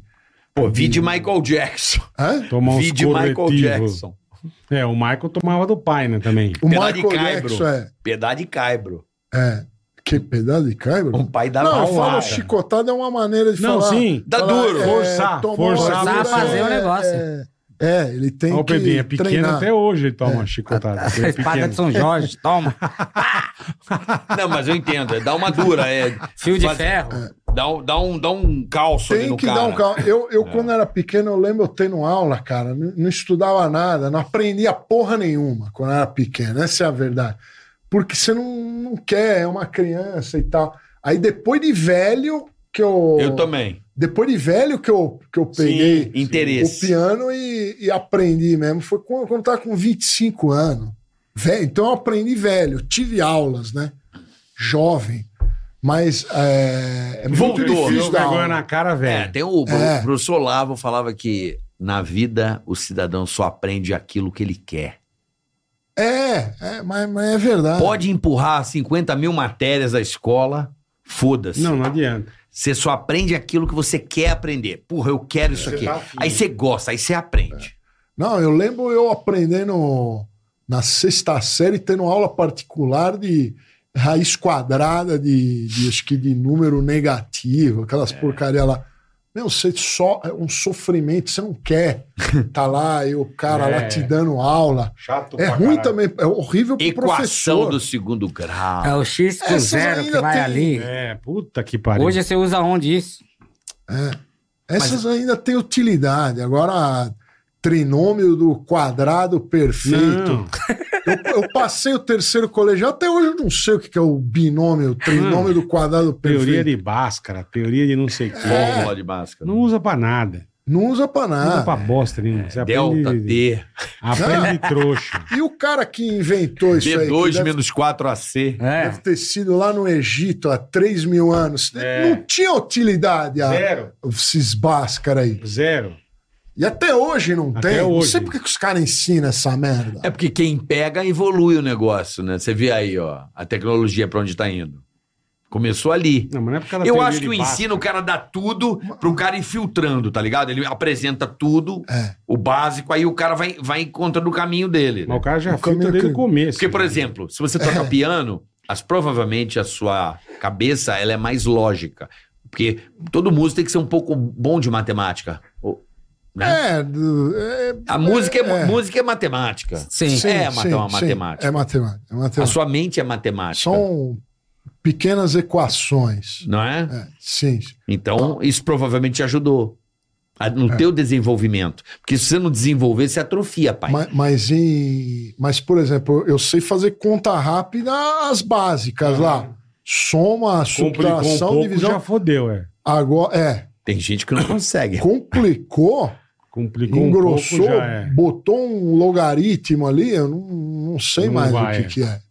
Pô, vi de Michael Jackson. Hã? Tomar uns Vi de Michael corretivos. Jackson. É, o Michael tomava do pai, né, também. O Pedal de Michael caibro. Jackson é. Pedá de caibro. é que pedaço de caibro? Um pai da Não, eu mão. falo paulada. chicotada é uma maneira de Não, falar. sim. Dá Falar, duro. é, Forçar, tomou- forçar, Forçar forçar. fazer o negócio. É, é, ele tem Ó, o que Pedrinho é pequeno, treinar. até hoje ele toma uma chicotada. Ele é Espada pequeno. de São Jorge, toma. Não, mas eu entendo. É dar uma dura. É, Fio de Faz- ferro. dá, um, dá, um, dá um calço ali Tem no que cara. É. dar um calma. Eu, eu quando era pequeno, eu lembro eu tendo aula, cara. Não, não estudava nada, não aprendia porra nenhuma quando era pequeno. Essa é a verdade. Porque você não, não quer, é uma criança e tal. Aí depois de velho que eu. Eu também. Depois de velho que eu, que eu Sim, peguei o Interesse. piano e, e aprendi mesmo. Foi quando, quando eu tava com 25 anos. Velho, então eu aprendi velho. Tive aulas, né? Jovem. Mas é, é muito Voltou. difícil Deu dar aula. vergonha na cara, É, velho. tem o, É. o professor Lavo falava que na vida o cidadão só aprende aquilo que ele quer. É, é, mas, mas é verdade. Pode empurrar 50 mil matérias à escola, foda-se. Não, não adianta. Você só aprende aquilo que você quer aprender. Porra, eu quero É. isso Você aqui. tá afim. aí você gosta, aí você aprende. Não, eu lembro eu aprendendo na sexta série, tendo aula particular de raiz quadrada de, de acho que de número negativo, aquelas É. porcaria lá. Meu, você só é um sofrimento, você não quer. Tá lá, e o cara É. lá te dando aula. Chato É pra ruim caralho. também, é horrível pro Equação professor. do segundo grau. Ah. É o X com Essas zero que ainda vai tem- ali. É, puta que pariu. Hoje você usa onde isso? É. Essas ainda têm utilidade. Agora, trinômio do quadrado perfeito. Não. Eu, eu passei o terceiro colegial, até hoje eu não sei o que que é o binômio, o trinômio do quadrado Teoria perfeito. de Bhaskara, teoria de não sei o que. Fórmula de máscara. É. Não usa pra nada. Não usa pra Não usa pra nada. bosta nenhuma. É, Você Delta, aprende, T, aprende trouxa. E o cara que inventou isso aí, que D2 deve, menos 4AC. É. deve ter sido lá no Egito há 3 mil anos, É. não tinha utilidade a, Zero. esses báscaras aí. Zero. E até hoje não Até tem. Não hoje. sei por que que os caras ensinam essa merda. É porque quem pega evolui o negócio, né? Você vê aí, ó, a tecnologia pra onde tá indo. Começou ali. Não, mas não é por causa da Eu teoria acho de que o Bhaskara. ensino, o cara dá tudo pro cara ir filtrando, tá ligado? Ele apresenta tudo, É. o básico, aí o cara vai, vai encontrando o caminho dele. Mas Né? o cara já O caminho filtra desde que- o começo. Porque, por né? exemplo, se você toca piano, as, provavelmente a sua cabeça ela é mais lógica. Porque todo músico tem que ser um pouco bom de matemática. ou- Né? É, do- é, a música é, é. música é matemática. Sim. sim, é sim, uma sim. matemática. É matemática. é A matemática. sua mente é matemática. São pequenas equações. Não é? É, sim. Então, isso provavelmente te ajudou a- no teu desenvolvimento. Porque se você não desenvolver, você atrofia, pai. Ma- Mas, em, mas, por exemplo, eu sei fazer conta rápida as básicas lá. Soma, Ah. Complicou um subtração, pouco, divisão. já fodeu, é. Agora, é, Tem gente que não consegue. complicou, Complicou um engrossou, pouco, já é. botou um logaritmo ali, eu não, não sei Não mais vai, o que, que é.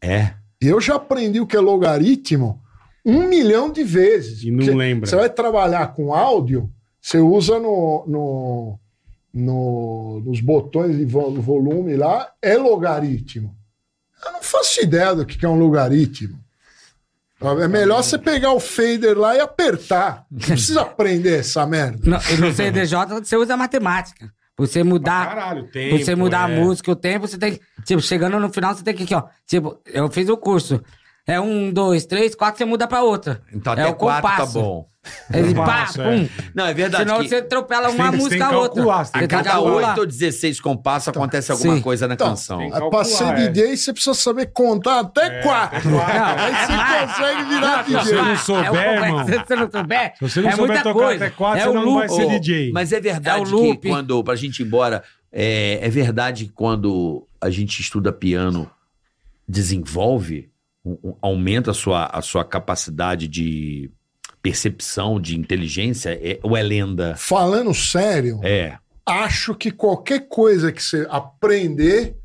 É. Eu já aprendi o que é logaritmo um milhão de vezes. E não Porque lembra. Você vai trabalhar com áudio, você usa no, no, no- nos botões de vo- volume lá, é logaritmo. Eu não faço ideia do que que é um logaritmo. É melhor você pegar o fader lá e apertar. Não precisa aprender essa merda. No, e no CDJ você usa matemática. Você Pra mudar, Caralho, tempo, você mudar é. a música, o tempo, você tem que. Tipo, chegando no final, você tem que aqui, ó. Tipo, eu fiz o curso. É um, dois, três, quatro, você muda pra outra. Então, é até o quatro tá compasso. bom. Ele pá, Compasso, é. pum. Não, é verdade. Senão que você tá atropela Você tem- você uma tem música a que outra. calcular, você tem A que tem que cada calcular. 8 ou 16 compassos acontece alguma Sim. coisa na Então, canção. tem- Aí Pra ser Calcular, é. DJ, você precisa saber contar até quatro. Aí você consegue virar Não, DJ. não Ah, souber, é uma irmão. conversa, Se você não souber, Se você não é souber muita tocar coisa. até quatro, é você o não loop. vai ser DJ. Mas é É o verdade que loop. quando, pra gente ir embora, é, é verdade que quando a gente estuda piano, desenvolve, um- um- aumenta a sua, a sua capacidade de percepção, de inteligência, é, ou é lenda? Falando sério, É. acho que qualquer coisa que você aprender,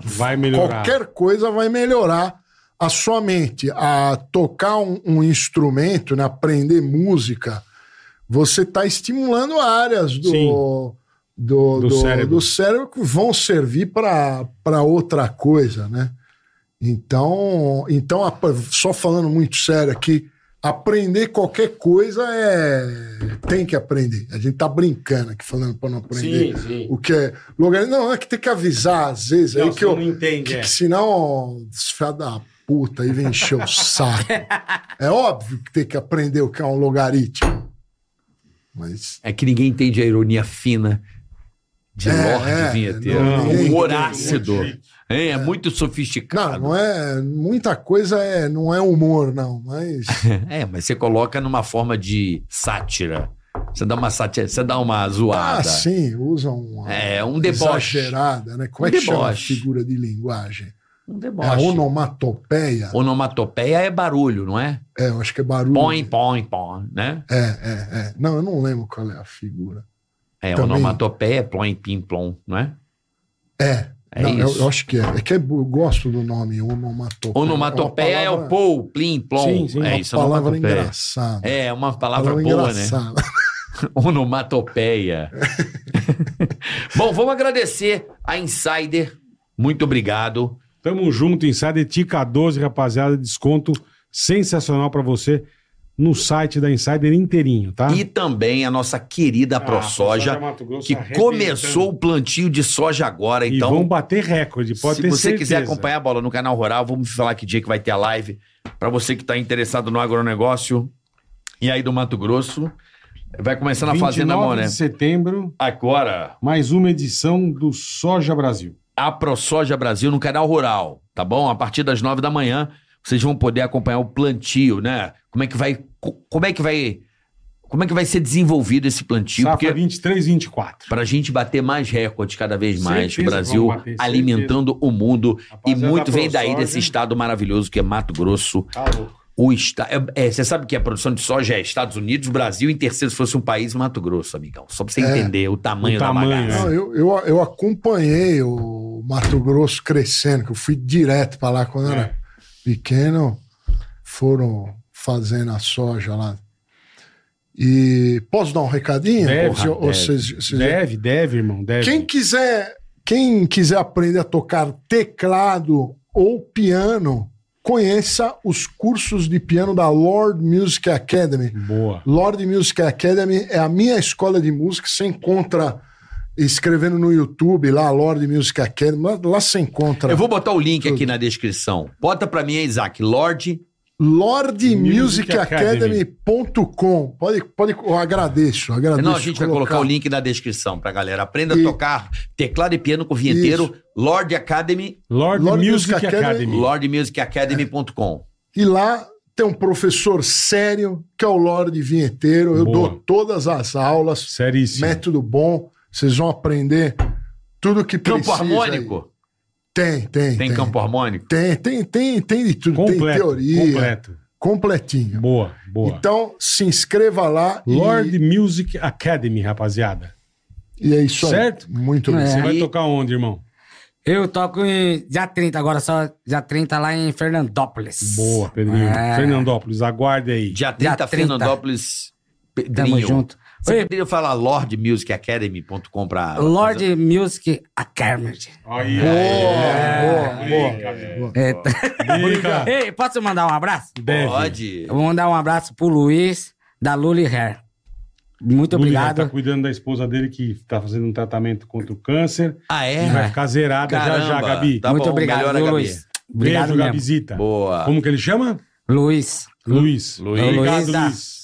Vai melhorar. qualquer coisa vai melhorar a sua mente. A tocar um, um instrumento, né, aprender música, você está estimulando áreas Sim. do, do, Do do- do cérebro. cérebro. que vão servir para outra coisa, né? Então, então, a- só falando muito sério aqui, aprender qualquer coisa é tem que aprender. A gente tá brincando aqui falando para não aprender Sim, sim. o que é logaritmo. Não, é que tem que avisar às vezes é aí Não, que você eu. não entende, que, é. que senão, ó, os filha da puta aí vem encher o saco. É óbvio que tem que aprender o que é um logaritmo. Mas. É que ninguém entende a ironia fina de É, Lorde é, Vinheteiro. não, o ninguém humor entende. ácido. hein? É, muito sofisticado. Não, não é. Muita coisa é, não é humor, não. Mas. É, mas você coloca numa forma de sátira. Você dá uma sátira, você dá uma Ah, zoada. sim, usam uma É, um deboche. exagerada, né? Como Um é que chama a deboche. figura de linguagem? Um É a deboche. onomatopeia. Onomatopeia é barulho, não é? É, eu acho que é barulho. Põe, põe, põe, né? É, é, é. Não, eu não lembro qual é a figura. É, Também. onomatopeia é plom, pim, plom, não é? É. É não, eu- isso. Eu, acho que é. É que eu gosto do nome onomatopeia. Onomatopeia é, É uma o palavra- pou, plim, plom. Sim, sim, é uma isso, palavra onomatopeia. engraçada. É, uma palavra, boa, né? Onomatopeia. Bom, vamos agradecer a Insider. Muito obrigado. Tamo junto, Insider Tica 12, rapaziada. Desconto sensacional pra você no site da Insider inteirinho, tá? E também a nossa Ah, querida ProSoja, que começou o plantio de soja agora. é E Então, vão bater recorde, pode se ter você certeza. quiser acompanhar a bola no canal Rural, vamos falar que dia que vai ter a live. Pra você que tá interessado no agronegócio e aí do Mato Grosso, vai começando a Fazenda 29 Moné. de setembro, Agora, mais uma edição do Soja Brasil. a ProSoja Brasil no canal Rural, tá bom? A partir das nove da manhã, vocês vão poder acompanhar o plantio, né? Como é que vai co- como é que vai como é que vai ser desenvolvido esse plantio? Safra Porque 23, 24. pra gente bater mais recordes cada vez mais, Certeza Brasil vamos bater, alimentando o mundo e Rapaziada muito da vem daí ProSoja. desse estado maravilhoso que é Mato Grosso. Tá louco. O esta... é, é, você sabe que a produção de soja é Estados Unidos, Brasil, e em terceiro, se fosse um país, Mato Grosso, amigão. Só pra você É. entender o tamanho, O tamanho, da bagaça. Não, eu, eu, eu acompanhei o Mato Grosso crescendo, que eu fui direto para lá quando eu É. era pequeno. Foram fazendo a soja lá. E posso dar um recadinho? Deve, Ou se- ou deve. vocês- vocês- Deve, deve, irmão, deve. Quem quiser, quem quiser aprender a tocar teclado ou piano, conheça os cursos de piano da Lord Music Academy. Boa. Lord Music Academy é a minha escola de música. Você encontra escrevendo no YouTube lá, Lord Music Academy. Lá, lá você encontra. Eu vou botar o link aqui na descrição. Bota pra mim aí, Isaac. Lorde. LordMusicAcademy.com. Pode, pode, eu agradeço, agradeço. Não, a gente vai colocar o link na descrição pra galera. Aprenda E- a tocar teclado e piano com o vinheteiro. Lorde Academy. Lord, Lord Music, Music Academy. Academy. LordeMusicAcademy.com. E lá tem um professor sério, que é o Lorde Vinheteiro. Eu Boa. dou todas as aulas. Seríssimo. Método bom. Vocês vão aprender tudo É. que Campo precisa. harmônico? Tem, tem. Tem campo harmônico? Tem, tem, tem, tem de tudo. tem Completo. teoria. Completo. Completinho. Boa, boa. Então, se inscreva lá. e- Lord Music Academy, rapaziada. E, é isso aí. Certo? Muito bem. Você vai E- tocar onde, irmão? Eu toco em dia 30, agora só dia 30 lá em Fernandópolis. Boa, Pedrinho. É. Fernandópolis, aguarde aí. Dia 30, Dia 30. Fernandópolis. Pedrinho. Tamo junto. Você Oi, poderia falar LordeMusicAcademy.com pra. Lord Music Academy. Aí, Boa, é. boa, É. boa. É, Dica. Ei, posso mandar um abraço? Deve. Pode. Eu vou mandar um abraço pro Luiz da Luli Hair. Muito Lula obrigado. Tá cuidando da esposa dele que tá fazendo um tratamento contra o câncer. Ah, E é? vai ficar zerada já já, Caramba. Gabi. Tá Muito bom, obrigado, melhora, viu, Gabi. Luiz. Obrigado Beijo, mesmo. Gabizita. Boa. Como que ele chama? Luiz, Luiz. Luiz. Obrigado, Luiz da- Luiz.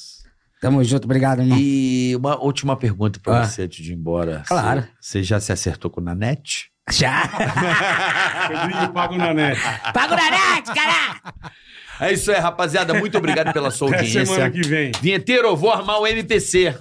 tamo junto, obrigado, irmão. E uma última pergunta pra Hum. Ah. você antes de ir embora. Claro. Você- Você já se acertou com o Nanete? Já. Pedrinho Pago na net. Paga o Nanete, cara! É isso aí, rapaziada. Muito obrigado pela sua Até semana audiência. que vem. Pra Vinheteiro, eu vou armar o MPC.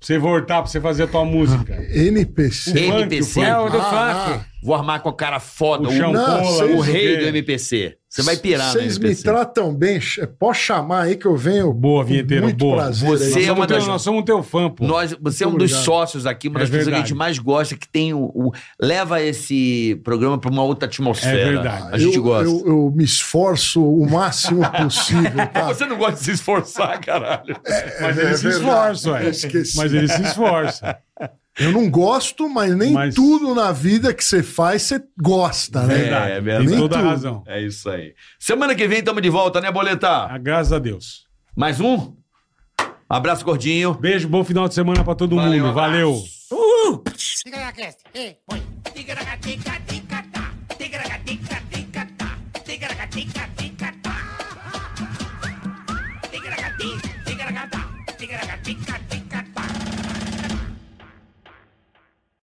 você voltar, pra você fazer a tua música. NPC. funk, MPC. o É o do Ah, funk. Vou armar com o cara foda, O o, chão Não, cola, vocês- o não sei rei quê. do MPC. Você vai pirar né, no Vocês me MPC. tratam bem. ch- Pode chamar aí que eu venho. Boa, com vinheteiro, Muito boa. prazer. Nós, Você aí. é somos uma teu, das- nós somos um teu fã, pô. Nós, você é um Muito dos obrigado. sócios aqui, uma É das pessoas que a verdade. gente mais gosta, que tem o, o- leva esse programa pra uma outra atmosfera. É verdade. A gente eu, gosta. Eu, eu me esforço o máximo possível. Tá? É, Você não gosta de se esforçar, caralho. Mas É ele se verdade, esforça, ué. eu esqueci. Mas ele se esforça. Eu não gosto, mas nem Mas- tudo na vida que você faz, você gosta, né? Verdade. é Tem verdade. toda a Muito. razão. É isso aí. Semana que vem tamo de volta, né, Boleta? Ah, graças a Deus. Mais um? Abraço, gordinho. Beijo, bom final de semana pra todo Valeu, mundo. abraço. Valeu. Tica na cresta. Ei, põe. Tica na tica tica tá. Tica na tica tica tá. Tica na tica tica tá. Tica na tica tica tá. Tica na tica tica